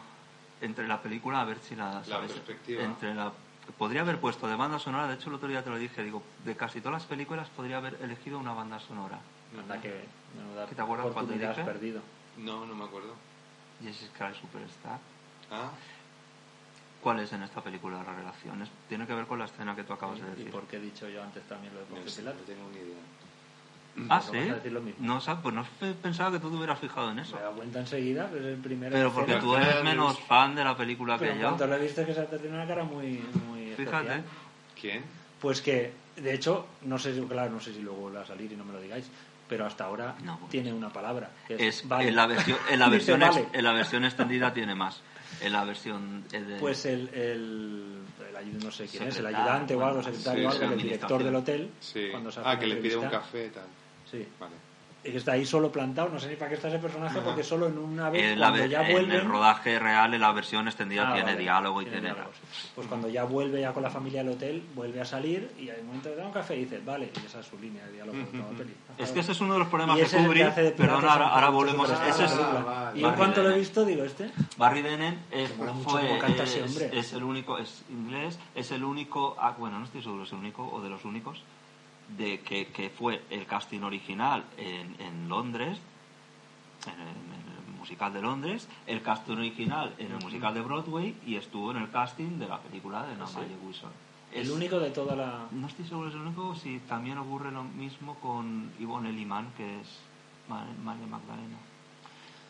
[SPEAKER 4] entre la película a ver si la, sabes,
[SPEAKER 3] perspectiva.
[SPEAKER 4] entre la podría haber puesto de banda sonora de hecho el otro día te lo dije digo de casi todas las películas podría haber elegido una banda sonora
[SPEAKER 2] Anda que menuda
[SPEAKER 4] ¿Que te acuerdas cuando
[SPEAKER 2] oportunidad has
[SPEAKER 4] dije?
[SPEAKER 2] perdido.
[SPEAKER 3] No, no me acuerdo.
[SPEAKER 4] Jesse Sky Superstar
[SPEAKER 3] Ah,
[SPEAKER 4] ¿cuál es en esta película la relación? Es- tiene que ver con la escena que tú acabas de
[SPEAKER 2] ¿Y
[SPEAKER 4] decir
[SPEAKER 2] por qué he dicho yo antes también lo de
[SPEAKER 3] no,
[SPEAKER 2] Ponce
[SPEAKER 3] sé, pues no
[SPEAKER 2] Pilato?
[SPEAKER 3] tengo ni idea.
[SPEAKER 2] Pues no
[SPEAKER 4] ah sí
[SPEAKER 2] vas a decir lo mismo.
[SPEAKER 4] no sabes pues no pe- pensaba que tú te hubieras fijado en eso
[SPEAKER 2] Me he dado cuenta enseguida, que es el primero.
[SPEAKER 4] pero porque
[SPEAKER 3] Pero
[SPEAKER 4] tú
[SPEAKER 3] es que
[SPEAKER 4] eres
[SPEAKER 3] no lo he
[SPEAKER 4] menos
[SPEAKER 3] visto.
[SPEAKER 4] fan de la película
[SPEAKER 2] Pero
[SPEAKER 4] que
[SPEAKER 2] en
[SPEAKER 4] yo
[SPEAKER 2] cuanto lo he visto es que se ha tenido una cara muy, muy
[SPEAKER 4] fíjate
[SPEAKER 2] especial.
[SPEAKER 3] ¿Quién?
[SPEAKER 2] Pues que, de hecho, no sé si, claro, no sé si luego va a salir y no me lo digáis, pero hasta ahora
[SPEAKER 4] No, bueno.
[SPEAKER 2] tiene una palabra. que es,
[SPEAKER 4] es
[SPEAKER 2] vale.
[SPEAKER 4] en la versión en la
[SPEAKER 2] Dice,
[SPEAKER 4] versión ex-
[SPEAKER 2] vale.
[SPEAKER 4] en la versión extendida tiene más en la versión eh, de,
[SPEAKER 2] Pues el, el, el ayu- no sé quién es, el
[SPEAKER 4] Secretario,
[SPEAKER 2] ayudante o algo,
[SPEAKER 4] bueno,
[SPEAKER 2] secretario
[SPEAKER 3] sí,
[SPEAKER 2] o
[SPEAKER 3] sí,
[SPEAKER 2] algo, el
[SPEAKER 4] administración.
[SPEAKER 2] director del hotel.
[SPEAKER 3] Sí.
[SPEAKER 2] cuando se hace
[SPEAKER 3] Ah,
[SPEAKER 2] la
[SPEAKER 3] que le pide un
[SPEAKER 2] entrevista.
[SPEAKER 3] café y tal.
[SPEAKER 2] Sí.
[SPEAKER 3] Vale.
[SPEAKER 2] Y que está ahí solo plantado, no sé ni para qué está ese personaje,
[SPEAKER 3] Ajá.
[SPEAKER 2] porque solo en una vez,
[SPEAKER 4] en, la
[SPEAKER 2] cuando
[SPEAKER 4] ve-
[SPEAKER 2] ya
[SPEAKER 4] en
[SPEAKER 2] vuelve. Ah,
[SPEAKER 4] el rodaje real en la versión extendida tiene diálogo y tiene
[SPEAKER 2] Pues cuando ya vuelve ya con la familia al hotel, vuelve a salir y al momento de dar un café y dice, vale, y esa es su línea de diálogo de toda la peli.
[SPEAKER 4] es que ese es uno de los problemas
[SPEAKER 2] Y
[SPEAKER 4] de
[SPEAKER 2] ese es el que
[SPEAKER 4] Kubrick
[SPEAKER 2] hace de pirata
[SPEAKER 4] perdona ahora,
[SPEAKER 2] San
[SPEAKER 4] ahora
[SPEAKER 2] Francisco
[SPEAKER 4] volvemos
[SPEAKER 2] de la
[SPEAKER 4] ese es,
[SPEAKER 2] película.
[SPEAKER 3] Ah,
[SPEAKER 2] Y en
[SPEAKER 4] vale.
[SPEAKER 2] cuanto lo he visto, digo, este.
[SPEAKER 4] Barry Denen eh,
[SPEAKER 2] Que mola mucho
[SPEAKER 4] fue
[SPEAKER 2] cómo canta ese
[SPEAKER 4] es,
[SPEAKER 2] hombre.
[SPEAKER 4] es el único es inglés es el único ah, bueno no estoy seguro es el único o de los únicos de que, que fue el casting original en, en Londres en el, en el musical de Londres el casting original en el musical de Broadway y estuvo en el casting de la película de No
[SPEAKER 2] Ah, ¿Sí?
[SPEAKER 4] Magic Wilson
[SPEAKER 2] El
[SPEAKER 4] Es-
[SPEAKER 2] único de toda la.
[SPEAKER 4] no estoy seguro, es lo único. Si también ocurre lo mismo con Ivonne Elimán, que es Ma- María Magdalena.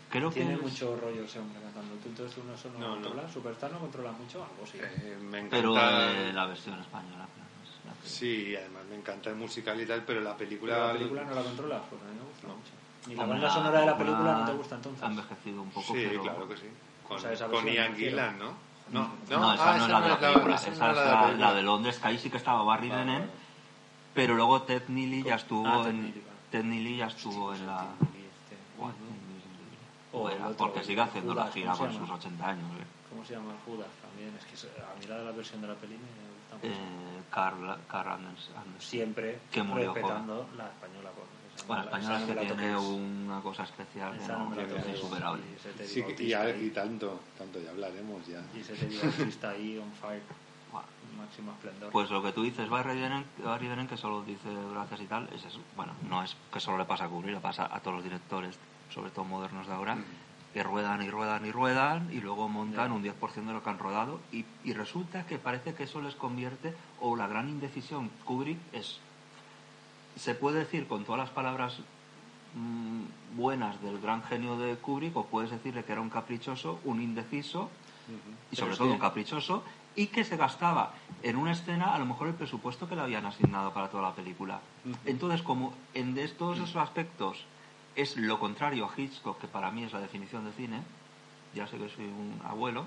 [SPEAKER 4] Creo
[SPEAKER 2] Tiene
[SPEAKER 4] que. es-
[SPEAKER 2] mucho rollo ese hombre cantando. Tú entonces uno solo
[SPEAKER 3] No, no.
[SPEAKER 2] controla. Superstar no controla mucho, algo sí.
[SPEAKER 3] Eh, me encanta...
[SPEAKER 4] Pero eh, la versión española, claro, es la que-
[SPEAKER 3] Sí, y además me encanta el musical y tal, pero la película...
[SPEAKER 2] Pero la película no la controla, pues a mí me gusta mucho. Ni la
[SPEAKER 4] Hombre,
[SPEAKER 2] banda sonora de la
[SPEAKER 4] película
[SPEAKER 2] película no te gusta entonces.
[SPEAKER 4] Ha envejecido un poco,
[SPEAKER 3] Sí,
[SPEAKER 4] pero.
[SPEAKER 3] claro que sí. Con,
[SPEAKER 2] O sea, esa
[SPEAKER 3] con
[SPEAKER 2] versión
[SPEAKER 3] Ian
[SPEAKER 2] me refiero.
[SPEAKER 3] Gillan, ¿no? No,
[SPEAKER 4] No,
[SPEAKER 2] Ah,
[SPEAKER 4] esa no es la de la película, esa es la, la de Londres, que ahí sí que estaba Barry
[SPEAKER 3] Vale,
[SPEAKER 4] Denen,
[SPEAKER 3] vale.
[SPEAKER 4] pero luego Ted Neely ya
[SPEAKER 2] Ah,
[SPEAKER 4] estuvo
[SPEAKER 2] Ted
[SPEAKER 4] en.
[SPEAKER 2] Neely, vale.
[SPEAKER 4] Ted Neely ya estuvo en la.
[SPEAKER 2] este, Guau,
[SPEAKER 4] Guau,
[SPEAKER 2] O
[SPEAKER 4] Bueno,
[SPEAKER 2] el otro,
[SPEAKER 4] porque
[SPEAKER 2] el
[SPEAKER 4] sigue haciendo la
[SPEAKER 2] Judas,
[SPEAKER 4] gira
[SPEAKER 2] ¿cómo
[SPEAKER 4] con
[SPEAKER 2] se
[SPEAKER 4] sus
[SPEAKER 2] llama?
[SPEAKER 4] 80 años, ¿eh?
[SPEAKER 2] ¿Cómo se llama Judas también? Es que se- a mí la de la versión de la peli me gusta mucho.
[SPEAKER 4] eh, Carl, Carl Anders- Anders.
[SPEAKER 2] Siempre
[SPEAKER 4] que murió
[SPEAKER 2] respetando la española. porque esa
[SPEAKER 4] Bueno,
[SPEAKER 2] no-
[SPEAKER 4] español es
[SPEAKER 2] esa
[SPEAKER 4] que
[SPEAKER 2] no me la
[SPEAKER 4] tiene
[SPEAKER 2] toques.
[SPEAKER 4] una cosa especial que
[SPEAKER 2] Esa no
[SPEAKER 4] no
[SPEAKER 2] me la
[SPEAKER 4] que es
[SPEAKER 2] toques.
[SPEAKER 4] insuperable.
[SPEAKER 2] Y se te
[SPEAKER 3] Sí,
[SPEAKER 2] digo
[SPEAKER 3] y, ya-
[SPEAKER 2] autista
[SPEAKER 3] y
[SPEAKER 2] ahí.
[SPEAKER 3] tanto, tanto, ya hablaremos ya.
[SPEAKER 2] Y se te dio artista ahí on fire,
[SPEAKER 4] Bueno,
[SPEAKER 2] máximo esplendor.
[SPEAKER 4] Pues lo que tú dices, Barry Denen, Barry Denen, que solo dice gracias y tal, es eso. Bueno, no es que solo le pasa a cubrir, le pasa a todos los directores, sobre todo modernos de ahora, que ruedan y ruedan y ruedan y luego montan
[SPEAKER 2] Ya.
[SPEAKER 4] un 10% de lo que han rodado y, y resulta que parece que eso les convierte, o la gran indecisión, Kubrick es, se puede decir con todas las palabras mm, buenas del gran genio de Kubrick o puedes decirle que era un caprichoso, un indeciso y sobre
[SPEAKER 2] es
[SPEAKER 4] todo
[SPEAKER 2] que-
[SPEAKER 4] un caprichoso y que se gastaba en una escena a lo mejor el presupuesto que le habían asignado para toda la película. Entonces, como en de todos esos aspectos es lo contrario a Hitchcock, que para mí es la definición de cine, ya sé que soy un abuelo,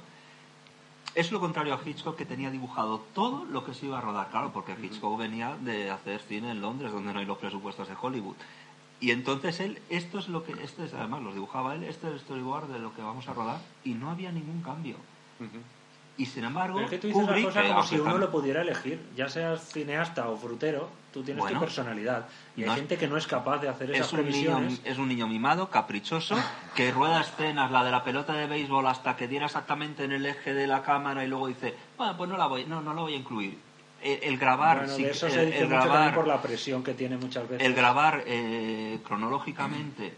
[SPEAKER 4] es lo contrario a Hitchcock que tenía dibujado todo lo que se iba a rodar, claro, porque Hitchcock venía de hacer cine en Londres, donde no hay los presupuestos de Hollywood. Y entonces él, esto es lo que, este es, además los dibujaba él, este es el storyboard de lo que vamos a rodar, y no había ningún cambio. Y sin embargo,
[SPEAKER 2] Pero es que tú dices
[SPEAKER 4] Kubrick,
[SPEAKER 2] una cosa
[SPEAKER 4] que
[SPEAKER 2] como si
[SPEAKER 4] aunque
[SPEAKER 2] uno
[SPEAKER 4] tam-
[SPEAKER 2] lo pudiera elegir. Ya seas cineasta o frutero, tú tienes
[SPEAKER 4] Bueno.
[SPEAKER 2] tu personalidad. Y hay
[SPEAKER 4] No es-
[SPEAKER 2] gente que no es capaz de hacer esas
[SPEAKER 4] es un, niño,
[SPEAKER 2] previsiones.
[SPEAKER 4] es un niño mimado, caprichoso, que rueda escenas, la de la pelota de béisbol, hasta que diera exactamente en el eje de la cámara y luego dice, bueno, pues no la voy, no, no la voy a incluir. El, el grabar,
[SPEAKER 2] Bueno,
[SPEAKER 4] sí
[SPEAKER 2] de
[SPEAKER 4] que-
[SPEAKER 2] eso
[SPEAKER 4] el,
[SPEAKER 2] se dice
[SPEAKER 4] el
[SPEAKER 2] mucho también
[SPEAKER 4] grabar,
[SPEAKER 2] por la presión que tiene muchas veces.
[SPEAKER 4] el grabar eh, cronológicamente,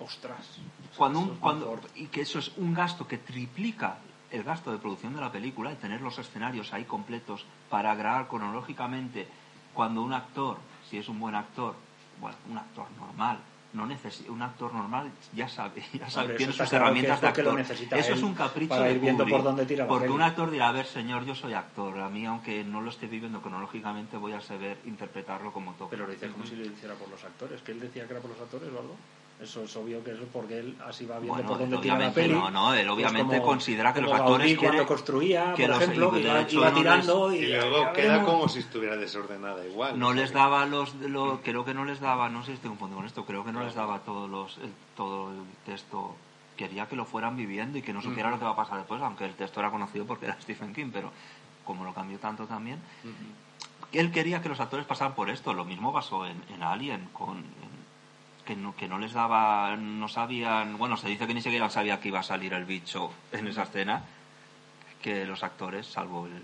[SPEAKER 2] Ostras.
[SPEAKER 4] cuando un-
[SPEAKER 2] Eso es
[SPEAKER 4] cuando,
[SPEAKER 2] confort.
[SPEAKER 4] y que eso es un gasto que triplica el gasto de producción de la película, el tener los escenarios ahí completos para grabar cronológicamente, cuando un actor, si es un buen actor, bueno, un actor normal, no necesi- un actor normal ya sabe, ya sabe,
[SPEAKER 2] Hombre,
[SPEAKER 4] tiene
[SPEAKER 2] eso está
[SPEAKER 4] sus
[SPEAKER 2] claro
[SPEAKER 4] herramientas
[SPEAKER 2] que
[SPEAKER 4] de
[SPEAKER 2] es porque lo
[SPEAKER 4] actor.
[SPEAKER 2] necesita
[SPEAKER 4] eso
[SPEAKER 2] él
[SPEAKER 4] es un capricho
[SPEAKER 2] para
[SPEAKER 4] de
[SPEAKER 2] ir viendo
[SPEAKER 4] Kubrick,
[SPEAKER 2] por dónde tira la
[SPEAKER 4] Porque
[SPEAKER 2] peli.
[SPEAKER 4] un actor dirá, a ver, señor, yo soy actor, a mí aunque no lo esté viviendo cronológicamente voy a saber interpretarlo como Mm. toque.
[SPEAKER 2] Pero lo dice como si lo hiciera por los actores. Que él decía que era por los actores o algo. Eso es obvio que eso es porque él así va viendo
[SPEAKER 4] Bueno,
[SPEAKER 2] por dónde tira la
[SPEAKER 4] obviamente
[SPEAKER 2] peli.
[SPEAKER 4] no, no, él
[SPEAKER 2] Pues
[SPEAKER 4] obviamente
[SPEAKER 2] como-
[SPEAKER 4] considera que
[SPEAKER 2] como
[SPEAKER 4] los actores
[SPEAKER 2] Gaudí cuando
[SPEAKER 4] quieren-
[SPEAKER 2] construía,
[SPEAKER 4] que
[SPEAKER 2] por
[SPEAKER 4] los-
[SPEAKER 2] ejemplo,
[SPEAKER 4] y de
[SPEAKER 2] iba,
[SPEAKER 4] hecho
[SPEAKER 2] iba
[SPEAKER 4] no les-
[SPEAKER 2] tirando y,
[SPEAKER 3] Y
[SPEAKER 2] ya
[SPEAKER 3] luego queda
[SPEAKER 2] veremos.
[SPEAKER 3] como si estuviera desordenada igual.
[SPEAKER 4] no
[SPEAKER 3] o sea
[SPEAKER 4] les
[SPEAKER 3] que-
[SPEAKER 4] daba los, lo- creo que no les daba no sé si estoy confundido con esto creo que no les daba todos los el- todo el texto quería que lo fueran viviendo y que no supiera lo que va a pasar después aunque el texto era conocido porque era Stephen King pero como lo cambió tanto también él quería que los actores pasaran por esto lo mismo pasó en, en Alien con en- que no, que no les daba, no sabían, bueno, se dice que ni siquiera sabía que iba a salir el bicho en esa escena, que los actores, salvo el... el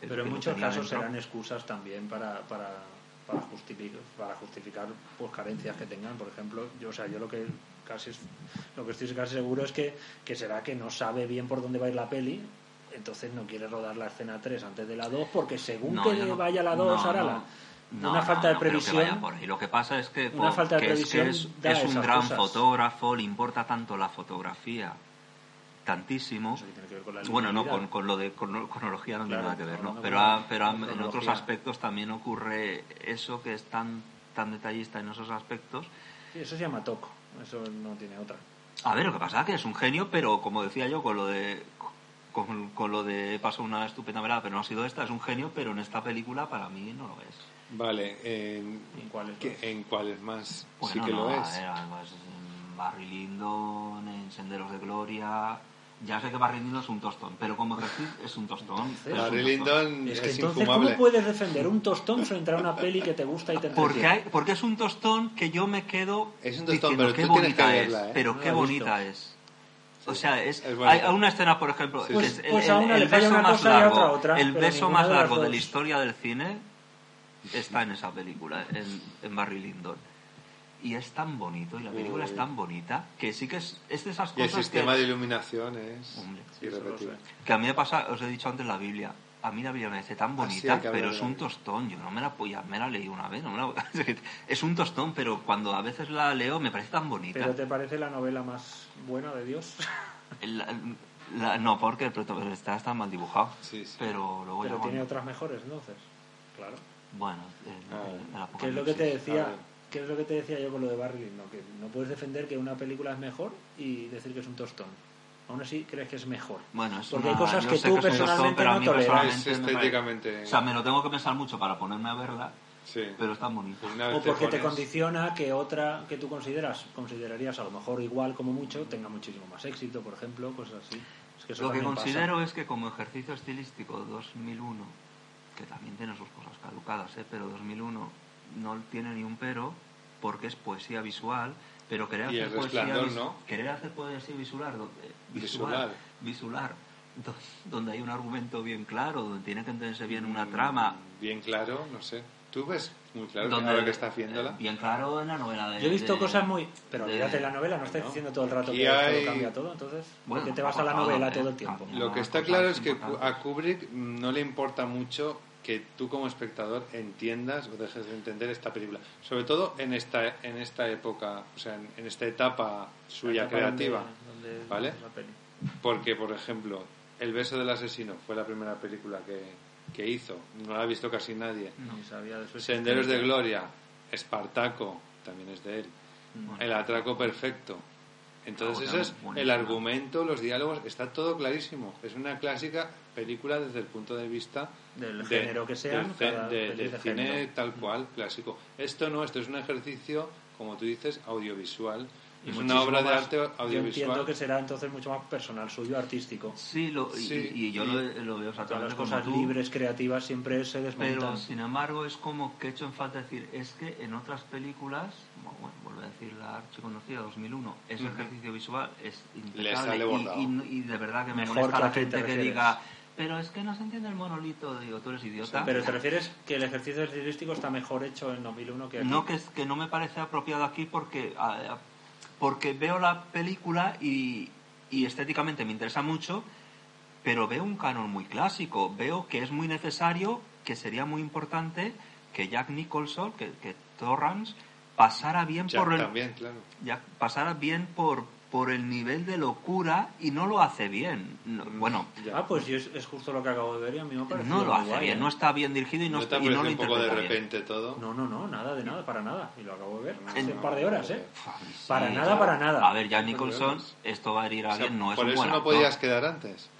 [SPEAKER 4] que
[SPEAKER 2] Pero en
[SPEAKER 4] lo
[SPEAKER 2] muchos
[SPEAKER 4] tenía
[SPEAKER 2] casos
[SPEAKER 4] dentro.
[SPEAKER 2] serán excusas también para, para, para, justificar, para justificar pues, carencias que tengan. Por ejemplo, yo, o sea, yo lo que casi es- lo que estoy casi seguro es que, que será que no sabe bien por dónde va a ir la peli, entonces no quiere rodar la escena 3 antes de la 2, porque según
[SPEAKER 4] No,
[SPEAKER 2] que
[SPEAKER 4] yo no-
[SPEAKER 2] vaya la 2,
[SPEAKER 4] no,
[SPEAKER 2] hará
[SPEAKER 4] no.
[SPEAKER 2] la.
[SPEAKER 4] No,
[SPEAKER 2] una
[SPEAKER 4] no,
[SPEAKER 2] falta de
[SPEAKER 4] no creo que
[SPEAKER 2] previsión.
[SPEAKER 4] vaya por ahí. Lo que pasa es que,
[SPEAKER 2] Una
[SPEAKER 4] po-
[SPEAKER 2] falta de
[SPEAKER 4] que es, que
[SPEAKER 2] previsión
[SPEAKER 4] es-
[SPEAKER 2] da
[SPEAKER 4] es un
[SPEAKER 2] esas
[SPEAKER 4] gran
[SPEAKER 2] cosas.
[SPEAKER 4] fotógrafo, le importa tanto la fotografía, tantísimo.
[SPEAKER 2] Eso que tiene que ver con la
[SPEAKER 4] Bueno, no,
[SPEAKER 2] linealidad.
[SPEAKER 4] con, con lo de crono- cronología no tiene
[SPEAKER 2] Claro,
[SPEAKER 4] nada que ver, ¿no?
[SPEAKER 2] hablando
[SPEAKER 4] Pero,
[SPEAKER 2] con la-
[SPEAKER 4] ah, pero
[SPEAKER 2] con
[SPEAKER 4] am- en otros
[SPEAKER 2] cronología.
[SPEAKER 4] aspectos también ocurre eso que es tan, tan detallista en esos aspectos.
[SPEAKER 2] Sí, Eso se llama toco, eso no tiene otra.
[SPEAKER 4] A ver, lo que pasa es que es un genio, pero como decía yo, con lo de. Con, con lo de pasó una estupenda velada, pero no ha sido esta, es un genio, pero en esta película para mí no lo es.
[SPEAKER 3] Vale, en,
[SPEAKER 2] ¿En cuáles
[SPEAKER 3] que-
[SPEAKER 2] más?
[SPEAKER 3] en cuáles más
[SPEAKER 4] Bueno,
[SPEAKER 3] sí que
[SPEAKER 4] Pues no, eh,
[SPEAKER 3] lo
[SPEAKER 4] a
[SPEAKER 3] es.
[SPEAKER 4] ver, además, en Barry Lyndon, en Senderos de Gloria. Ya sé que Barry Lyndon es un tostón, pero como ejercicio es un tostón. pero es un
[SPEAKER 3] Barry
[SPEAKER 4] tostón.
[SPEAKER 3] Lyndon es,
[SPEAKER 2] Es que entonces, ¿cómo
[SPEAKER 3] infumable.
[SPEAKER 2] puedes defender un tostón frente a una peli que te gusta y te
[SPEAKER 4] Porque,
[SPEAKER 2] entretiene?
[SPEAKER 4] hay- porque es un tostón que yo me quedo.
[SPEAKER 3] Es un tostón,
[SPEAKER 4] diciendo,
[SPEAKER 3] pero
[SPEAKER 4] qué
[SPEAKER 3] tú tienes que
[SPEAKER 4] bonita
[SPEAKER 3] verla,
[SPEAKER 4] es.
[SPEAKER 3] ¿eh?
[SPEAKER 4] Pero
[SPEAKER 2] No
[SPEAKER 4] qué
[SPEAKER 2] la he visto.
[SPEAKER 4] bonita es. O sea, es,
[SPEAKER 3] es bonita.
[SPEAKER 4] hay hay una escena, por ejemplo,
[SPEAKER 3] Sí,
[SPEAKER 4] que
[SPEAKER 3] sí.
[SPEAKER 4] es el,
[SPEAKER 2] Pues
[SPEAKER 4] el-
[SPEAKER 2] a una
[SPEAKER 4] el
[SPEAKER 2] le falla
[SPEAKER 4] beso
[SPEAKER 2] una
[SPEAKER 4] más
[SPEAKER 2] cosa y a otra
[SPEAKER 4] largo,
[SPEAKER 2] otra,
[SPEAKER 4] el
[SPEAKER 2] pero
[SPEAKER 4] beso
[SPEAKER 2] ninguna
[SPEAKER 4] más
[SPEAKER 2] de las
[SPEAKER 4] largo de
[SPEAKER 2] dos.
[SPEAKER 4] la historia del cine está en esa película, en, en Barry Lyndon. Y es tan bonito, y la película es tan bonita, que sí que es, es de esas
[SPEAKER 3] Y el
[SPEAKER 4] cosas
[SPEAKER 3] sistema
[SPEAKER 4] que,
[SPEAKER 3] de iluminación es
[SPEAKER 4] Hombre, sí,
[SPEAKER 2] eso lo
[SPEAKER 3] irrepetible.
[SPEAKER 2] sé.
[SPEAKER 4] que a mí me pasa, os he dicho antes la Biblia. A mí la Biblia me dice tan
[SPEAKER 3] Ah, sí,
[SPEAKER 4] bonita,
[SPEAKER 3] hay que hablar
[SPEAKER 4] pero
[SPEAKER 3] de
[SPEAKER 4] es
[SPEAKER 3] la
[SPEAKER 4] un
[SPEAKER 3] Biblia.
[SPEAKER 4] tostón. Yo no me la polla, me la leí una vez. no me la- es que es un tostón, pero cuando a veces la leo me parece tan bonita.
[SPEAKER 2] ¿Pero te parece la novela más buena de Dios?
[SPEAKER 4] La- la- no, porque el protagonista está, está mal dibujado.
[SPEAKER 3] Sí, sí.
[SPEAKER 4] Pero luego ya
[SPEAKER 2] Pero
[SPEAKER 4] cuando-
[SPEAKER 2] tiene otras mejores, entonces. Claro.
[SPEAKER 4] Bueno, eh, el-
[SPEAKER 3] Ah,
[SPEAKER 4] el- el apocalipsis.
[SPEAKER 2] ¿Qué es lo que te decía?
[SPEAKER 3] claro.
[SPEAKER 2] ¿Qué es lo que te decía yo con lo de Barry Lyndon? Que no puedes defender que una película es mejor y decir que es un tostón. Aún así crees que es mejor.
[SPEAKER 4] Bueno, es
[SPEAKER 2] Porque hay
[SPEAKER 4] una-
[SPEAKER 2] cosas
[SPEAKER 4] yo
[SPEAKER 2] que
[SPEAKER 4] sé
[SPEAKER 2] tú
[SPEAKER 4] que es un tostón,
[SPEAKER 2] personalmente
[SPEAKER 4] pero a
[SPEAKER 2] no
[SPEAKER 4] mí
[SPEAKER 2] toleras.
[SPEAKER 4] personalmente
[SPEAKER 3] Es
[SPEAKER 4] no me-
[SPEAKER 3] estéticamente.
[SPEAKER 4] O sea, me lo tengo que pensar mucho para ponerme a verla,
[SPEAKER 3] sí.
[SPEAKER 4] pero es tan bonito.
[SPEAKER 3] Una vez
[SPEAKER 2] O porque te
[SPEAKER 3] pones-
[SPEAKER 2] condiciona que otra que tú consideras, considerarías a lo mejor igual como mucho, tenga muchísimo más éxito, por ejemplo, cosas así. Es que eso
[SPEAKER 4] Lo que
[SPEAKER 2] también pasa.
[SPEAKER 4] considero es que como ejercicio estilístico 2001, que también tiene sus cosas caducadas, ¿eh? pero 2001 no tiene ni un pero porque es poesía visual, pero querer
[SPEAKER 3] Y
[SPEAKER 4] hacer,
[SPEAKER 3] El
[SPEAKER 4] poesía,
[SPEAKER 3] Resplandor,
[SPEAKER 4] vis-
[SPEAKER 3] ¿no?
[SPEAKER 4] querer hacer poesía visual, donde,
[SPEAKER 3] Visual.
[SPEAKER 4] eh, visual, visual, do- donde hay un argumento bien claro, donde tiene que entenderse bien una trama.
[SPEAKER 3] Bien claro, no sé. Tú ves muy Mm, claro
[SPEAKER 4] donde,
[SPEAKER 3] ahora que estás viéndola.
[SPEAKER 4] eh, Bien claro en la novela de...
[SPEAKER 2] Yo he visto
[SPEAKER 4] de-
[SPEAKER 2] cosas muy... Pero
[SPEAKER 4] de-
[SPEAKER 2] olvídate, la novela no está
[SPEAKER 3] Bueno,
[SPEAKER 2] diciendo todo el rato
[SPEAKER 3] aquí
[SPEAKER 2] que
[SPEAKER 3] hay-
[SPEAKER 2] todo cambia todo, entonces...
[SPEAKER 4] Bueno,
[SPEAKER 2] porque te vas a la
[SPEAKER 4] tampoco,
[SPEAKER 2] novela
[SPEAKER 4] ¿eh?
[SPEAKER 2] todo el tiempo?
[SPEAKER 4] Cambia.
[SPEAKER 3] Lo que
[SPEAKER 4] Ah,
[SPEAKER 3] está
[SPEAKER 4] cosas
[SPEAKER 3] claro es que
[SPEAKER 4] importantes.
[SPEAKER 3] a Kubrick no le importa mucho
[SPEAKER 6] que tú como espectador entiendas o dejes de entender esta película. Sobre todo en esta, en esta época, o sea, en, en esta etapa suya
[SPEAKER 2] La etapa
[SPEAKER 6] creativa.
[SPEAKER 2] donde- donde
[SPEAKER 6] ¿vale?
[SPEAKER 2] es la peli.
[SPEAKER 6] Porque, por ejemplo, El beso del asesino fue la primera película que, que hizo. No la ha visto casi nadie.
[SPEAKER 2] Ni sabía de su
[SPEAKER 6] Senderos de
[SPEAKER 2] existencia.
[SPEAKER 6] Gloria, Espartaco, también es de él. El atraco perfecto. Entonces
[SPEAKER 4] Ah,
[SPEAKER 6] ese es
[SPEAKER 4] buenísimo.
[SPEAKER 6] el argumento, los diálogos, está todo clarísimo. Es una clásica película desde el punto de vista
[SPEAKER 2] Del
[SPEAKER 6] de-
[SPEAKER 2] género que sea,
[SPEAKER 6] del, ce-
[SPEAKER 2] cada
[SPEAKER 6] de-
[SPEAKER 2] peli
[SPEAKER 6] del
[SPEAKER 2] de
[SPEAKER 6] cine
[SPEAKER 2] género.
[SPEAKER 6] tal
[SPEAKER 4] Mm.
[SPEAKER 6] cual, clásico. Esto no, esto es un ejercicio, como tú dices, audiovisual.
[SPEAKER 4] Y
[SPEAKER 6] es una
[SPEAKER 4] muchísimo
[SPEAKER 6] obra de
[SPEAKER 4] más-
[SPEAKER 6] arte
[SPEAKER 2] Yo entiendo
[SPEAKER 6] audiovisual.
[SPEAKER 2] que será entonces mucho más personal suyo, artístico.
[SPEAKER 4] Sí, lo, y,
[SPEAKER 6] Sí,
[SPEAKER 4] y- y yo
[SPEAKER 6] y-
[SPEAKER 4] lo, lo veo
[SPEAKER 2] Todas las
[SPEAKER 4] exactamente como
[SPEAKER 2] cosas
[SPEAKER 4] tú,
[SPEAKER 2] libres, creativas, siempre se desmontan.
[SPEAKER 4] Pero sin embargo es como que he hecho en falta decir, es que en otras películas, bueno, bueno, vuelvo a decir la archiconocida 2001, ese ejercicio visual es impecable
[SPEAKER 6] sale
[SPEAKER 4] y-
[SPEAKER 6] bordado.
[SPEAKER 4] y, y de verdad que me
[SPEAKER 2] Mejor
[SPEAKER 4] molesta
[SPEAKER 2] que
[SPEAKER 4] la
[SPEAKER 2] a quien te
[SPEAKER 4] gente que
[SPEAKER 2] refieres.
[SPEAKER 4] diga, pero es que no se entiende el monolito, digo, tú eres idiota.
[SPEAKER 2] Pero te refieres que el ejercicio estilístico está mejor hecho en 2001 que aquí.
[SPEAKER 4] No, que, es- que no me parece apropiado aquí porque, a- a- porque veo la película y, y estéticamente me interesa mucho, pero veo un canon muy clásico, veo que es muy necesario, que sería muy importante que Jack Nicholson, que, que Torrance, pasara bien
[SPEAKER 6] Jack
[SPEAKER 4] por el,
[SPEAKER 6] también, claro.
[SPEAKER 4] ya pasara bien por, por el nivel de locura y no lo hace bien. No- bueno,
[SPEAKER 6] Ya.
[SPEAKER 2] Ah, pues yo es, es justo lo que acabo de ver y a mí me ha parecido
[SPEAKER 4] no lo
[SPEAKER 2] muy
[SPEAKER 4] hace
[SPEAKER 2] guay,
[SPEAKER 4] bien,
[SPEAKER 2] ¿eh?
[SPEAKER 4] no está bien dirigido y no,
[SPEAKER 6] ¿No
[SPEAKER 4] está,
[SPEAKER 6] te
[SPEAKER 4] y no
[SPEAKER 6] aparece
[SPEAKER 4] lo
[SPEAKER 6] un poco de
[SPEAKER 4] interpreta bien.
[SPEAKER 6] repente todo?
[SPEAKER 2] No, no, no, nada de nada, para nada. Y lo acabo de ver hace
[SPEAKER 4] En-
[SPEAKER 2] un par de horas, ¿eh?
[SPEAKER 4] Sí,
[SPEAKER 2] Para nada,
[SPEAKER 4] claro.
[SPEAKER 2] para nada.
[SPEAKER 4] A ver, Jack Nicholson, esto va a herir a
[SPEAKER 6] O sea,
[SPEAKER 4] alguien, no es
[SPEAKER 6] por
[SPEAKER 4] un
[SPEAKER 6] eso
[SPEAKER 4] buen
[SPEAKER 6] no
[SPEAKER 4] actor.
[SPEAKER 6] podías quedar antes.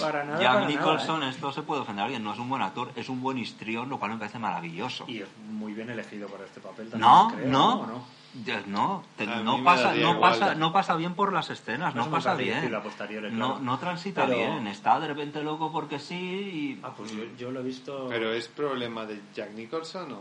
[SPEAKER 2] Para nada, para
[SPEAKER 4] Jack
[SPEAKER 2] nada,
[SPEAKER 4] Nicholson,
[SPEAKER 2] ¿eh?
[SPEAKER 4] esto se puede ofender a alguien, no es un buen actor, es un buen histrión, lo cual me parece maravilloso.
[SPEAKER 2] Y es muy bien elegido para este papel también.
[SPEAKER 4] No,
[SPEAKER 2] creo,
[SPEAKER 4] no,
[SPEAKER 2] ¿O
[SPEAKER 4] no, Ya- no, te-
[SPEAKER 6] A mí
[SPEAKER 4] no
[SPEAKER 6] me
[SPEAKER 4] pasa,
[SPEAKER 6] daría
[SPEAKER 4] no
[SPEAKER 6] igual.
[SPEAKER 4] pasa, no pasa bien por las escenas,
[SPEAKER 2] No
[SPEAKER 4] no,
[SPEAKER 2] se me
[SPEAKER 4] pasa
[SPEAKER 2] parece
[SPEAKER 4] bien,
[SPEAKER 2] difícil a posteriores,
[SPEAKER 4] no,
[SPEAKER 2] claro.
[SPEAKER 4] no transita
[SPEAKER 2] Pero-
[SPEAKER 4] bien, está de repente loco porque sí y
[SPEAKER 2] Ah, pues yo, yo lo he visto.
[SPEAKER 6] ¿Pero es problema de Jack Nicholson o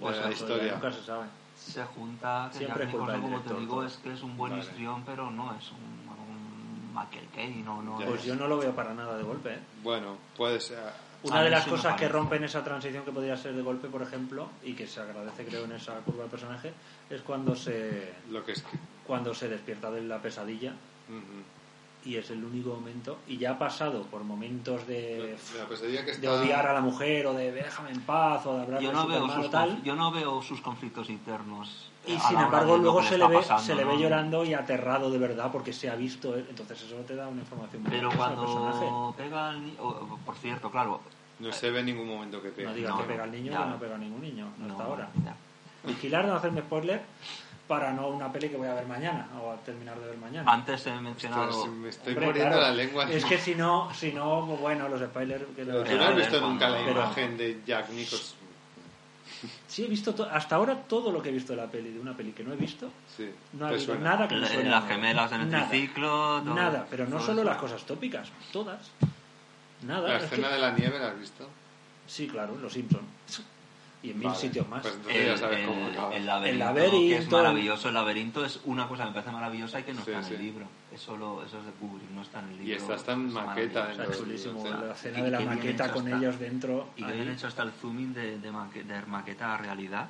[SPEAKER 2] Pues,
[SPEAKER 6] de
[SPEAKER 2] joder,
[SPEAKER 6] la historia?
[SPEAKER 2] Nunca se sabe.
[SPEAKER 4] se junta. Que
[SPEAKER 2] Siempre
[SPEAKER 4] Jack
[SPEAKER 2] es culpa
[SPEAKER 4] Nicholson,
[SPEAKER 2] del
[SPEAKER 4] como te
[SPEAKER 2] director,
[SPEAKER 4] digo,
[SPEAKER 2] todo.
[SPEAKER 4] es que es un buen
[SPEAKER 6] Vale.
[SPEAKER 4] histrión, pero no es un, un Michael Caine, no, no
[SPEAKER 6] Ya,
[SPEAKER 4] es-
[SPEAKER 2] Pues yo no lo veo para nada de golpe, ¿eh?
[SPEAKER 6] Bueno, puedes... eh,
[SPEAKER 2] Una
[SPEAKER 4] A
[SPEAKER 2] de
[SPEAKER 4] mí
[SPEAKER 2] las
[SPEAKER 4] sí me
[SPEAKER 2] cosas que
[SPEAKER 4] parece.
[SPEAKER 2] rompen esa transición que podría ser de golpe, por ejemplo, y que se agradece creo en esa curva de personaje, es cuando se
[SPEAKER 6] lo que es que...
[SPEAKER 2] cuando se despierta de la pesadilla
[SPEAKER 6] Ujú.
[SPEAKER 2] y es el único momento y ya ha pasado por momentos de,
[SPEAKER 6] La pesadilla que
[SPEAKER 2] de
[SPEAKER 6] está...
[SPEAKER 2] odiar a la mujer o de déjame en paz o de hablar
[SPEAKER 4] yo
[SPEAKER 2] de
[SPEAKER 4] no, veo
[SPEAKER 2] Superman
[SPEAKER 4] sus,
[SPEAKER 2] o tal
[SPEAKER 4] conf- yo no veo sus conflictos internos. eh,
[SPEAKER 2] y
[SPEAKER 4] a
[SPEAKER 2] sin
[SPEAKER 4] la hora
[SPEAKER 2] embargo
[SPEAKER 4] de lo
[SPEAKER 2] luego
[SPEAKER 4] que
[SPEAKER 2] se le
[SPEAKER 4] está
[SPEAKER 2] ve
[SPEAKER 4] pasando,
[SPEAKER 2] se le ve
[SPEAKER 4] ¿no?
[SPEAKER 2] llorando y aterrado de verdad porque se ha visto eh, entonces eso te da una información muy
[SPEAKER 4] Pero
[SPEAKER 2] valiosa al personaje.
[SPEAKER 4] cuando pega al ni- o- por cierto, claro.
[SPEAKER 6] No se ve en ningún momento que
[SPEAKER 2] no
[SPEAKER 6] pega.
[SPEAKER 2] digas
[SPEAKER 4] no,
[SPEAKER 2] que pega al niño
[SPEAKER 4] ya.
[SPEAKER 2] que no pega a ningún niño
[SPEAKER 4] no,
[SPEAKER 2] hasta ahora
[SPEAKER 4] ya.
[SPEAKER 2] vigilar no hacerme spoiler para no una peli que voy a ver mañana o a terminar de ver mañana
[SPEAKER 4] Antes he mencionado.
[SPEAKER 6] Ostras, me estoy
[SPEAKER 2] Hombre,
[SPEAKER 6] muriendo
[SPEAKER 2] claro.
[SPEAKER 6] la lengua.
[SPEAKER 2] Es que si no, si no, pues bueno, los spoilers... Que
[SPEAKER 6] Pero
[SPEAKER 2] lo-
[SPEAKER 6] tú no has
[SPEAKER 4] Pero-
[SPEAKER 6] visto nunca la
[SPEAKER 4] pero-
[SPEAKER 6] imagen de Jack Nicholson.
[SPEAKER 2] Sí, he visto to- hasta ahora todo lo que he visto de la peli, de una peli que no he visto,
[SPEAKER 6] Sí.
[SPEAKER 2] no ha habido
[SPEAKER 6] ¿Te Pues suena?
[SPEAKER 2] nada que me suene.
[SPEAKER 4] Las gemelas en el
[SPEAKER 2] Nada.
[SPEAKER 4] triciclo. todo-
[SPEAKER 2] Nada, pero no
[SPEAKER 4] todo
[SPEAKER 2] solo
[SPEAKER 4] eso.
[SPEAKER 2] las cosas tópicas, todas. Nada.
[SPEAKER 6] La
[SPEAKER 2] es
[SPEAKER 6] escena
[SPEAKER 2] que-
[SPEAKER 6] de la nieve la has visto.
[SPEAKER 2] Sí, claro, los Simpsons. Y en mil
[SPEAKER 6] Vale,
[SPEAKER 2] sitios más.
[SPEAKER 6] pues entonces
[SPEAKER 4] El,
[SPEAKER 6] ya sabes
[SPEAKER 4] el-
[SPEAKER 6] cómo acaba.
[SPEAKER 4] el laberinto,
[SPEAKER 2] El
[SPEAKER 4] que es
[SPEAKER 2] laberinto.
[SPEAKER 4] maravilloso. El laberinto es una cosa que me parece maravillosa y que no
[SPEAKER 6] Sí,
[SPEAKER 4] está en
[SPEAKER 6] sí.
[SPEAKER 4] el libro. Eso, lo- eso es de Kubrick, no está en el libro.
[SPEAKER 6] Y está hasta en
[SPEAKER 4] Es
[SPEAKER 6] maqueta
[SPEAKER 2] Está
[SPEAKER 4] maravilloso.
[SPEAKER 6] dentro
[SPEAKER 2] chulísimo,
[SPEAKER 6] del-
[SPEAKER 2] la
[SPEAKER 6] del-
[SPEAKER 2] escena
[SPEAKER 4] Y
[SPEAKER 2] de la
[SPEAKER 4] qué bien
[SPEAKER 2] maqueta
[SPEAKER 4] hecho
[SPEAKER 2] con
[SPEAKER 4] está.
[SPEAKER 2] ellos dentro.
[SPEAKER 4] Y que
[SPEAKER 2] ahí.
[SPEAKER 4] habían hecho hasta el zooming de, de, maque- de maqueta a realidad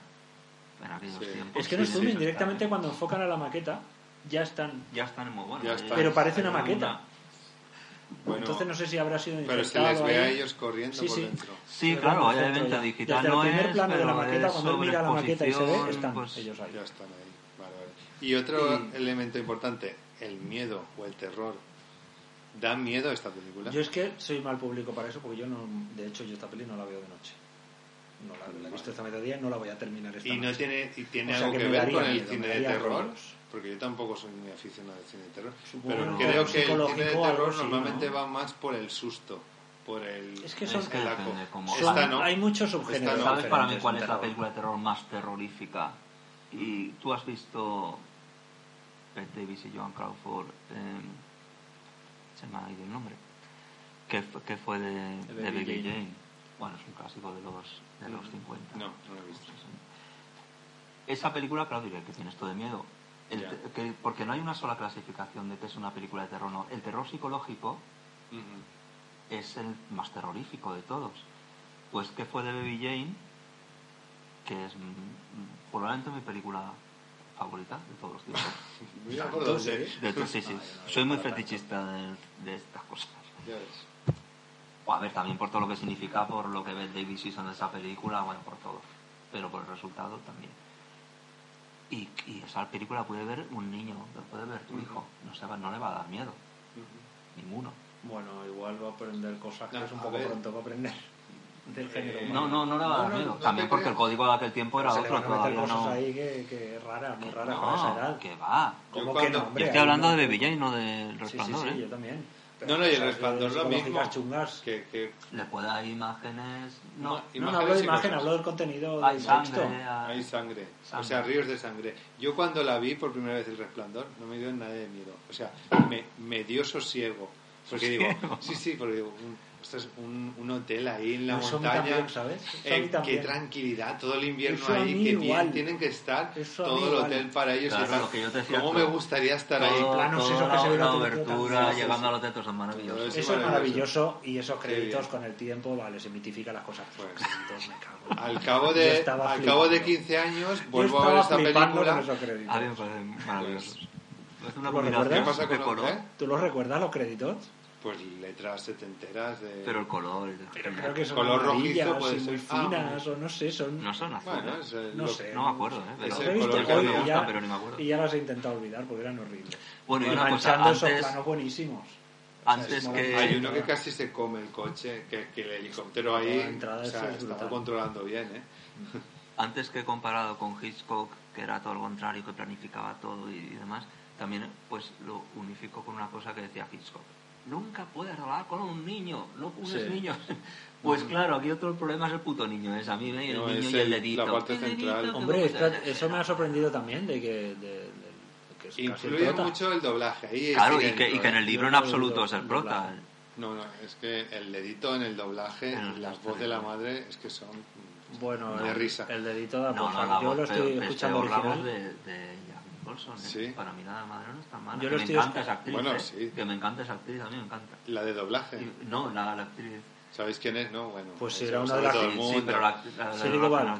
[SPEAKER 4] en aquellos
[SPEAKER 6] Sí.
[SPEAKER 4] tiempos.
[SPEAKER 2] Es que no es
[SPEAKER 6] Sí,
[SPEAKER 2] zooming,
[SPEAKER 6] sí,
[SPEAKER 2] directamente cuando enfocan a la maqueta, ya están...
[SPEAKER 4] Ya están muy buenos.
[SPEAKER 6] Ya
[SPEAKER 4] eh,
[SPEAKER 6] están.
[SPEAKER 2] Pero parece una
[SPEAKER 4] hay
[SPEAKER 2] maqueta.
[SPEAKER 6] Bueno,
[SPEAKER 2] Entonces no sé si habrá sido
[SPEAKER 6] pero se
[SPEAKER 2] infectado
[SPEAKER 6] les ve a
[SPEAKER 2] ahí.
[SPEAKER 6] ellos corriendo
[SPEAKER 2] Sí,
[SPEAKER 6] por
[SPEAKER 2] sí.
[SPEAKER 6] dentro.
[SPEAKER 4] Sí,
[SPEAKER 2] Pero
[SPEAKER 4] claro,
[SPEAKER 2] vamos,
[SPEAKER 4] obviamente
[SPEAKER 2] dentro ya.
[SPEAKER 4] digital
[SPEAKER 2] Desde el
[SPEAKER 4] no
[SPEAKER 2] primer
[SPEAKER 4] es,
[SPEAKER 2] plano de la
[SPEAKER 4] pero
[SPEAKER 2] maqueta,
[SPEAKER 4] es
[SPEAKER 2] cuando él mira la maqueta y se ve,
[SPEAKER 4] sobreexposición,
[SPEAKER 2] están
[SPEAKER 4] pues,
[SPEAKER 2] ellos ahí.
[SPEAKER 6] Ya están ahí. Vale, vale. Y otro elemento importante, el miedo o el terror. ¿Da miedo esta película?
[SPEAKER 2] Yo es que soy mal público para eso porque yo no, de hecho yo esta peli no la veo de noche. No la, la he visto esta mediodía, no la voy a terminar esta
[SPEAKER 6] y no
[SPEAKER 2] noche.
[SPEAKER 6] tiene y tiene
[SPEAKER 2] O sea,
[SPEAKER 6] algo
[SPEAKER 2] que
[SPEAKER 6] que,
[SPEAKER 2] me
[SPEAKER 6] ver
[SPEAKER 2] daría
[SPEAKER 6] con el
[SPEAKER 2] miedo,
[SPEAKER 6] cine
[SPEAKER 2] me
[SPEAKER 6] de
[SPEAKER 2] daría
[SPEAKER 6] terror
[SPEAKER 2] rollos.
[SPEAKER 6] porque yo tampoco soy muy aficionado al cine de terror
[SPEAKER 2] Supongo
[SPEAKER 6] pero
[SPEAKER 2] que
[SPEAKER 6] creo
[SPEAKER 2] algo
[SPEAKER 6] que el cine de
[SPEAKER 2] psicológico o algo
[SPEAKER 6] terror
[SPEAKER 2] así,
[SPEAKER 6] normalmente
[SPEAKER 2] ¿no?
[SPEAKER 6] va más por el susto por el
[SPEAKER 2] Es que son- Es que
[SPEAKER 6] el
[SPEAKER 4] depende
[SPEAKER 6] aco-
[SPEAKER 4] cómo-
[SPEAKER 6] esta
[SPEAKER 2] Son-
[SPEAKER 6] no
[SPEAKER 2] Hay muchos
[SPEAKER 6] Esta
[SPEAKER 2] subgéneros.
[SPEAKER 6] no.
[SPEAKER 4] ¿Sabes para mí
[SPEAKER 2] diferentes
[SPEAKER 4] cuál
[SPEAKER 2] en
[SPEAKER 4] es la
[SPEAKER 2] terror.
[SPEAKER 4] película de terror más terrorífica? Y tú has visto Bette Davis y Joan Crawford, eh, se me ha ido el nombre, que, f- que fue de, de
[SPEAKER 2] Baby
[SPEAKER 4] Baby,
[SPEAKER 2] Jane.
[SPEAKER 4] Jane. Bueno, es un clásico de los, de los 50.
[SPEAKER 6] Mm. no no lo he visto
[SPEAKER 4] Esa película, claro, diré que tiene esto de miedo. El
[SPEAKER 6] Ya.
[SPEAKER 4] te- que- porque no hay una sola clasificación de que es una película de terror. no. El terror psicológico
[SPEAKER 6] Ujú.
[SPEAKER 4] es el más terrorífico de todos. Pues que fue de Baby Jane, que es mm, mm, probablemente mi película favorita de todos los tiempos.
[SPEAKER 6] Mira por
[SPEAKER 2] Entonces,
[SPEAKER 6] dónde.
[SPEAKER 2] ¿eh?
[SPEAKER 4] De hecho, sí, sí. Soy muy fetichista de, de estas cosas.
[SPEAKER 6] Ya ves.
[SPEAKER 4] O Pues, a ver, también por todo lo que significa, por lo que ve David Season en esa película, bueno, por todo. Pero por el resultado también. Y, y esa película puede ver un niño, lo puede ver tu hijo. No, se va, no le va a dar miedo, ninguno.
[SPEAKER 2] Bueno, igual va a aprender cosas que
[SPEAKER 6] No,
[SPEAKER 2] es un
[SPEAKER 6] a
[SPEAKER 2] poco
[SPEAKER 6] ver. Eh,
[SPEAKER 2] pronto para aprender del género humano.
[SPEAKER 4] No, no, no le va a dar
[SPEAKER 6] No, no,
[SPEAKER 4] miedo.
[SPEAKER 6] no te
[SPEAKER 4] también porque
[SPEAKER 6] creas.
[SPEAKER 4] el código de aquel tiempo era
[SPEAKER 2] Se le
[SPEAKER 4] otro,
[SPEAKER 2] van a meter
[SPEAKER 4] todavía
[SPEAKER 2] cosas
[SPEAKER 4] no.
[SPEAKER 2] ahí que, que raras, muy raras
[SPEAKER 4] no,
[SPEAKER 2] para esa edad.
[SPEAKER 4] que va.
[SPEAKER 2] ¿Cómo
[SPEAKER 6] Yo
[SPEAKER 2] que
[SPEAKER 6] cuando-
[SPEAKER 2] no,
[SPEAKER 6] yo
[SPEAKER 2] hombre?
[SPEAKER 4] Yo estoy
[SPEAKER 2] Ahí
[SPEAKER 4] hablando
[SPEAKER 2] no.
[SPEAKER 4] de Bebilla y no del
[SPEAKER 2] Sí, sí,
[SPEAKER 4] resplandor,
[SPEAKER 2] sí,
[SPEAKER 4] ¿eh?
[SPEAKER 2] yo también.
[SPEAKER 6] No, no, y el
[SPEAKER 2] Cosas
[SPEAKER 6] resplandor lo
[SPEAKER 2] psicológicas
[SPEAKER 6] mismo.
[SPEAKER 2] chungas.
[SPEAKER 6] Que, que,
[SPEAKER 4] Le puede dar imágenes. No,
[SPEAKER 6] ima-
[SPEAKER 2] No, no
[SPEAKER 6] imágenes
[SPEAKER 2] hablo de
[SPEAKER 6] y
[SPEAKER 2] imagen,
[SPEAKER 6] cosas.
[SPEAKER 2] hablo del contenido
[SPEAKER 4] hay
[SPEAKER 2] del texto.
[SPEAKER 4] sangre. hay-
[SPEAKER 6] Hay
[SPEAKER 2] Ah,
[SPEAKER 6] sangre, o
[SPEAKER 4] Sangre.
[SPEAKER 6] sea, ríos de sangre. Yo cuando la vi por primera vez El Resplandor no me dio nada de miedo, o sea, me, me dio sosiego. Porque digo, sí, sí, porque digo, un, ostras, un, un hotel ahí en la
[SPEAKER 2] Eso a mí
[SPEAKER 6] montaña.
[SPEAKER 2] también, ¿sabes? Eso a
[SPEAKER 6] eh,
[SPEAKER 2] mí
[SPEAKER 6] qué
[SPEAKER 2] también.
[SPEAKER 6] tranquilidad, todo el invierno
[SPEAKER 2] Eso a
[SPEAKER 6] ahí,
[SPEAKER 2] mí
[SPEAKER 6] que bien
[SPEAKER 2] igual.
[SPEAKER 6] tienen que estar,
[SPEAKER 2] Eso a mí
[SPEAKER 6] todo el
[SPEAKER 2] igual.
[SPEAKER 6] hotel para ellos.
[SPEAKER 4] Claro,
[SPEAKER 6] y tal.
[SPEAKER 4] lo que yo te decía,
[SPEAKER 6] ¿Cómo
[SPEAKER 4] todo-
[SPEAKER 6] me gustaría estar ahí?
[SPEAKER 4] todo-
[SPEAKER 2] planos
[SPEAKER 4] toda
[SPEAKER 2] esos que
[SPEAKER 4] la-
[SPEAKER 2] se ven
[SPEAKER 4] la
[SPEAKER 2] en la película,
[SPEAKER 4] obertura
[SPEAKER 2] sí, sí,
[SPEAKER 4] llegando
[SPEAKER 6] sí.
[SPEAKER 4] al hotel, son maravillosos.
[SPEAKER 6] Todo
[SPEAKER 2] Eso es maravilloso y esos
[SPEAKER 6] Qué
[SPEAKER 2] créditos
[SPEAKER 6] bien.
[SPEAKER 2] con el tiempo, vale, se mitifica las cosas. Pues,
[SPEAKER 6] Pues,
[SPEAKER 2] entonces me cago. en-
[SPEAKER 6] Al cabo
[SPEAKER 2] Yo
[SPEAKER 6] de,
[SPEAKER 2] estaba
[SPEAKER 6] al cabo de
[SPEAKER 2] flipando.
[SPEAKER 6] 15 años
[SPEAKER 2] Yo
[SPEAKER 6] vuelvo a ver
[SPEAKER 2] estaba
[SPEAKER 6] esta
[SPEAKER 2] flipando
[SPEAKER 6] película.
[SPEAKER 2] con esos créditos.
[SPEAKER 4] A mí me parecen maravillosos. Es una
[SPEAKER 2] ¿Lo recuerdas?
[SPEAKER 6] ¿Qué
[SPEAKER 4] combinación
[SPEAKER 6] pasa
[SPEAKER 4] de
[SPEAKER 6] con
[SPEAKER 4] color,
[SPEAKER 6] Oz, eh?
[SPEAKER 2] ¿Tú los recuerdas los créditos?
[SPEAKER 6] Pues letras setenteras de...
[SPEAKER 4] pero el color. el-
[SPEAKER 2] Pero creo que son
[SPEAKER 6] Color
[SPEAKER 2] amarillas
[SPEAKER 6] rojizo puede
[SPEAKER 2] y muy
[SPEAKER 6] ser. Ah,
[SPEAKER 2] finas o no sé, son...
[SPEAKER 4] No son azules.
[SPEAKER 6] Bueno, es eh, el-
[SPEAKER 2] No
[SPEAKER 6] lo-
[SPEAKER 2] sé.
[SPEAKER 4] no me acuerdo, ¿eh? Pero
[SPEAKER 6] Es
[SPEAKER 2] Los
[SPEAKER 6] el
[SPEAKER 2] he visto
[SPEAKER 6] color que
[SPEAKER 2] hoy
[SPEAKER 6] me
[SPEAKER 2] y
[SPEAKER 6] gusta,
[SPEAKER 2] ya-
[SPEAKER 4] pero no me acuerdo.
[SPEAKER 2] Y ya las he intentado olvidar porque eran horribles.
[SPEAKER 4] Bueno, y
[SPEAKER 2] Y
[SPEAKER 4] una cosa,
[SPEAKER 2] manchando esos
[SPEAKER 4] antes,
[SPEAKER 2] planos buenísimos.
[SPEAKER 4] antes
[SPEAKER 2] Sí,
[SPEAKER 4] que.
[SPEAKER 6] Hay uno que casi se come el coche, que, que el helicóptero ahí
[SPEAKER 2] Eh, ah. La entrada
[SPEAKER 6] o sea,
[SPEAKER 2] esa es
[SPEAKER 6] estaba
[SPEAKER 2] brutal.
[SPEAKER 6] controlando bien, ¿eh?
[SPEAKER 4] antes que comparado con Hitchcock, que era todo lo contrario, que planificaba todo y, y demás, también pues lo unificó con una cosa que decía Hitchcock. Nunca puedes hablar con un niño, no uses
[SPEAKER 2] Sí.
[SPEAKER 4] niños. Pues claro, aquí otro problema es el puto niño, es a mí el
[SPEAKER 6] No,
[SPEAKER 4] niño
[SPEAKER 6] es
[SPEAKER 4] y el
[SPEAKER 6] el-
[SPEAKER 4] dedito.
[SPEAKER 6] la parte
[SPEAKER 4] El dedito,
[SPEAKER 6] central.
[SPEAKER 4] que
[SPEAKER 2] Hombre,
[SPEAKER 4] vamos a
[SPEAKER 2] espera,
[SPEAKER 4] hacer.
[SPEAKER 2] eso me ha sorprendido también de que... de- de- que es casi el
[SPEAKER 6] Influye
[SPEAKER 2] prota.
[SPEAKER 6] mucho el doblaje. Ahí es
[SPEAKER 4] Claro, y
[SPEAKER 6] directo,
[SPEAKER 4] que, y que en
[SPEAKER 6] ¿eh?
[SPEAKER 4] el libro
[SPEAKER 2] Yo
[SPEAKER 4] en
[SPEAKER 2] no
[SPEAKER 4] absoluto
[SPEAKER 2] lo-
[SPEAKER 4] es el
[SPEAKER 2] lo
[SPEAKER 4] prota.
[SPEAKER 2] plazo.
[SPEAKER 6] No, no, es que el dedito en el doblaje
[SPEAKER 4] Ah,
[SPEAKER 6] y las
[SPEAKER 4] está
[SPEAKER 6] voz de la
[SPEAKER 4] bien.
[SPEAKER 6] madre es que son...
[SPEAKER 2] Bueno,
[SPEAKER 6] De
[SPEAKER 2] el,
[SPEAKER 6] risa.
[SPEAKER 2] el dedito da
[SPEAKER 4] No,
[SPEAKER 2] por
[SPEAKER 4] no,
[SPEAKER 2] saco.
[SPEAKER 4] la
[SPEAKER 2] pues Yo
[SPEAKER 4] voz,
[SPEAKER 2] lo
[SPEAKER 4] pero-
[SPEAKER 2] estoy
[SPEAKER 4] pero
[SPEAKER 2] escuchando
[SPEAKER 4] peor la voz
[SPEAKER 2] original.
[SPEAKER 4] de, de Jack Nicholson. ¿eh?
[SPEAKER 6] Sí.
[SPEAKER 4] Para mí la madre no está mala.
[SPEAKER 2] Yo
[SPEAKER 4] que
[SPEAKER 2] lo
[SPEAKER 4] me
[SPEAKER 2] estoy
[SPEAKER 4] encanta
[SPEAKER 2] escu-
[SPEAKER 4] esa actriz.
[SPEAKER 6] Bueno,
[SPEAKER 4] ¿eh?
[SPEAKER 6] sí.
[SPEAKER 4] Que me encanta esa actriz, a mí me encanta.
[SPEAKER 6] La de doblaje.
[SPEAKER 4] Y- no, la, la actriz.
[SPEAKER 6] ¿Sabéis quién es? No, bueno.
[SPEAKER 2] Pues
[SPEAKER 6] eso
[SPEAKER 2] era
[SPEAKER 6] lo
[SPEAKER 2] una
[SPEAKER 6] sabe
[SPEAKER 2] de las-
[SPEAKER 6] todo
[SPEAKER 4] Sí,
[SPEAKER 6] el
[SPEAKER 4] sí,
[SPEAKER 6] mundo.
[SPEAKER 4] pero la, la, la
[SPEAKER 2] Sí,
[SPEAKER 4] de
[SPEAKER 2] Igual.
[SPEAKER 4] la-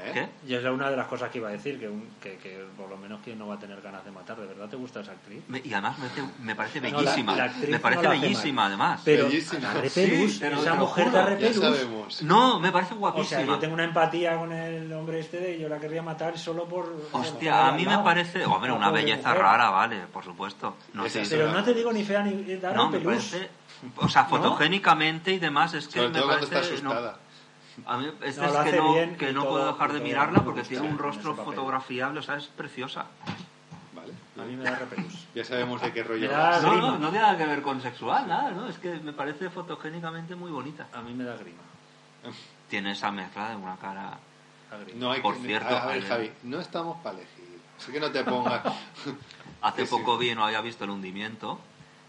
[SPEAKER 6] ¿Eh?
[SPEAKER 4] ¿Qué?
[SPEAKER 2] Y es una de las cosas que iba a decir, que, un- que, que por lo menos que no va a tener ganas de matar. ¿De verdad te gusta esa actriz?
[SPEAKER 4] Me- y además me, hace- me parece
[SPEAKER 2] No, la-
[SPEAKER 4] bellísima.
[SPEAKER 2] la actriz
[SPEAKER 4] me parece
[SPEAKER 2] no la hace
[SPEAKER 4] bellísima,
[SPEAKER 2] mal.
[SPEAKER 4] además.
[SPEAKER 2] Pero
[SPEAKER 6] Bellísima.
[SPEAKER 2] la
[SPEAKER 4] Sí,
[SPEAKER 2] repelús,
[SPEAKER 4] te lo- te
[SPEAKER 2] esa
[SPEAKER 4] lo
[SPEAKER 2] mujer
[SPEAKER 4] juro,
[SPEAKER 2] de
[SPEAKER 4] ya
[SPEAKER 6] Ya
[SPEAKER 2] repelús.
[SPEAKER 6] sabemos.
[SPEAKER 4] No, me parece
[SPEAKER 2] O
[SPEAKER 4] guapísima.
[SPEAKER 2] sea, yo tengo una empatía con el hombre este de yo la querría matar solo por... por
[SPEAKER 4] Hostia, a mí
[SPEAKER 2] al
[SPEAKER 4] me
[SPEAKER 2] lado.
[SPEAKER 4] parece. oh, Hombre,
[SPEAKER 2] Por
[SPEAKER 4] una
[SPEAKER 2] pobre
[SPEAKER 4] belleza
[SPEAKER 2] mujer.
[SPEAKER 4] rara, vale, por supuesto. No,
[SPEAKER 6] Esa
[SPEAKER 4] sé,
[SPEAKER 6] es
[SPEAKER 2] Pero no te digo ni fea ni da
[SPEAKER 4] no me
[SPEAKER 2] repelús.
[SPEAKER 4] parece. O sea, fotogénicamente y demás, es que
[SPEAKER 6] Sobre
[SPEAKER 4] me
[SPEAKER 6] todo cuando
[SPEAKER 4] parece.
[SPEAKER 6] está
[SPEAKER 4] no,
[SPEAKER 6] asustada.
[SPEAKER 4] a mí este
[SPEAKER 2] No,
[SPEAKER 4] es
[SPEAKER 2] lo
[SPEAKER 4] que
[SPEAKER 2] hace
[SPEAKER 4] no,
[SPEAKER 2] bien
[SPEAKER 4] que
[SPEAKER 2] y
[SPEAKER 4] no
[SPEAKER 2] todo-
[SPEAKER 4] puedo dejar de
[SPEAKER 2] todo
[SPEAKER 4] mirarla
[SPEAKER 2] me
[SPEAKER 4] porque
[SPEAKER 2] gusta
[SPEAKER 4] tiene un
[SPEAKER 2] en
[SPEAKER 4] rostro
[SPEAKER 2] ese papel.
[SPEAKER 4] fotografiable, o sea, es preciosa.
[SPEAKER 6] Vale.
[SPEAKER 2] A mí me da repelús.
[SPEAKER 6] Ya sabemos de qué rollo
[SPEAKER 2] Me
[SPEAKER 6] va.
[SPEAKER 2] da
[SPEAKER 4] No,
[SPEAKER 2] grima.
[SPEAKER 4] no, no tiene nada que ver con sexual, nada, ¿no? Es que me parece fotogénicamente muy bonita.
[SPEAKER 2] A mí me da grima.
[SPEAKER 4] Tiene esa mezcla de una cara.
[SPEAKER 2] Da grima.
[SPEAKER 6] No hay
[SPEAKER 4] Por
[SPEAKER 6] que-
[SPEAKER 4] cierto,
[SPEAKER 6] a, a ver,
[SPEAKER 4] eh,
[SPEAKER 6] Javi, no estamos para elegir. Así que no te pongas.
[SPEAKER 4] Hace
[SPEAKER 6] Sí, sí.
[SPEAKER 4] poco vi, no había visto el hundimiento.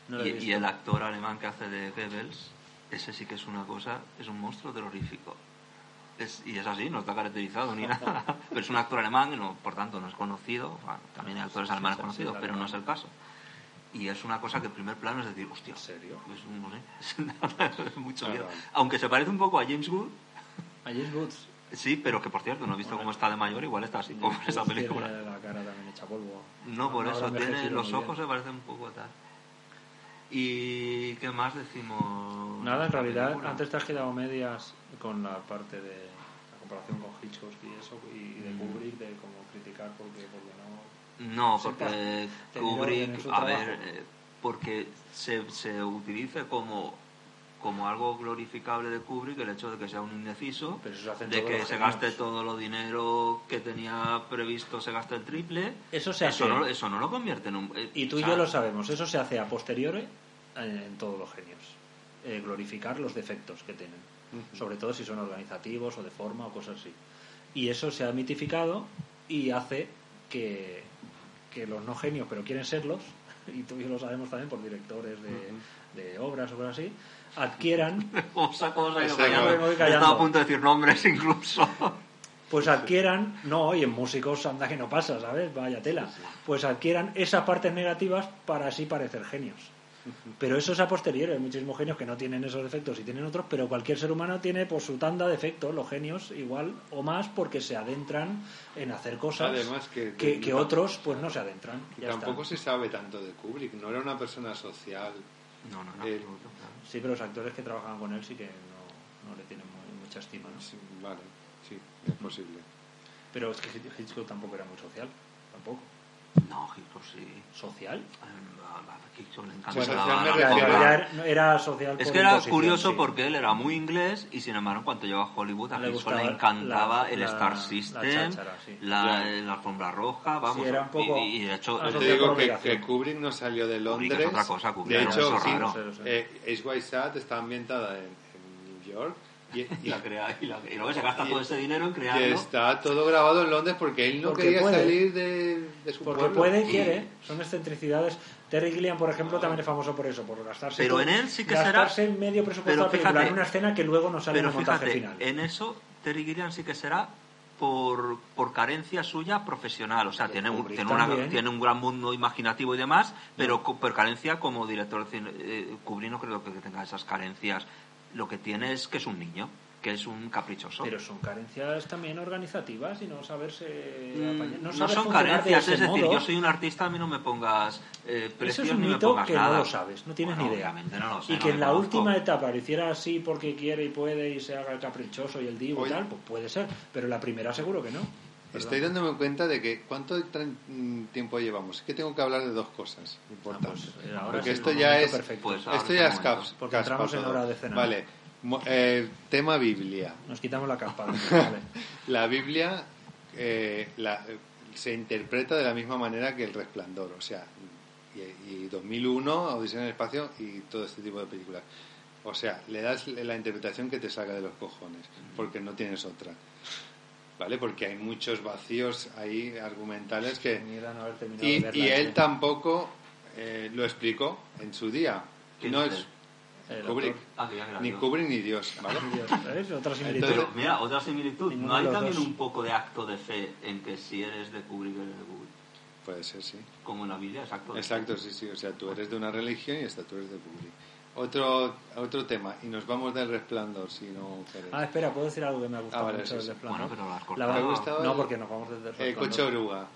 [SPEAKER 2] No lo he
[SPEAKER 4] y,
[SPEAKER 2] visto.
[SPEAKER 4] y el actor alemán que hace de Goebbels, ese sí que es una cosa, es un monstruo terrorífico. Es- y es así, no está caracterizado ni nada. Pero es un actor alemán, no, por tanto no es conocido. Bueno, también hay actores
[SPEAKER 2] Sí, sí,
[SPEAKER 4] alemanes
[SPEAKER 2] sí, sí,
[SPEAKER 4] conocidos,
[SPEAKER 2] el
[SPEAKER 4] pero no
[SPEAKER 2] alemán.
[SPEAKER 4] es el caso. Y es una cosa que en primer plano es decir, hostia,
[SPEAKER 2] ¿En serio?
[SPEAKER 4] es un- no sé, es mucho miedo.
[SPEAKER 6] Claro.
[SPEAKER 4] Aunque se parece un poco a James Wood,
[SPEAKER 2] A James Woods.
[SPEAKER 4] sí, pero que por cierto, no he visto
[SPEAKER 2] Hombre.
[SPEAKER 4] cómo está de mayor, igual está así como en esa
[SPEAKER 2] Tiene
[SPEAKER 4] película.
[SPEAKER 2] la cara también hecha polvo.
[SPEAKER 4] No, por
[SPEAKER 2] Ahora
[SPEAKER 4] eso,
[SPEAKER 2] me
[SPEAKER 4] tiene
[SPEAKER 2] refiero
[SPEAKER 4] los
[SPEAKER 2] muy
[SPEAKER 4] ojos se
[SPEAKER 2] bien.
[SPEAKER 4] parecen un poco a tal. ¿Y qué más decimos?
[SPEAKER 2] Nada, en
[SPEAKER 4] La
[SPEAKER 2] realidad,
[SPEAKER 4] película.
[SPEAKER 2] antes te has quedado medias con la parte de la comparación con Hitchcock y eso, y
[SPEAKER 4] Mm.
[SPEAKER 2] de Kubrick, de cómo criticar porque, porque no...
[SPEAKER 4] No,
[SPEAKER 2] Sí,
[SPEAKER 4] porque
[SPEAKER 2] te dieron en
[SPEAKER 4] Kubrick,
[SPEAKER 2] su
[SPEAKER 4] a
[SPEAKER 2] trabajo.
[SPEAKER 4] ver, eh, porque se, se utiliza como, como algo glorificable de Kubrick el hecho de que sea un indeciso,
[SPEAKER 2] Pero eso se hace en
[SPEAKER 4] de
[SPEAKER 2] todos
[SPEAKER 4] que
[SPEAKER 2] los
[SPEAKER 4] se
[SPEAKER 2] géneros.
[SPEAKER 4] gaste todo lo dinero que tenía previsto, se gasta el triple.
[SPEAKER 2] Eso se hace.
[SPEAKER 4] no, eso no lo convierte en un. eh,
[SPEAKER 2] Y tú
[SPEAKER 4] o
[SPEAKER 2] y
[SPEAKER 4] sea,
[SPEAKER 2] yo lo sabemos, eso se hace a posteriori en, en todos los genios. Eh, glorificar los defectos que tienen, sobre todo si son organizativos o de forma o cosas así. Y eso se ha mitificado y hace que, que los no genios, pero quieren serlos, y tú y yo lo sabemos también por directores de, de obras o cosas así, adquieran
[SPEAKER 4] O sea, ¿cómo se ha ido
[SPEAKER 6] Exacto.
[SPEAKER 4] callando?
[SPEAKER 6] Me voy
[SPEAKER 4] Yo Estaba
[SPEAKER 2] callando.
[SPEAKER 4] a punto de decir nombres incluso.
[SPEAKER 2] pues adquieran, no, y en músicos anda que no pasa, ¿sabes? Vaya tela. Pues adquieran esas partes negativas para así parecer genios. Pero eso es a posteriori, hay muchísimos genios que no tienen esos defectos y tienen otros, pero cualquier ser humano tiene por su tanda de defectos, los genios igual o más, porque se adentran en hacer cosas
[SPEAKER 6] Además que-
[SPEAKER 2] que, que otros pues no se adentran.
[SPEAKER 6] Y
[SPEAKER 2] ya
[SPEAKER 6] tampoco
[SPEAKER 2] está.
[SPEAKER 6] se sabe tanto de Kubrick. No era una persona social
[SPEAKER 4] No, no, no.
[SPEAKER 6] Eh,
[SPEAKER 4] absoluto, claro.
[SPEAKER 2] Sí, pero los actores que trabajaban con él sí que no, no le tienen muy- mucha estima, ¿no?
[SPEAKER 6] Sí, vale, sí, es posible.
[SPEAKER 2] Pero es que Hitch- Hitchcock tampoco era muy social, tampoco.
[SPEAKER 4] No, Hitchcock sí.
[SPEAKER 2] ¿Social?
[SPEAKER 4] Eh, a- a Hitchcock le
[SPEAKER 6] Pues,
[SPEAKER 4] encantaba
[SPEAKER 6] ya me
[SPEAKER 4] la
[SPEAKER 6] refiero-
[SPEAKER 4] coca.
[SPEAKER 2] Era, no, era social
[SPEAKER 4] Es
[SPEAKER 2] por
[SPEAKER 4] que era
[SPEAKER 2] imposición,
[SPEAKER 4] curioso
[SPEAKER 2] sí.
[SPEAKER 4] porque él era muy inglés y sin embargo en cuanto llegó a Hollywood a
[SPEAKER 2] Le
[SPEAKER 4] Hitchcock le
[SPEAKER 2] gustaba
[SPEAKER 4] encantaba
[SPEAKER 2] la-
[SPEAKER 4] el
[SPEAKER 2] la-
[SPEAKER 4] Star
[SPEAKER 2] la
[SPEAKER 4] System,
[SPEAKER 2] cháchara, sí.
[SPEAKER 4] la, eh, la alfombra roja, vamos,
[SPEAKER 2] era un poco-
[SPEAKER 4] y, y de hecho
[SPEAKER 2] Ah,
[SPEAKER 6] Yo
[SPEAKER 2] Eso
[SPEAKER 6] te
[SPEAKER 2] sí,
[SPEAKER 6] digo
[SPEAKER 2] por
[SPEAKER 6] que,
[SPEAKER 2] obligación.
[SPEAKER 6] que Kubrick no salió de
[SPEAKER 4] Kubrick es
[SPEAKER 6] Londres.
[SPEAKER 4] otra cosa, Kubrick
[SPEAKER 6] de
[SPEAKER 4] era
[SPEAKER 6] hecho,
[SPEAKER 4] un
[SPEAKER 6] sí,
[SPEAKER 4] zorrano.
[SPEAKER 2] Sí, sí, sí.
[SPEAKER 6] eh, Eyes Wide Shut está ambientada en, en New York y, y-
[SPEAKER 4] la crea- y, la- y luego se gasta
[SPEAKER 6] Y-
[SPEAKER 4] todo ese dinero en
[SPEAKER 6] y
[SPEAKER 4] crearlo.
[SPEAKER 6] está todo grabado en Londres porque él no
[SPEAKER 2] Porque
[SPEAKER 6] quería
[SPEAKER 2] puede.
[SPEAKER 6] salir de, de su
[SPEAKER 2] Porque
[SPEAKER 6] pueblo.
[SPEAKER 2] puede y
[SPEAKER 4] Sí.
[SPEAKER 2] quiere, son excentricidades. Terry Gilliam, por ejemplo, también es famoso por eso, por gastarse.
[SPEAKER 4] Pero
[SPEAKER 2] todo-
[SPEAKER 4] en él sí que
[SPEAKER 2] gastarse
[SPEAKER 4] será-
[SPEAKER 2] medio presupuesto
[SPEAKER 4] pero
[SPEAKER 2] a película
[SPEAKER 4] fíjate-
[SPEAKER 2] en una escena que luego no sale en
[SPEAKER 4] Pero
[SPEAKER 2] el montaje
[SPEAKER 4] fíjate,
[SPEAKER 2] final.
[SPEAKER 4] en eso Terry Gilliam sí que será por, por carencia suya profesional. O sea, tiene, un,
[SPEAKER 2] Kubrick
[SPEAKER 4] tiene, una-
[SPEAKER 2] también.
[SPEAKER 4] tiene un gran mundo imaginativo y demás, pero co- por carencia como director de cine, eh, Kubrick no creo que tenga esas carencias. Lo que tiene es que es un niño, que es un caprichoso.
[SPEAKER 2] Pero son carencias también organizativas y no saberse apañar.
[SPEAKER 4] Mm,
[SPEAKER 2] saber
[SPEAKER 4] No, son
[SPEAKER 2] funcionar de
[SPEAKER 4] carencias,
[SPEAKER 2] ese
[SPEAKER 4] es decir,
[SPEAKER 2] modo.
[SPEAKER 4] yo soy un artista, a mí no me pongas eh, precios
[SPEAKER 2] Eso es un
[SPEAKER 4] ni me
[SPEAKER 2] mito
[SPEAKER 4] pongas
[SPEAKER 2] que
[SPEAKER 4] nada.
[SPEAKER 2] no lo sabes, no tienes
[SPEAKER 4] Bueno,
[SPEAKER 2] ni idea.
[SPEAKER 4] obviamente no lo sé,
[SPEAKER 2] y
[SPEAKER 4] no
[SPEAKER 2] que
[SPEAKER 4] me
[SPEAKER 2] en la
[SPEAKER 4] conozco.
[SPEAKER 2] última etapa lo hiciera así porque quiere y puede y se haga el caprichoso y el divo
[SPEAKER 6] Oye. Este
[SPEAKER 2] y tal, pues puede ser. Pero la primera seguro que no.
[SPEAKER 6] Estoy dándome cuenta de que cuánto tran- mm, tiempo llevamos. Es que tengo que hablar de dos cosas
[SPEAKER 2] Ah,
[SPEAKER 6] importantes.
[SPEAKER 2] pues, eh, ahora
[SPEAKER 6] porque
[SPEAKER 2] sí,
[SPEAKER 6] esto
[SPEAKER 2] el
[SPEAKER 6] ya
[SPEAKER 2] momento
[SPEAKER 6] es
[SPEAKER 2] perfecto.
[SPEAKER 4] Pues ahora
[SPEAKER 6] esto
[SPEAKER 4] es
[SPEAKER 6] ya
[SPEAKER 4] el
[SPEAKER 6] es
[SPEAKER 4] momento.
[SPEAKER 6] caps-
[SPEAKER 2] Porque entramos en
[SPEAKER 6] caspa todo.
[SPEAKER 2] hora de cenar.
[SPEAKER 6] Vale, Mo- eh, tema Biblia.
[SPEAKER 2] Nos quitamos la capa. vale.
[SPEAKER 6] La Biblia eh, la- eh, se interpreta de la misma manera que El Resplandor, o sea, y, y 2001, Audición en el Espacio y todo este tipo de películas. O sea, le das la interpretación que te saca de los cojones, porque no tienes otra. ¿Vale? Porque hay muchos vacíos ahí argumentales que...
[SPEAKER 2] Mierda no haber terminado de
[SPEAKER 6] Y,
[SPEAKER 2] verla,
[SPEAKER 6] y él
[SPEAKER 2] eh.
[SPEAKER 6] tampoco eh, lo explicó en su día.
[SPEAKER 4] ¿Quién
[SPEAKER 6] No
[SPEAKER 4] es
[SPEAKER 6] es
[SPEAKER 4] él?
[SPEAKER 2] El
[SPEAKER 6] Kubrick.
[SPEAKER 2] autor.
[SPEAKER 4] Ah, que ya, mira,
[SPEAKER 6] Ni
[SPEAKER 4] Dios.
[SPEAKER 6] Kubrick ni Dios, ¿vale?
[SPEAKER 2] Dios, ¿ves? Otra similitud.
[SPEAKER 4] Pero mira, otra similitud.
[SPEAKER 2] Ninguno
[SPEAKER 4] ¿No hay
[SPEAKER 2] de los
[SPEAKER 4] también
[SPEAKER 2] dos.
[SPEAKER 4] un poco de acto de fe en que si eres de Kubrick eres de Kubrick?
[SPEAKER 6] Puede ser, sí.
[SPEAKER 4] Como en la Biblia, exacto.
[SPEAKER 6] Exacto, sí, sí. O sea, tú eres de una religión y esta tú eres de Kubrick. Otro, otro tema, y nos vamos del resplandor, si no queréis.
[SPEAKER 2] Ah, espera, puedo decir algo que me ha gustado
[SPEAKER 6] Ah, vale,
[SPEAKER 2] mucho
[SPEAKER 6] sí,
[SPEAKER 2] del
[SPEAKER 6] sí.
[SPEAKER 2] Resplandor?
[SPEAKER 4] Bueno, pero lo has
[SPEAKER 2] La
[SPEAKER 4] cortado.
[SPEAKER 2] banda-
[SPEAKER 6] ¿Te ha gustado
[SPEAKER 2] No,
[SPEAKER 6] el-
[SPEAKER 2] porque nos vamos desde
[SPEAKER 6] el
[SPEAKER 2] Resplandor.
[SPEAKER 6] Eh, coche oruga.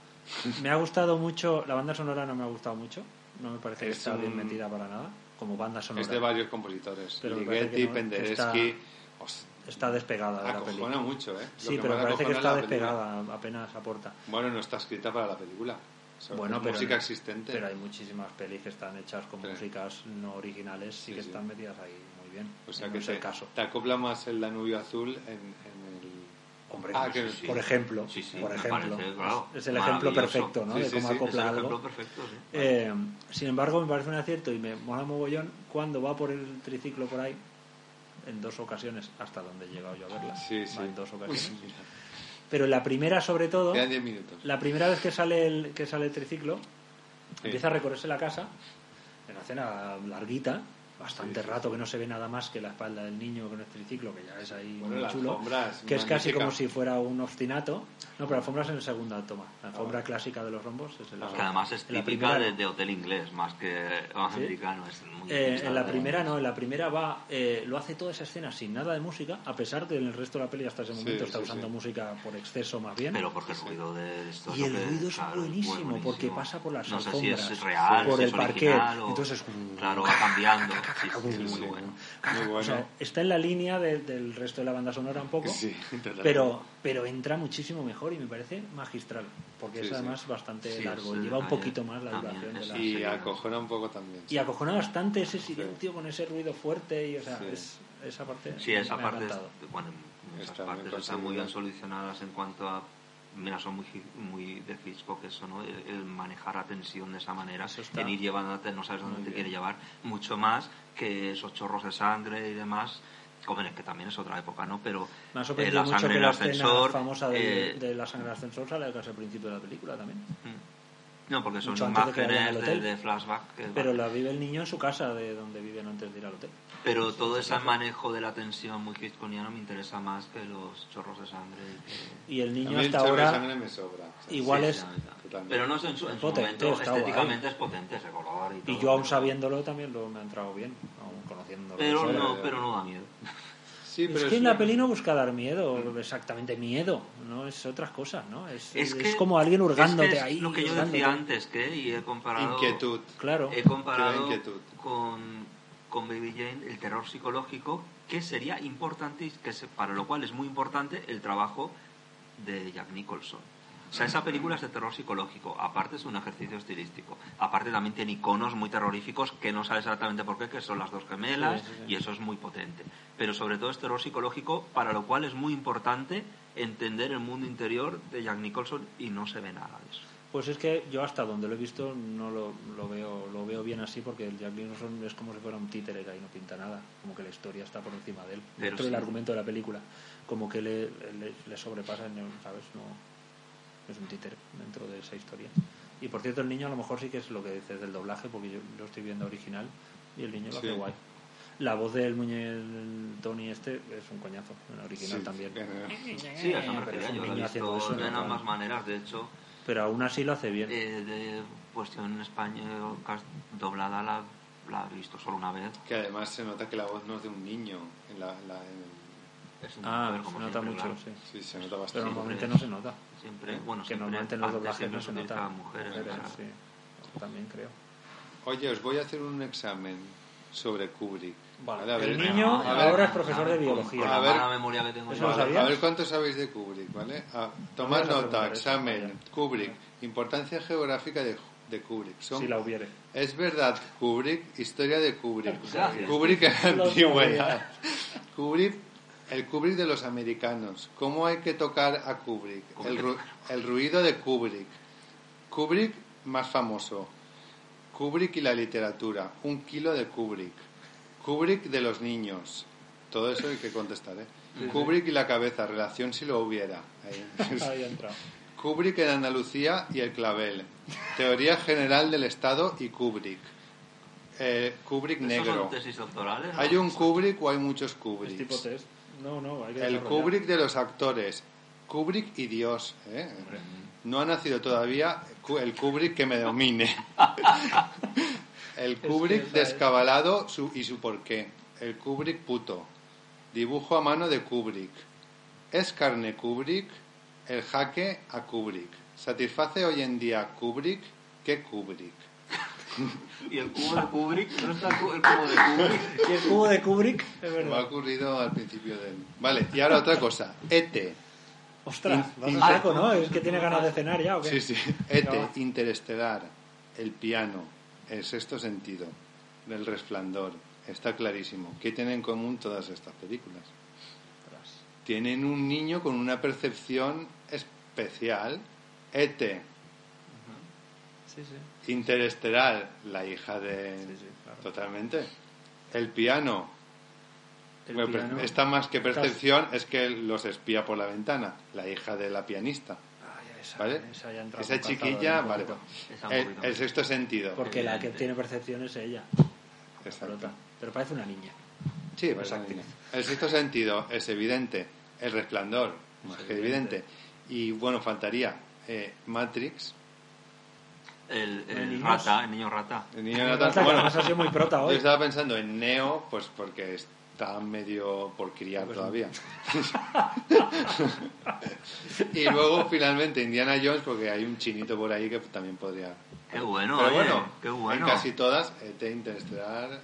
[SPEAKER 2] Me ha gustado mucho, la banda sonora no me ha gustado mucho, no me parece que
[SPEAKER 6] Es
[SPEAKER 2] está bien
[SPEAKER 6] un-
[SPEAKER 2] metida para nada, como banda sonora.
[SPEAKER 6] Es de varios compositores.
[SPEAKER 2] Pero me parece
[SPEAKER 6] Ligeti,
[SPEAKER 2] que no,
[SPEAKER 6] Penderecki.
[SPEAKER 2] está- Está despegada de la
[SPEAKER 6] acojona
[SPEAKER 2] película.
[SPEAKER 6] mucho, ¿eh? Lo
[SPEAKER 2] Sí,
[SPEAKER 6] que
[SPEAKER 2] pero
[SPEAKER 6] más
[SPEAKER 2] me parece que
[SPEAKER 6] acojona
[SPEAKER 2] está
[SPEAKER 6] es la película.
[SPEAKER 2] despegada, apenas aporta.
[SPEAKER 6] Bueno, no está escrita para la película. Son-
[SPEAKER 2] Bueno,
[SPEAKER 6] es
[SPEAKER 2] pero-
[SPEAKER 6] música existente.
[SPEAKER 2] Pero hay muchísimas pelis que están hechas con
[SPEAKER 6] Sí.
[SPEAKER 2] músicas no originales y
[SPEAKER 6] Sí,
[SPEAKER 2] que
[SPEAKER 6] sí.
[SPEAKER 2] están metidas ahí muy bien.
[SPEAKER 6] o sea
[SPEAKER 2] no
[SPEAKER 6] que
[SPEAKER 2] es
[SPEAKER 6] te,
[SPEAKER 2] el caso.
[SPEAKER 6] te acopla más el Danubio Azul en, en el.
[SPEAKER 2] Hombre,
[SPEAKER 6] Ah,
[SPEAKER 2] no
[SPEAKER 6] que-
[SPEAKER 2] sé, por ejemplo,
[SPEAKER 4] Sí, sí,
[SPEAKER 2] por
[SPEAKER 4] me
[SPEAKER 2] ejemplo,
[SPEAKER 4] parece, claro,
[SPEAKER 2] es, es el ejemplo
[SPEAKER 4] maravilloso.
[SPEAKER 2] perfecto, ¿no?
[SPEAKER 6] Sí,
[SPEAKER 2] de
[SPEAKER 6] sí,
[SPEAKER 2] cómo
[SPEAKER 6] sí, es el
[SPEAKER 4] Es el
[SPEAKER 2] acopla algo.
[SPEAKER 4] ejemplo perfecto, sí.
[SPEAKER 2] Eh, sin embargo, me parece un acierto y me mola mogollón cuando va por el triciclo por ahí, en dos ocasiones, hasta donde he llegado yo a verla.
[SPEAKER 6] Sí, sí.
[SPEAKER 2] Va en dos ocasiones.
[SPEAKER 6] Uy, mira,
[SPEAKER 2] Pero la primera, sobre todo,
[SPEAKER 6] Quedan 10 minutos.
[SPEAKER 2] la primera vez que sale el, que sale el triciclo,
[SPEAKER 6] Sí.
[SPEAKER 2] empieza a recorrerse la casa, en una cena larguita, bastante
[SPEAKER 6] Sí, sí,
[SPEAKER 2] rato que no se ve nada más que la espalda del niño con el triciclo, que ya es ahí
[SPEAKER 6] Bueno,
[SPEAKER 2] muy
[SPEAKER 6] la
[SPEAKER 2] chulo,
[SPEAKER 6] alfombra es
[SPEAKER 2] que es casi
[SPEAKER 6] magnífica.
[SPEAKER 2] como si fuera un obstinato. No, pero la alfombra es en la segunda toma. La alfombra
[SPEAKER 6] Ah, vale. Ah,
[SPEAKER 2] clásica de los rombos es en la
[SPEAKER 4] Que además es
[SPEAKER 2] en la
[SPEAKER 4] típica
[SPEAKER 2] primera-
[SPEAKER 4] de, de hotel inglés, más que más
[SPEAKER 2] ¿Sí?
[SPEAKER 4] americano. Es muy
[SPEAKER 2] Eh,
[SPEAKER 4] inglés,
[SPEAKER 2] en la
[SPEAKER 4] ¿no?
[SPEAKER 2] primera no, en la primera va, eh, lo hace toda esa escena sin nada de música, a pesar de que en el resto de la peli hasta ese momento está
[SPEAKER 6] sí,
[SPEAKER 2] usando
[SPEAKER 6] sí.
[SPEAKER 2] música por exceso más bien.
[SPEAKER 4] Pero porque el ruido de esto...
[SPEAKER 2] y
[SPEAKER 4] lo
[SPEAKER 2] el
[SPEAKER 4] que-
[SPEAKER 2] ruido es
[SPEAKER 4] claro,
[SPEAKER 2] buenísimo,
[SPEAKER 4] muy buenísimo.
[SPEAKER 2] porque pasa por las
[SPEAKER 4] No sé si
[SPEAKER 2] alfombras,
[SPEAKER 4] es real,
[SPEAKER 2] por
[SPEAKER 4] si
[SPEAKER 2] el
[SPEAKER 4] es original
[SPEAKER 2] parquet,
[SPEAKER 4] o-
[SPEAKER 2] entonces es un- Ah,
[SPEAKER 4] Claro, va cambiando. Sí, sí,
[SPEAKER 6] Sí,
[SPEAKER 4] es muy
[SPEAKER 6] sí.
[SPEAKER 4] bueno.
[SPEAKER 6] Muy bueno.
[SPEAKER 2] O sea, está en la línea de- del resto de la banda sonora un poco,
[SPEAKER 6] Sí, totalmente.
[SPEAKER 2] pero, pero entra muchísimo mejor y me parece magistral, porque
[SPEAKER 6] Sí,
[SPEAKER 2] es
[SPEAKER 6] sí.
[SPEAKER 2] además bastante
[SPEAKER 4] Sí,
[SPEAKER 2] largo,
[SPEAKER 4] sí,
[SPEAKER 2] lleva un
[SPEAKER 4] también,
[SPEAKER 2] poquito más la
[SPEAKER 4] también,
[SPEAKER 2] duración de
[SPEAKER 4] sí.
[SPEAKER 2] la...
[SPEAKER 6] Y
[SPEAKER 4] serie.
[SPEAKER 6] acojona un poco también.
[SPEAKER 2] Ah, Y acojona bastante ese silencio con ese ruido fuerte y, o sea,
[SPEAKER 6] Sí.
[SPEAKER 2] es- esa parte
[SPEAKER 4] Sí, esa
[SPEAKER 2] me ha
[SPEAKER 4] parte, es-
[SPEAKER 2] encantado.
[SPEAKER 4] bueno, muchas
[SPEAKER 6] Está bien
[SPEAKER 4] partes están muy
[SPEAKER 6] conseguida.
[SPEAKER 4] bien solucionadas en cuanto a, mira, son muy, hi- muy de Hitchcock eso, ¿no? El, el manejar la tensión de esa manera,
[SPEAKER 2] Eso está
[SPEAKER 4] en ir llevándote, no sabes dónde
[SPEAKER 6] muy
[SPEAKER 4] te
[SPEAKER 6] bien.
[SPEAKER 4] quiere llevar, mucho más que esos chorros de sangre y demás. Hombre, que también es otra época, ¿no? Pero
[SPEAKER 2] Me ha
[SPEAKER 4] eh,
[SPEAKER 2] sorprendido
[SPEAKER 4] la
[SPEAKER 2] mucho
[SPEAKER 4] sangre
[SPEAKER 2] que
[SPEAKER 4] en el
[SPEAKER 2] la escena
[SPEAKER 4] ascensor...
[SPEAKER 2] famosa de,
[SPEAKER 4] eh,
[SPEAKER 2] de la sangre del ascensor sale casi al principio de la película también.
[SPEAKER 4] mm. No, porque son
[SPEAKER 2] mucho antes de que vayan al
[SPEAKER 4] imágenes de,
[SPEAKER 2] hotel.
[SPEAKER 4] de flashback. que
[SPEAKER 2] Pero
[SPEAKER 4] van-
[SPEAKER 2] la vive el niño en su casa de donde viven antes de ir al hotel.
[SPEAKER 4] Pero todo ese manejo de la tensión muy hitchcockiana me interesa más que los chorros de sangre. y que-
[SPEAKER 2] Y el
[SPEAKER 6] A
[SPEAKER 2] niño
[SPEAKER 6] mí el
[SPEAKER 2] hasta
[SPEAKER 6] chorro de
[SPEAKER 2] ahora
[SPEAKER 6] sangre me sobra. O sea,
[SPEAKER 2] igual
[SPEAKER 4] Sí,
[SPEAKER 2] es...
[SPEAKER 4] la verdad.
[SPEAKER 6] Totalmente.
[SPEAKER 4] Pero no sé, en su, en su
[SPEAKER 2] Potente,
[SPEAKER 4] momento
[SPEAKER 2] está guay.
[SPEAKER 4] estéticamente es potente ese color y todo.
[SPEAKER 2] Y yo aún sabiéndolo también lo me ha entrado bien, aún conociéndolo.
[SPEAKER 4] Pero
[SPEAKER 2] Sobre-
[SPEAKER 4] no, pero no da miedo.
[SPEAKER 6] Sí, pero
[SPEAKER 2] es que en la
[SPEAKER 6] una-
[SPEAKER 2] peli no busca dar miedo, exactamente miedo, no es otras cosas, ¿no? Es,
[SPEAKER 4] Es,
[SPEAKER 2] es
[SPEAKER 4] que-
[SPEAKER 2] como alguien
[SPEAKER 4] es que
[SPEAKER 2] hurgándote
[SPEAKER 4] es
[SPEAKER 2] ahí.
[SPEAKER 4] Lo que yo
[SPEAKER 2] hurgándote.
[SPEAKER 4] decía antes, que y he comparado.
[SPEAKER 6] Inquietud.
[SPEAKER 2] Claro.
[SPEAKER 4] He comparado
[SPEAKER 6] Creo inquietud.
[SPEAKER 4] con, con Baby Jane el terror psicológico que sería importante, y que se- para lo cual es muy importante el trabajo de Jack Nicholson. O sea, esa película es de terror psicológico, aparte es un ejercicio estilístico, aparte también tiene iconos muy terroríficos que no sabes exactamente por qué, que son las dos gemelas,
[SPEAKER 2] Sí, sí, sí.
[SPEAKER 4] y eso es muy potente. Pero sobre todo es terror psicológico, para lo cual es muy importante entender el mundo interior de Jack Nicholson y no se ve nada de eso.
[SPEAKER 2] Pues es que yo hasta donde lo he visto no lo, lo veo lo veo bien así porque el Jack Nicholson es como si fuera un títere que ahí no pinta nada, como que la historia está por encima de él,
[SPEAKER 4] Pero
[SPEAKER 2] dentro del
[SPEAKER 4] sí.
[SPEAKER 2] argumento de la película, como que le, le, le sobrepasa, no, ¿sabes? No, es un títere dentro de esa historia. Y por cierto, el niño a lo mejor sí que es lo que dices del doblaje, porque yo lo estoy viendo original y el niño lo hace
[SPEAKER 6] Sí.
[SPEAKER 2] guay. La voz del muñe Tony este es un coñazo, en original
[SPEAKER 6] Sí,
[SPEAKER 2] también.
[SPEAKER 6] eh,
[SPEAKER 4] Sí, a eso me
[SPEAKER 2] pero es
[SPEAKER 4] refería,
[SPEAKER 2] un
[SPEAKER 4] yo lo he
[SPEAKER 2] niño haciendo
[SPEAKER 4] visto
[SPEAKER 2] eso,
[SPEAKER 4] de
[SPEAKER 2] no,
[SPEAKER 4] ambas
[SPEAKER 2] claro.
[SPEAKER 4] maneras, de hecho,
[SPEAKER 2] Pero aún así lo hace bien.
[SPEAKER 4] eh, de cuestión en español cas- doblada la, la he visto solo una vez.
[SPEAKER 6] Que además se nota que la voz no es de un niño. En la, en la- en el-
[SPEAKER 4] Es un
[SPEAKER 2] ah,
[SPEAKER 4] poder
[SPEAKER 2] se
[SPEAKER 4] como
[SPEAKER 2] nota
[SPEAKER 4] siempre,
[SPEAKER 2] mucho,
[SPEAKER 4] claro.
[SPEAKER 2] sí.
[SPEAKER 6] sí, se nota
[SPEAKER 2] Pero
[SPEAKER 6] bastante.
[SPEAKER 2] normalmente
[SPEAKER 4] es-
[SPEAKER 2] no se nota.
[SPEAKER 4] Siempre, bueno,
[SPEAKER 2] que
[SPEAKER 4] siempre,
[SPEAKER 2] normalmente en los
[SPEAKER 4] antes
[SPEAKER 2] doblajes
[SPEAKER 4] siempre
[SPEAKER 2] no se
[SPEAKER 4] se
[SPEAKER 2] nota.
[SPEAKER 4] utilizaban mujeres, para-
[SPEAKER 2] sí. También creo.
[SPEAKER 6] Oye, os voy a hacer un examen sobre Kubrick.
[SPEAKER 2] Vale,
[SPEAKER 6] a ver-
[SPEAKER 2] el niño
[SPEAKER 6] a ver-
[SPEAKER 2] ahora es profesor de
[SPEAKER 4] con- Con,
[SPEAKER 2] biología.
[SPEAKER 4] la
[SPEAKER 6] A ver.
[SPEAKER 4] mala memoria que tengo
[SPEAKER 2] Eso
[SPEAKER 4] yo.
[SPEAKER 2] lo
[SPEAKER 6] Vale,
[SPEAKER 2] sabías?
[SPEAKER 6] a ver cuánto sabéis de Kubrick, ¿vale? Ah, tomad
[SPEAKER 2] No me vas a
[SPEAKER 6] nota,
[SPEAKER 2] preguntar eso,
[SPEAKER 6] examen,
[SPEAKER 2] vaya.
[SPEAKER 6] Kubrick, importancia geográfica de, de Kubrick. Son-
[SPEAKER 2] Si la hubiere.
[SPEAKER 6] Es verdad, Kubrick, historia de Kubrick.
[SPEAKER 4] Gracias.
[SPEAKER 6] Kubrick en la
[SPEAKER 2] Lo
[SPEAKER 6] antigüedad. Kubrick, el Kubrick de los americanos. ¿Cómo hay que tocar a Kubrick?
[SPEAKER 4] ¿Cómo
[SPEAKER 6] El,
[SPEAKER 4] que
[SPEAKER 6] ru-
[SPEAKER 4] tocar?
[SPEAKER 6] el ruido de Kubrick. Kubrick más famoso. Kubrick y la literatura. Un kilo de Kubrick. Kubrick de los niños. Todo eso hay que contestar, ¿eh? Kubrick y la cabeza, relación si lo hubiera. Ahí.
[SPEAKER 2] Ahí ha entrado.
[SPEAKER 6] Kubrick en Andalucía y el clavel. Teoría general del Estado y Kubrick. Eh, Kubrick
[SPEAKER 4] ¿Eso
[SPEAKER 6] negro.
[SPEAKER 4] son tesis doctorales?
[SPEAKER 6] ¿Hay un Kubrick o hay muchos
[SPEAKER 2] Es tipo
[SPEAKER 6] Kubricks?
[SPEAKER 2] test. No, no, hay que
[SPEAKER 6] El
[SPEAKER 2] desarrollar.
[SPEAKER 6] Kubrick de los actores. Kubrick y Dios. ¿eh? No ha nacido todavía Ku- el Kubrick que me domine. El Kubrick
[SPEAKER 2] esa es.
[SPEAKER 6] descabalado su- y su porqué. El Kubrick puto. Dibujo a mano de Kubrick. Es carne Kubrick. El jaque a Kubrick. ¿Satisface hoy en día Kubrick? ¿Qué Kubrick?
[SPEAKER 4] ¿Y el cubo de Kubrick? ¿No está el cu- el cubo de Kubrick?
[SPEAKER 2] Y el cubo de Kubrick, es
[SPEAKER 6] Se Me ha
[SPEAKER 2] verdad.
[SPEAKER 6] ocurrido al principio del... Vale, y ahora otra cosa. E ET.
[SPEAKER 2] Ostras,
[SPEAKER 6] In-
[SPEAKER 2] vas
[SPEAKER 6] in-
[SPEAKER 2] a saco, ¿no? Es que tiene ganas de cenar ya, ¿o qué?
[SPEAKER 6] Sí, sí. ET,
[SPEAKER 2] No.
[SPEAKER 6] Interestelar, El Piano, El Sexto Sentido, El Resplandor. Está clarísimo. ¿Qué tienen en común todas estas películas?
[SPEAKER 2] Ostras.
[SPEAKER 6] Tienen un niño con una percepción especial. E ET,
[SPEAKER 2] Sí, sí.
[SPEAKER 6] Interestelar, la hija de...
[SPEAKER 2] Sí, sí, claro.
[SPEAKER 6] Totalmente. El Piano.
[SPEAKER 2] El
[SPEAKER 6] Bueno, pero
[SPEAKER 2] piano.
[SPEAKER 6] Está más que percepción, es que los espía por la ventana, la hija de la pianista.
[SPEAKER 2] Ah, ya esa,
[SPEAKER 6] ¿Vale?
[SPEAKER 2] esa ya ha entrado
[SPEAKER 6] Esa
[SPEAKER 2] con calzador,
[SPEAKER 6] chiquilla,
[SPEAKER 2] un
[SPEAKER 6] vale.
[SPEAKER 2] poquito.
[SPEAKER 4] Esa un
[SPEAKER 6] El,
[SPEAKER 4] poquito
[SPEAKER 6] el
[SPEAKER 4] más.
[SPEAKER 6] sexto sentido.
[SPEAKER 2] Porque la que tiene percepción es ella. la
[SPEAKER 6] Exacto.
[SPEAKER 2] pelota. Pero parece una niña.
[SPEAKER 6] Sí,
[SPEAKER 2] Pues
[SPEAKER 6] verdad,
[SPEAKER 2] actriz.
[SPEAKER 6] El sexto sentido es evidente. El resplandor, más que
[SPEAKER 2] evidente.
[SPEAKER 6] evidente. Y bueno, faltaría eh, Matrix.
[SPEAKER 4] El, el
[SPEAKER 2] ¿Los niños?
[SPEAKER 4] rata, el niño rata.
[SPEAKER 6] El niño
[SPEAKER 2] Lo que
[SPEAKER 6] Nathan-
[SPEAKER 2] pasa es que
[SPEAKER 6] bueno,
[SPEAKER 2] además ha sido muy prota
[SPEAKER 6] yo
[SPEAKER 2] hoy.
[SPEAKER 6] estaba pensando en Neo, pues porque está medio por criar
[SPEAKER 2] Pues
[SPEAKER 6] todavía. y luego finalmente Indiana Jones, porque hay un chinito por ahí que también podría.
[SPEAKER 4] Qué bueno,
[SPEAKER 6] Pero
[SPEAKER 4] oye,
[SPEAKER 6] bueno,
[SPEAKER 4] qué bueno.
[SPEAKER 6] en casi todas,
[SPEAKER 3] eh,
[SPEAKER 6] ET Interestelar,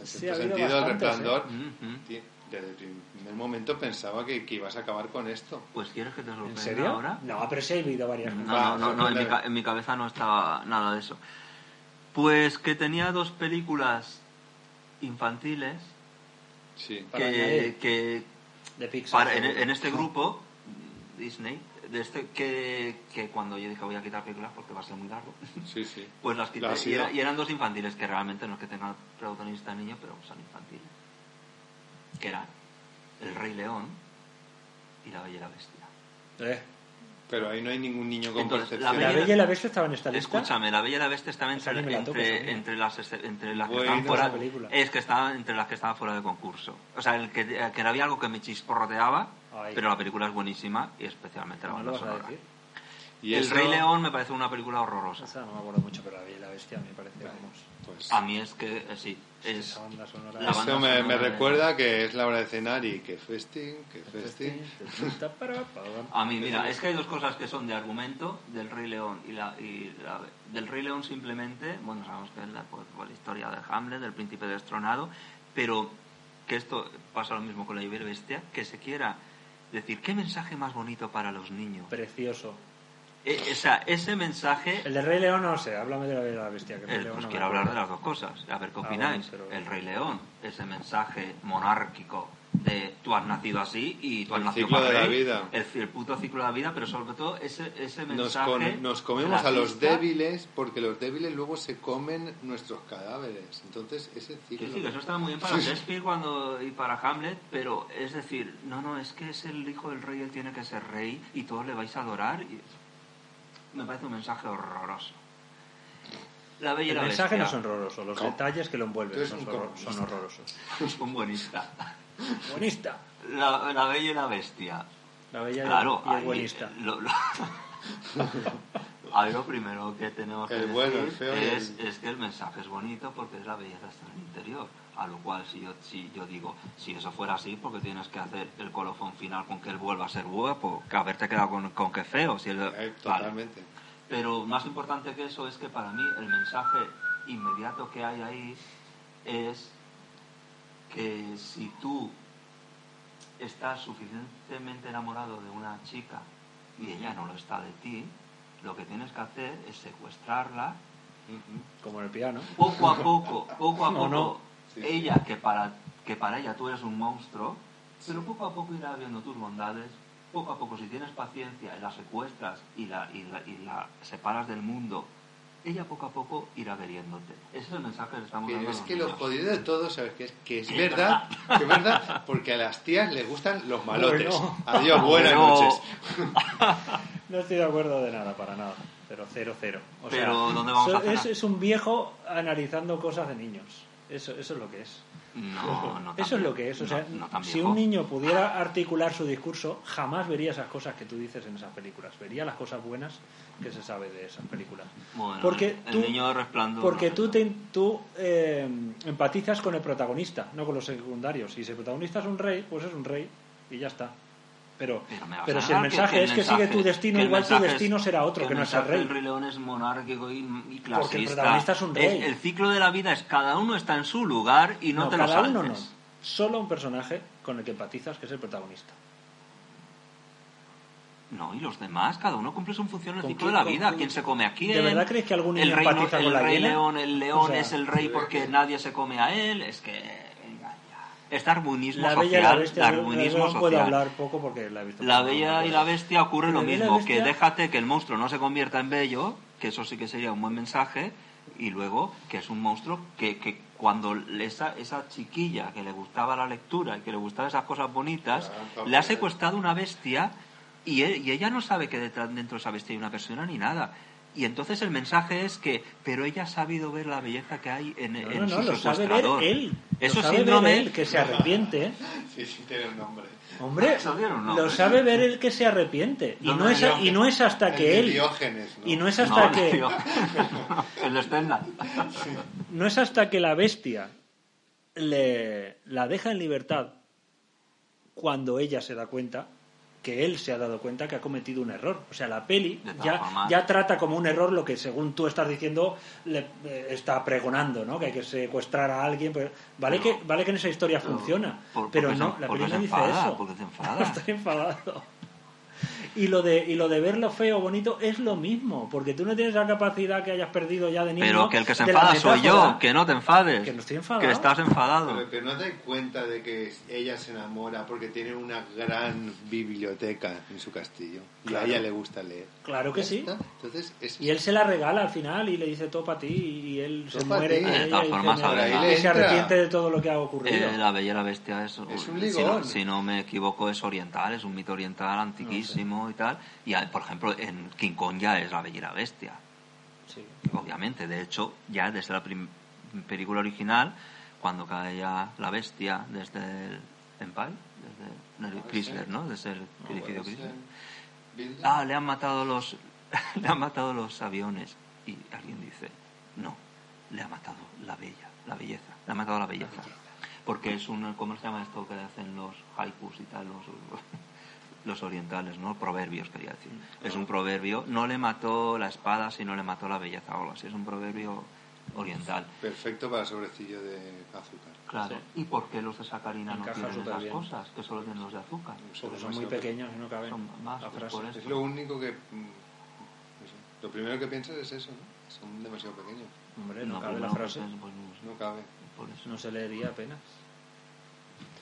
[SPEAKER 6] en
[SPEAKER 2] Sí, ha
[SPEAKER 6] cierto
[SPEAKER 2] habido
[SPEAKER 6] sentido, el
[SPEAKER 2] bastantes, ¿eh?
[SPEAKER 6] resplandor.
[SPEAKER 4] Ujú.
[SPEAKER 6] Ti- Desde el primer momento pensaba que, que ibas a acabar con esto.
[SPEAKER 4] Pues quieres que te sorprenda
[SPEAKER 2] ¿En serio?
[SPEAKER 4] ahora.
[SPEAKER 2] No, pero sí ha habido varias.
[SPEAKER 4] No,
[SPEAKER 6] Va,
[SPEAKER 4] no, no, no, en, mi,
[SPEAKER 6] sorpréndeme.
[SPEAKER 4] ca- en mi cabeza no estaba nada de eso. Pues que tenía dos películas infantiles
[SPEAKER 6] Sí.
[SPEAKER 2] Para
[SPEAKER 4] que,
[SPEAKER 2] añadir.
[SPEAKER 4] que
[SPEAKER 2] De Pixar.
[SPEAKER 4] para- en,
[SPEAKER 2] seguro.
[SPEAKER 4] en este grupo, Disney, de este, que, que cuando yo dije voy a quitar películas porque va a ser muy largo,
[SPEAKER 6] Sí, sí.
[SPEAKER 4] pues las quité.
[SPEAKER 6] Lo has
[SPEAKER 4] y, era-
[SPEAKER 6] ido.
[SPEAKER 4] y eran dos infantiles, que realmente no es que tengan protagonista niño, pero son infantiles. Que eran El Rey León y La Bella y la Bestia.
[SPEAKER 2] Eh,
[SPEAKER 6] Pero ahí no hay ningún niño con
[SPEAKER 4] Entonces,
[SPEAKER 6] percepción.
[SPEAKER 2] La
[SPEAKER 4] Bella-
[SPEAKER 2] Bella y la Bestia estaba en esta lista.
[SPEAKER 4] Escúchame, La Bella y la Bestia estaba
[SPEAKER 2] Esa
[SPEAKER 4] entre,
[SPEAKER 2] ni me la toques,
[SPEAKER 4] entre,
[SPEAKER 2] amigo.
[SPEAKER 4] entre las, este- entre las que
[SPEAKER 6] Buena
[SPEAKER 4] estaban fuera
[SPEAKER 2] esa película.
[SPEAKER 4] es que estaba entre las que estaban fuera de concurso. O sea, el que, el que había algo que me chisporroteaba,
[SPEAKER 2] Ay.
[SPEAKER 4] pero la película es buenísima y especialmente la
[SPEAKER 2] No
[SPEAKER 4] banda
[SPEAKER 2] lo vas a
[SPEAKER 4] sonora.
[SPEAKER 2] decir.
[SPEAKER 3] Y
[SPEAKER 4] el
[SPEAKER 3] eso-
[SPEAKER 4] Rey León me parece una película horrorosa.
[SPEAKER 2] Esa no me acuerdo mucho, pero la Bella y la Bestia me parece vamos,
[SPEAKER 3] Pues,
[SPEAKER 4] A mí es que eh, sí, es
[SPEAKER 2] esa banda sonora.
[SPEAKER 4] La banda
[SPEAKER 3] eso me, me
[SPEAKER 4] sonora de-
[SPEAKER 3] recuerda que es la hora de cenar y que este. festín, que
[SPEAKER 2] este,
[SPEAKER 3] festín.
[SPEAKER 4] A mí, mira, es que hay dos cosas que son de argumento del Rey León y la, y la- del Rey León simplemente, bueno, sabemos que es la, pues, la historia de Hamlet, del príncipe destronado, pero que esto pasa lo mismo con la Iberbestia, que se quiera decir, ¿qué mensaje más bonito para los niños?
[SPEAKER 2] Precioso.
[SPEAKER 4] E- o sea, ese mensaje...
[SPEAKER 2] El de Rey León no sé, háblame de la Bella y la Bestia. Que el Rey
[SPEAKER 4] Eh,
[SPEAKER 2] León
[SPEAKER 4] pues
[SPEAKER 2] no me
[SPEAKER 4] quiero
[SPEAKER 2] acuerdo.
[SPEAKER 4] hablar de las dos cosas, a ver qué
[SPEAKER 2] Ah,
[SPEAKER 4] opináis.
[SPEAKER 2] bueno, pero-
[SPEAKER 4] El Rey León, ese mensaje monárquico de tú has nacido así y tú has
[SPEAKER 3] El
[SPEAKER 4] nacido
[SPEAKER 3] ciclo
[SPEAKER 4] para
[SPEAKER 3] de la
[SPEAKER 4] rey,
[SPEAKER 3] vida.
[SPEAKER 4] El, el puto ciclo de la vida, pero sobre todo ese, ese
[SPEAKER 3] Nos,
[SPEAKER 4] mensaje.
[SPEAKER 3] con- nos comemos a los
[SPEAKER 4] racista.
[SPEAKER 3] débiles porque los débiles luego se comen nuestros cadáveres. Entonces, ese
[SPEAKER 4] Sí,
[SPEAKER 3] ciclo.
[SPEAKER 4] sí, que eso estaba muy bien para Shakespeare cuando, y para Hamlet, pero es decir, no, no, es que es el hijo del rey, él tiene que ser rey y todos le vais a adorar. y- me parece un mensaje horroroso. La bella y
[SPEAKER 2] El
[SPEAKER 4] la
[SPEAKER 2] mensaje no
[SPEAKER 4] Bestia,
[SPEAKER 2] son horrorosos, los
[SPEAKER 3] ¿Cómo?
[SPEAKER 2] detalles que lo envuelven
[SPEAKER 3] Eres
[SPEAKER 2] son,
[SPEAKER 3] un
[SPEAKER 2] horror-
[SPEAKER 3] comunista.
[SPEAKER 2] son horrorosos.
[SPEAKER 4] un buenista.
[SPEAKER 2] Buenista.
[SPEAKER 4] La, la Bella y la Bestia.
[SPEAKER 2] La bella y-
[SPEAKER 4] Claro,
[SPEAKER 2] y el
[SPEAKER 4] ahí, eh,
[SPEAKER 2] buenista.
[SPEAKER 4] lo- lo- ahí lo primero que tenemos que
[SPEAKER 3] El bueno, el
[SPEAKER 4] decir
[SPEAKER 3] feo y
[SPEAKER 4] es,
[SPEAKER 3] el-
[SPEAKER 4] es que el mensaje es bonito porque es la belleza está en el interior. A lo cual, si yo, si yo digo, si eso fuera así, porque tienes que hacer el colofón final con que él vuelva a ser guapo, que haberte quedado con, con que feo. Si él-
[SPEAKER 3] Eh,
[SPEAKER 4] Vale.
[SPEAKER 3] Totalmente.
[SPEAKER 4] Pero más importante que eso es que para mí el mensaje inmediato que hay ahí es que si tú estás suficientemente enamorado de una chica y ella no lo está de ti, lo que tienes que hacer es secuestrarla
[SPEAKER 2] Como en el piano.
[SPEAKER 4] poco a poco, poco a
[SPEAKER 2] No,
[SPEAKER 4] poco,
[SPEAKER 2] no.
[SPEAKER 3] Sí, sí.
[SPEAKER 4] ella que para que para ella tú eres un monstruo, pero poco a poco irá viendo tus bondades, poco a poco si tienes paciencia, y la secuestras y la, y la, y la separas del mundo, ella poco a poco irá queriéndote. Ese es el mensaje que le estamos
[SPEAKER 3] Pero
[SPEAKER 4] dando. a
[SPEAKER 3] es
[SPEAKER 4] los
[SPEAKER 3] que lo
[SPEAKER 4] niños.
[SPEAKER 3] jodido de todo, ¿sabes qué es? Que es verdad, que es verdad, porque a las tías les gustan los malotes.
[SPEAKER 2] Bueno.
[SPEAKER 3] Adiós, buenas
[SPEAKER 4] Pero-
[SPEAKER 3] noches.
[SPEAKER 2] No estoy de acuerdo de nada, para nada. Pero cero, cero. O sea,
[SPEAKER 4] Pero, ¿dónde vamos
[SPEAKER 2] so-
[SPEAKER 4] a cenar?
[SPEAKER 2] es, es un viejo analizando cosas de niños. Eso, eso es lo que es.
[SPEAKER 4] No, no tan
[SPEAKER 2] Eso es
[SPEAKER 4] vie-
[SPEAKER 2] lo que es. O
[SPEAKER 4] no-
[SPEAKER 2] sea,
[SPEAKER 4] no tan
[SPEAKER 2] si
[SPEAKER 4] viejo.
[SPEAKER 2] un niño pudiera articular su discurso, jamás vería esas cosas que tú dices en esas películas. Vería las cosas buenas que se sabe de esas películas.
[SPEAKER 4] Bueno,
[SPEAKER 2] porque
[SPEAKER 4] el
[SPEAKER 2] tú-
[SPEAKER 4] niño resplandor.
[SPEAKER 2] Porque
[SPEAKER 4] no
[SPEAKER 2] tú,
[SPEAKER 4] sé.
[SPEAKER 2] te, tú eh, empatizas con el protagonista, no con los secundarios. Y si el protagonista es un rey, pues es un rey y ya está. Pero,
[SPEAKER 4] Pero, me vas
[SPEAKER 2] pero
[SPEAKER 4] a
[SPEAKER 2] si el
[SPEAKER 4] negar
[SPEAKER 2] mensaje es que sigue tu destino,
[SPEAKER 4] que el
[SPEAKER 2] igual tu
[SPEAKER 4] mensaje es-
[SPEAKER 2] destino será otro, que no es el
[SPEAKER 4] mensaje
[SPEAKER 2] rey.
[SPEAKER 4] del Rey León es monárquico y, y clasista.
[SPEAKER 2] Porque el protagonista es un rey.
[SPEAKER 4] El, el ciclo de la vida es cada uno está en su lugar y no, te lo
[SPEAKER 2] cada
[SPEAKER 4] saltes.
[SPEAKER 2] uno no. Solo un personaje con el que empatizas, que es el protagonista.
[SPEAKER 4] No, y los demás, cada uno cumple su función en el
[SPEAKER 2] ¿Con
[SPEAKER 4] ciclo de
[SPEAKER 2] quién-
[SPEAKER 4] la
[SPEAKER 2] con
[SPEAKER 4] vida.
[SPEAKER 2] quién?
[SPEAKER 4] ¿Quién se come a quién?
[SPEAKER 2] ¿De verdad crees que algún
[SPEAKER 4] el
[SPEAKER 2] niño
[SPEAKER 4] rey,
[SPEAKER 2] empatiza
[SPEAKER 4] el
[SPEAKER 2] con la
[SPEAKER 4] rey
[SPEAKER 2] hiena?
[SPEAKER 4] león, el león
[SPEAKER 2] O sea, eh,
[SPEAKER 4] es el rey porque nadie se come a él. Es que... venga ya. Es darwinismo
[SPEAKER 2] La
[SPEAKER 4] social.
[SPEAKER 2] Bella y la Bestia. de- de
[SPEAKER 4] darwinismo
[SPEAKER 2] León puedo
[SPEAKER 4] social.
[SPEAKER 2] hablar poco porque la he visto.
[SPEAKER 4] La bella y la bestia ocurre
[SPEAKER 2] La
[SPEAKER 4] lo
[SPEAKER 2] Bella y la
[SPEAKER 4] mismo, que
[SPEAKER 2] Bestia-
[SPEAKER 4] déjate que el monstruo no se convierta en bello, que eso sí que sería un buen mensaje, y luego que es un monstruo que, que cuando esa, esa chiquilla que le gustaba la lectura y que le gustaban esas cosas bonitas,
[SPEAKER 3] Ah, está
[SPEAKER 4] le ha
[SPEAKER 3] bien.
[SPEAKER 4] secuestrado una bestia y, e- y ella no sabe que detrás, dentro de esa bestia hay una persona ni nada. Y entonces el mensaje es que, pero ella ha sabido ver la belleza que hay en,
[SPEAKER 2] No,
[SPEAKER 4] en
[SPEAKER 2] no, no,
[SPEAKER 4] su
[SPEAKER 2] lo sabe ver
[SPEAKER 4] secuestrador.
[SPEAKER 2] él.
[SPEAKER 4] Eso
[SPEAKER 2] lo
[SPEAKER 4] es
[SPEAKER 2] sabe ver
[SPEAKER 4] síndrome
[SPEAKER 2] él, que se arrepiente. ¿eh?
[SPEAKER 3] Sí, sí, tiene un nombre.
[SPEAKER 2] Hombre,
[SPEAKER 4] Eso dieron, ¿no?
[SPEAKER 2] lo sabe ver el que se arrepiente. Y
[SPEAKER 4] No,
[SPEAKER 2] no,
[SPEAKER 4] no,
[SPEAKER 2] es,
[SPEAKER 4] no.
[SPEAKER 2] y no es hasta
[SPEAKER 3] El
[SPEAKER 2] que
[SPEAKER 3] de
[SPEAKER 2] él.
[SPEAKER 3] Diógenes, ¿no?
[SPEAKER 2] Y no es
[SPEAKER 4] No,
[SPEAKER 2] hasta que.
[SPEAKER 4] tío. el de Stendhal.
[SPEAKER 2] No es hasta que la bestia le, la deja en libertad cuando ella se da cuenta que él se ha dado cuenta que ha cometido un error. O sea, la peli
[SPEAKER 4] De todas
[SPEAKER 2] ya,
[SPEAKER 4] formas.
[SPEAKER 2] ya trata como un error lo que, según tú estás diciendo, le eh, está pregonando, ¿no? Que hay que secuestrar a alguien. pero- vale,
[SPEAKER 4] Pero-
[SPEAKER 2] que, vale que en esa historia
[SPEAKER 4] pero-
[SPEAKER 2] funciona,
[SPEAKER 4] por-
[SPEAKER 2] pero
[SPEAKER 4] porque
[SPEAKER 2] no,
[SPEAKER 4] se-
[SPEAKER 2] la
[SPEAKER 4] porque
[SPEAKER 2] peli no
[SPEAKER 4] se
[SPEAKER 2] dice
[SPEAKER 4] enfada,
[SPEAKER 2] eso.
[SPEAKER 4] porque se enfada.
[SPEAKER 2] Está enfadado. Y lo, de, y lo de ver lo feo bonito es lo mismo, porque tú no tienes la capacidad que hayas perdido ya de niño.
[SPEAKER 4] Pero que el que se
[SPEAKER 2] de la
[SPEAKER 4] enfada soy yo,
[SPEAKER 2] metáfora.
[SPEAKER 4] que no te enfades.
[SPEAKER 2] Que no estoy enfadado.
[SPEAKER 4] Que estás enfadado.
[SPEAKER 3] Pero que no te das cuenta de que ella se enamora porque tiene una gran biblioteca en su castillo y
[SPEAKER 2] Claro.
[SPEAKER 3] a ella le gusta leer.
[SPEAKER 2] Claro que
[SPEAKER 3] Ya
[SPEAKER 2] sí.
[SPEAKER 3] está. Entonces, es
[SPEAKER 2] Y él se la regala al final y le dice todo para ti y él se
[SPEAKER 3] Todo pa'
[SPEAKER 2] muere
[SPEAKER 3] ti.
[SPEAKER 2] y,
[SPEAKER 3] De
[SPEAKER 2] ella
[SPEAKER 4] Eh, todas
[SPEAKER 2] dice,
[SPEAKER 4] formas,
[SPEAKER 2] "No",
[SPEAKER 4] ahora
[SPEAKER 2] y
[SPEAKER 4] ahí
[SPEAKER 3] le
[SPEAKER 2] se
[SPEAKER 3] entra.
[SPEAKER 2] arrepiente de todo lo que ha ocurrido.
[SPEAKER 4] Eh, la Bella y la Bestia es,
[SPEAKER 3] Es un
[SPEAKER 4] si, no,
[SPEAKER 3] ligón.
[SPEAKER 4] si no me equivoco es oriental, es un mito oriental antiquísimo y tal. Y ah, por ejemplo en King Kong ya es la Bella y la Bestia.
[SPEAKER 2] Sí.
[SPEAKER 4] obviamente. De hecho, ya desde la prim- película original, cuando cae ya la bestia desde el Empire, desde el
[SPEAKER 3] puede
[SPEAKER 4] Chrysler,
[SPEAKER 3] ser.
[SPEAKER 4] ¿no? Desde el
[SPEAKER 3] No
[SPEAKER 4] edificio
[SPEAKER 3] puede
[SPEAKER 4] Chrysler.
[SPEAKER 3] ser. Bilda.
[SPEAKER 4] Ah, le han matado los... le han matado los aviones. Y alguien dice, no, le ha matado la bella, la belleza, le ha matado la belleza. Porque es un, ¿cómo se llama esto que hacen los haikus y tal, los, los orientales, ¿no? Proverbios, quería decir. Es un proverbio, no le mató la espada, sino le mató la belleza. O así es un proverbio oriental.
[SPEAKER 3] Perfecto para sobrecillo de azúcar.
[SPEAKER 4] Claro. ¿Y por qué los de sacarina no
[SPEAKER 2] Encaja
[SPEAKER 4] tienen
[SPEAKER 2] súper
[SPEAKER 4] esas
[SPEAKER 2] bien.
[SPEAKER 4] cosas? Que solo tienen los de azúcar.
[SPEAKER 2] Porque son muy pequeños y no caben.
[SPEAKER 4] Son más,
[SPEAKER 2] la
[SPEAKER 4] pues,
[SPEAKER 2] frase.
[SPEAKER 4] por eso.
[SPEAKER 3] Es lo único que... mm, no sé. Lo primero que piensas es eso, ¿no? Son demasiado pequeños.
[SPEAKER 2] Hombre, no,
[SPEAKER 4] No,
[SPEAKER 2] cabe
[SPEAKER 4] pues
[SPEAKER 2] la
[SPEAKER 4] no,
[SPEAKER 2] frase.
[SPEAKER 4] pues, pues, no,
[SPEAKER 3] No cabe.
[SPEAKER 4] por eso.
[SPEAKER 2] No se leería apenas.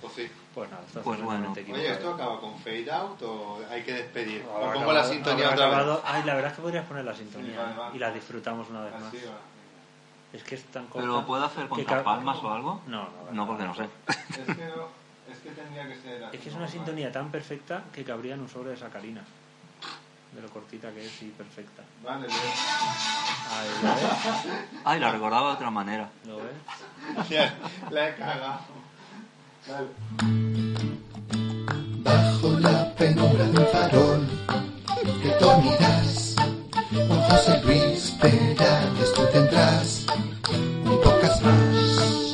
[SPEAKER 3] O sí.
[SPEAKER 2] Pues nada, está
[SPEAKER 4] Pues bueno.
[SPEAKER 2] totalmente
[SPEAKER 3] Oye,
[SPEAKER 2] equivocado.
[SPEAKER 3] ¿esto acaba con fade out o hay que despedir?
[SPEAKER 2] Habrá
[SPEAKER 3] ¿O pongo la
[SPEAKER 2] acabado-
[SPEAKER 3] sintonía
[SPEAKER 2] habrá
[SPEAKER 3] otra vez?
[SPEAKER 2] acabado- Ay, la verdad es que podrías poner la sintonía ¿eh?
[SPEAKER 3] Sí, vale, vale.
[SPEAKER 2] y la disfrutamos una vez más.
[SPEAKER 3] Así va.
[SPEAKER 2] Es que es tan corta.
[SPEAKER 4] ¿Pero puedo hacer
[SPEAKER 2] que
[SPEAKER 4] contra
[SPEAKER 2] ca-
[SPEAKER 4] palmas o algo?
[SPEAKER 2] No, no,
[SPEAKER 4] No, porque no sé.
[SPEAKER 3] Es que, no- es que tendría que ser... así,
[SPEAKER 2] Es que es
[SPEAKER 3] ¿no?
[SPEAKER 2] una
[SPEAKER 3] Vale.
[SPEAKER 2] sintonía tan perfecta que cabría en un sobre de sacarina. De lo cortita que es y perfecta.
[SPEAKER 3] Vale, bien.
[SPEAKER 2] Ahí, ¿lo ves?
[SPEAKER 4] Ay, la recordaba de otra manera.
[SPEAKER 2] ¿Lo ves?
[SPEAKER 3] Ya, la he cagado. Vale.
[SPEAKER 5] Bajo la penumbra de un farol, que tú miras, un José Luis Perales tú tendrás, un pocas más.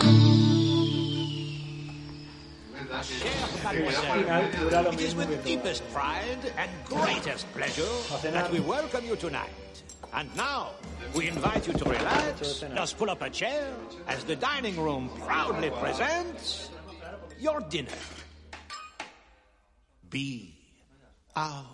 [SPEAKER 3] ¿Verdad que-
[SPEAKER 2] Al final dura lo
[SPEAKER 7] It is
[SPEAKER 2] mismo
[SPEAKER 7] with
[SPEAKER 2] que todo.
[SPEAKER 7] deepest pride and greatest pleasure that we welcome you tonight. And now, we invite you to relax, just pull up a chair, as the dining room proudly presents your dinner. Be our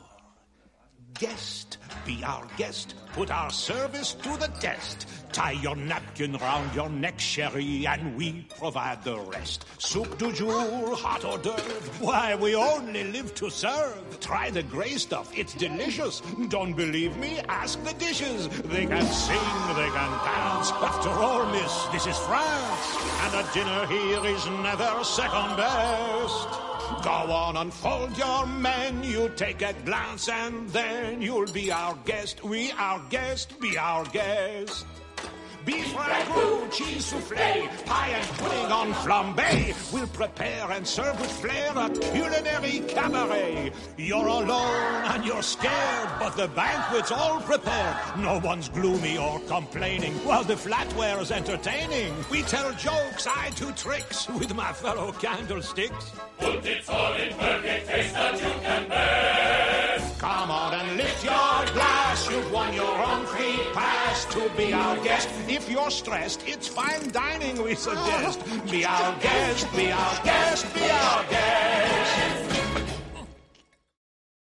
[SPEAKER 7] guest. Be our guest. Put our service to the test. Tie your napkin round your neck, sherry, and we provide the rest. Soup du jour, hot hors d'oeuvre. Why, we only live to serve. Try the gray stuff. It's delicious. Don't believe me? Ask the dishes. They can sing, they can dance. After all, miss, this is France. And a dinner here is never second best. Go on, unfold your menu, take a glance, and then you'll be our guest. We our guest, be our guest. Beef ragout, cheese souffle, pie and pudding on flambe. We'll prepare and serve with flair a culinary cabaret. You're alone and you're scared, but the banquet's all prepared. No one's gloomy or complaining while the flatware's entertaining. We tell jokes, I do tricks with my fellow candlesticks. Come on and lift your glass. You've won your own free pass to be our guest. If you're stressed, it's fine dining we suggest. Be our guest, be our guest, be our guest.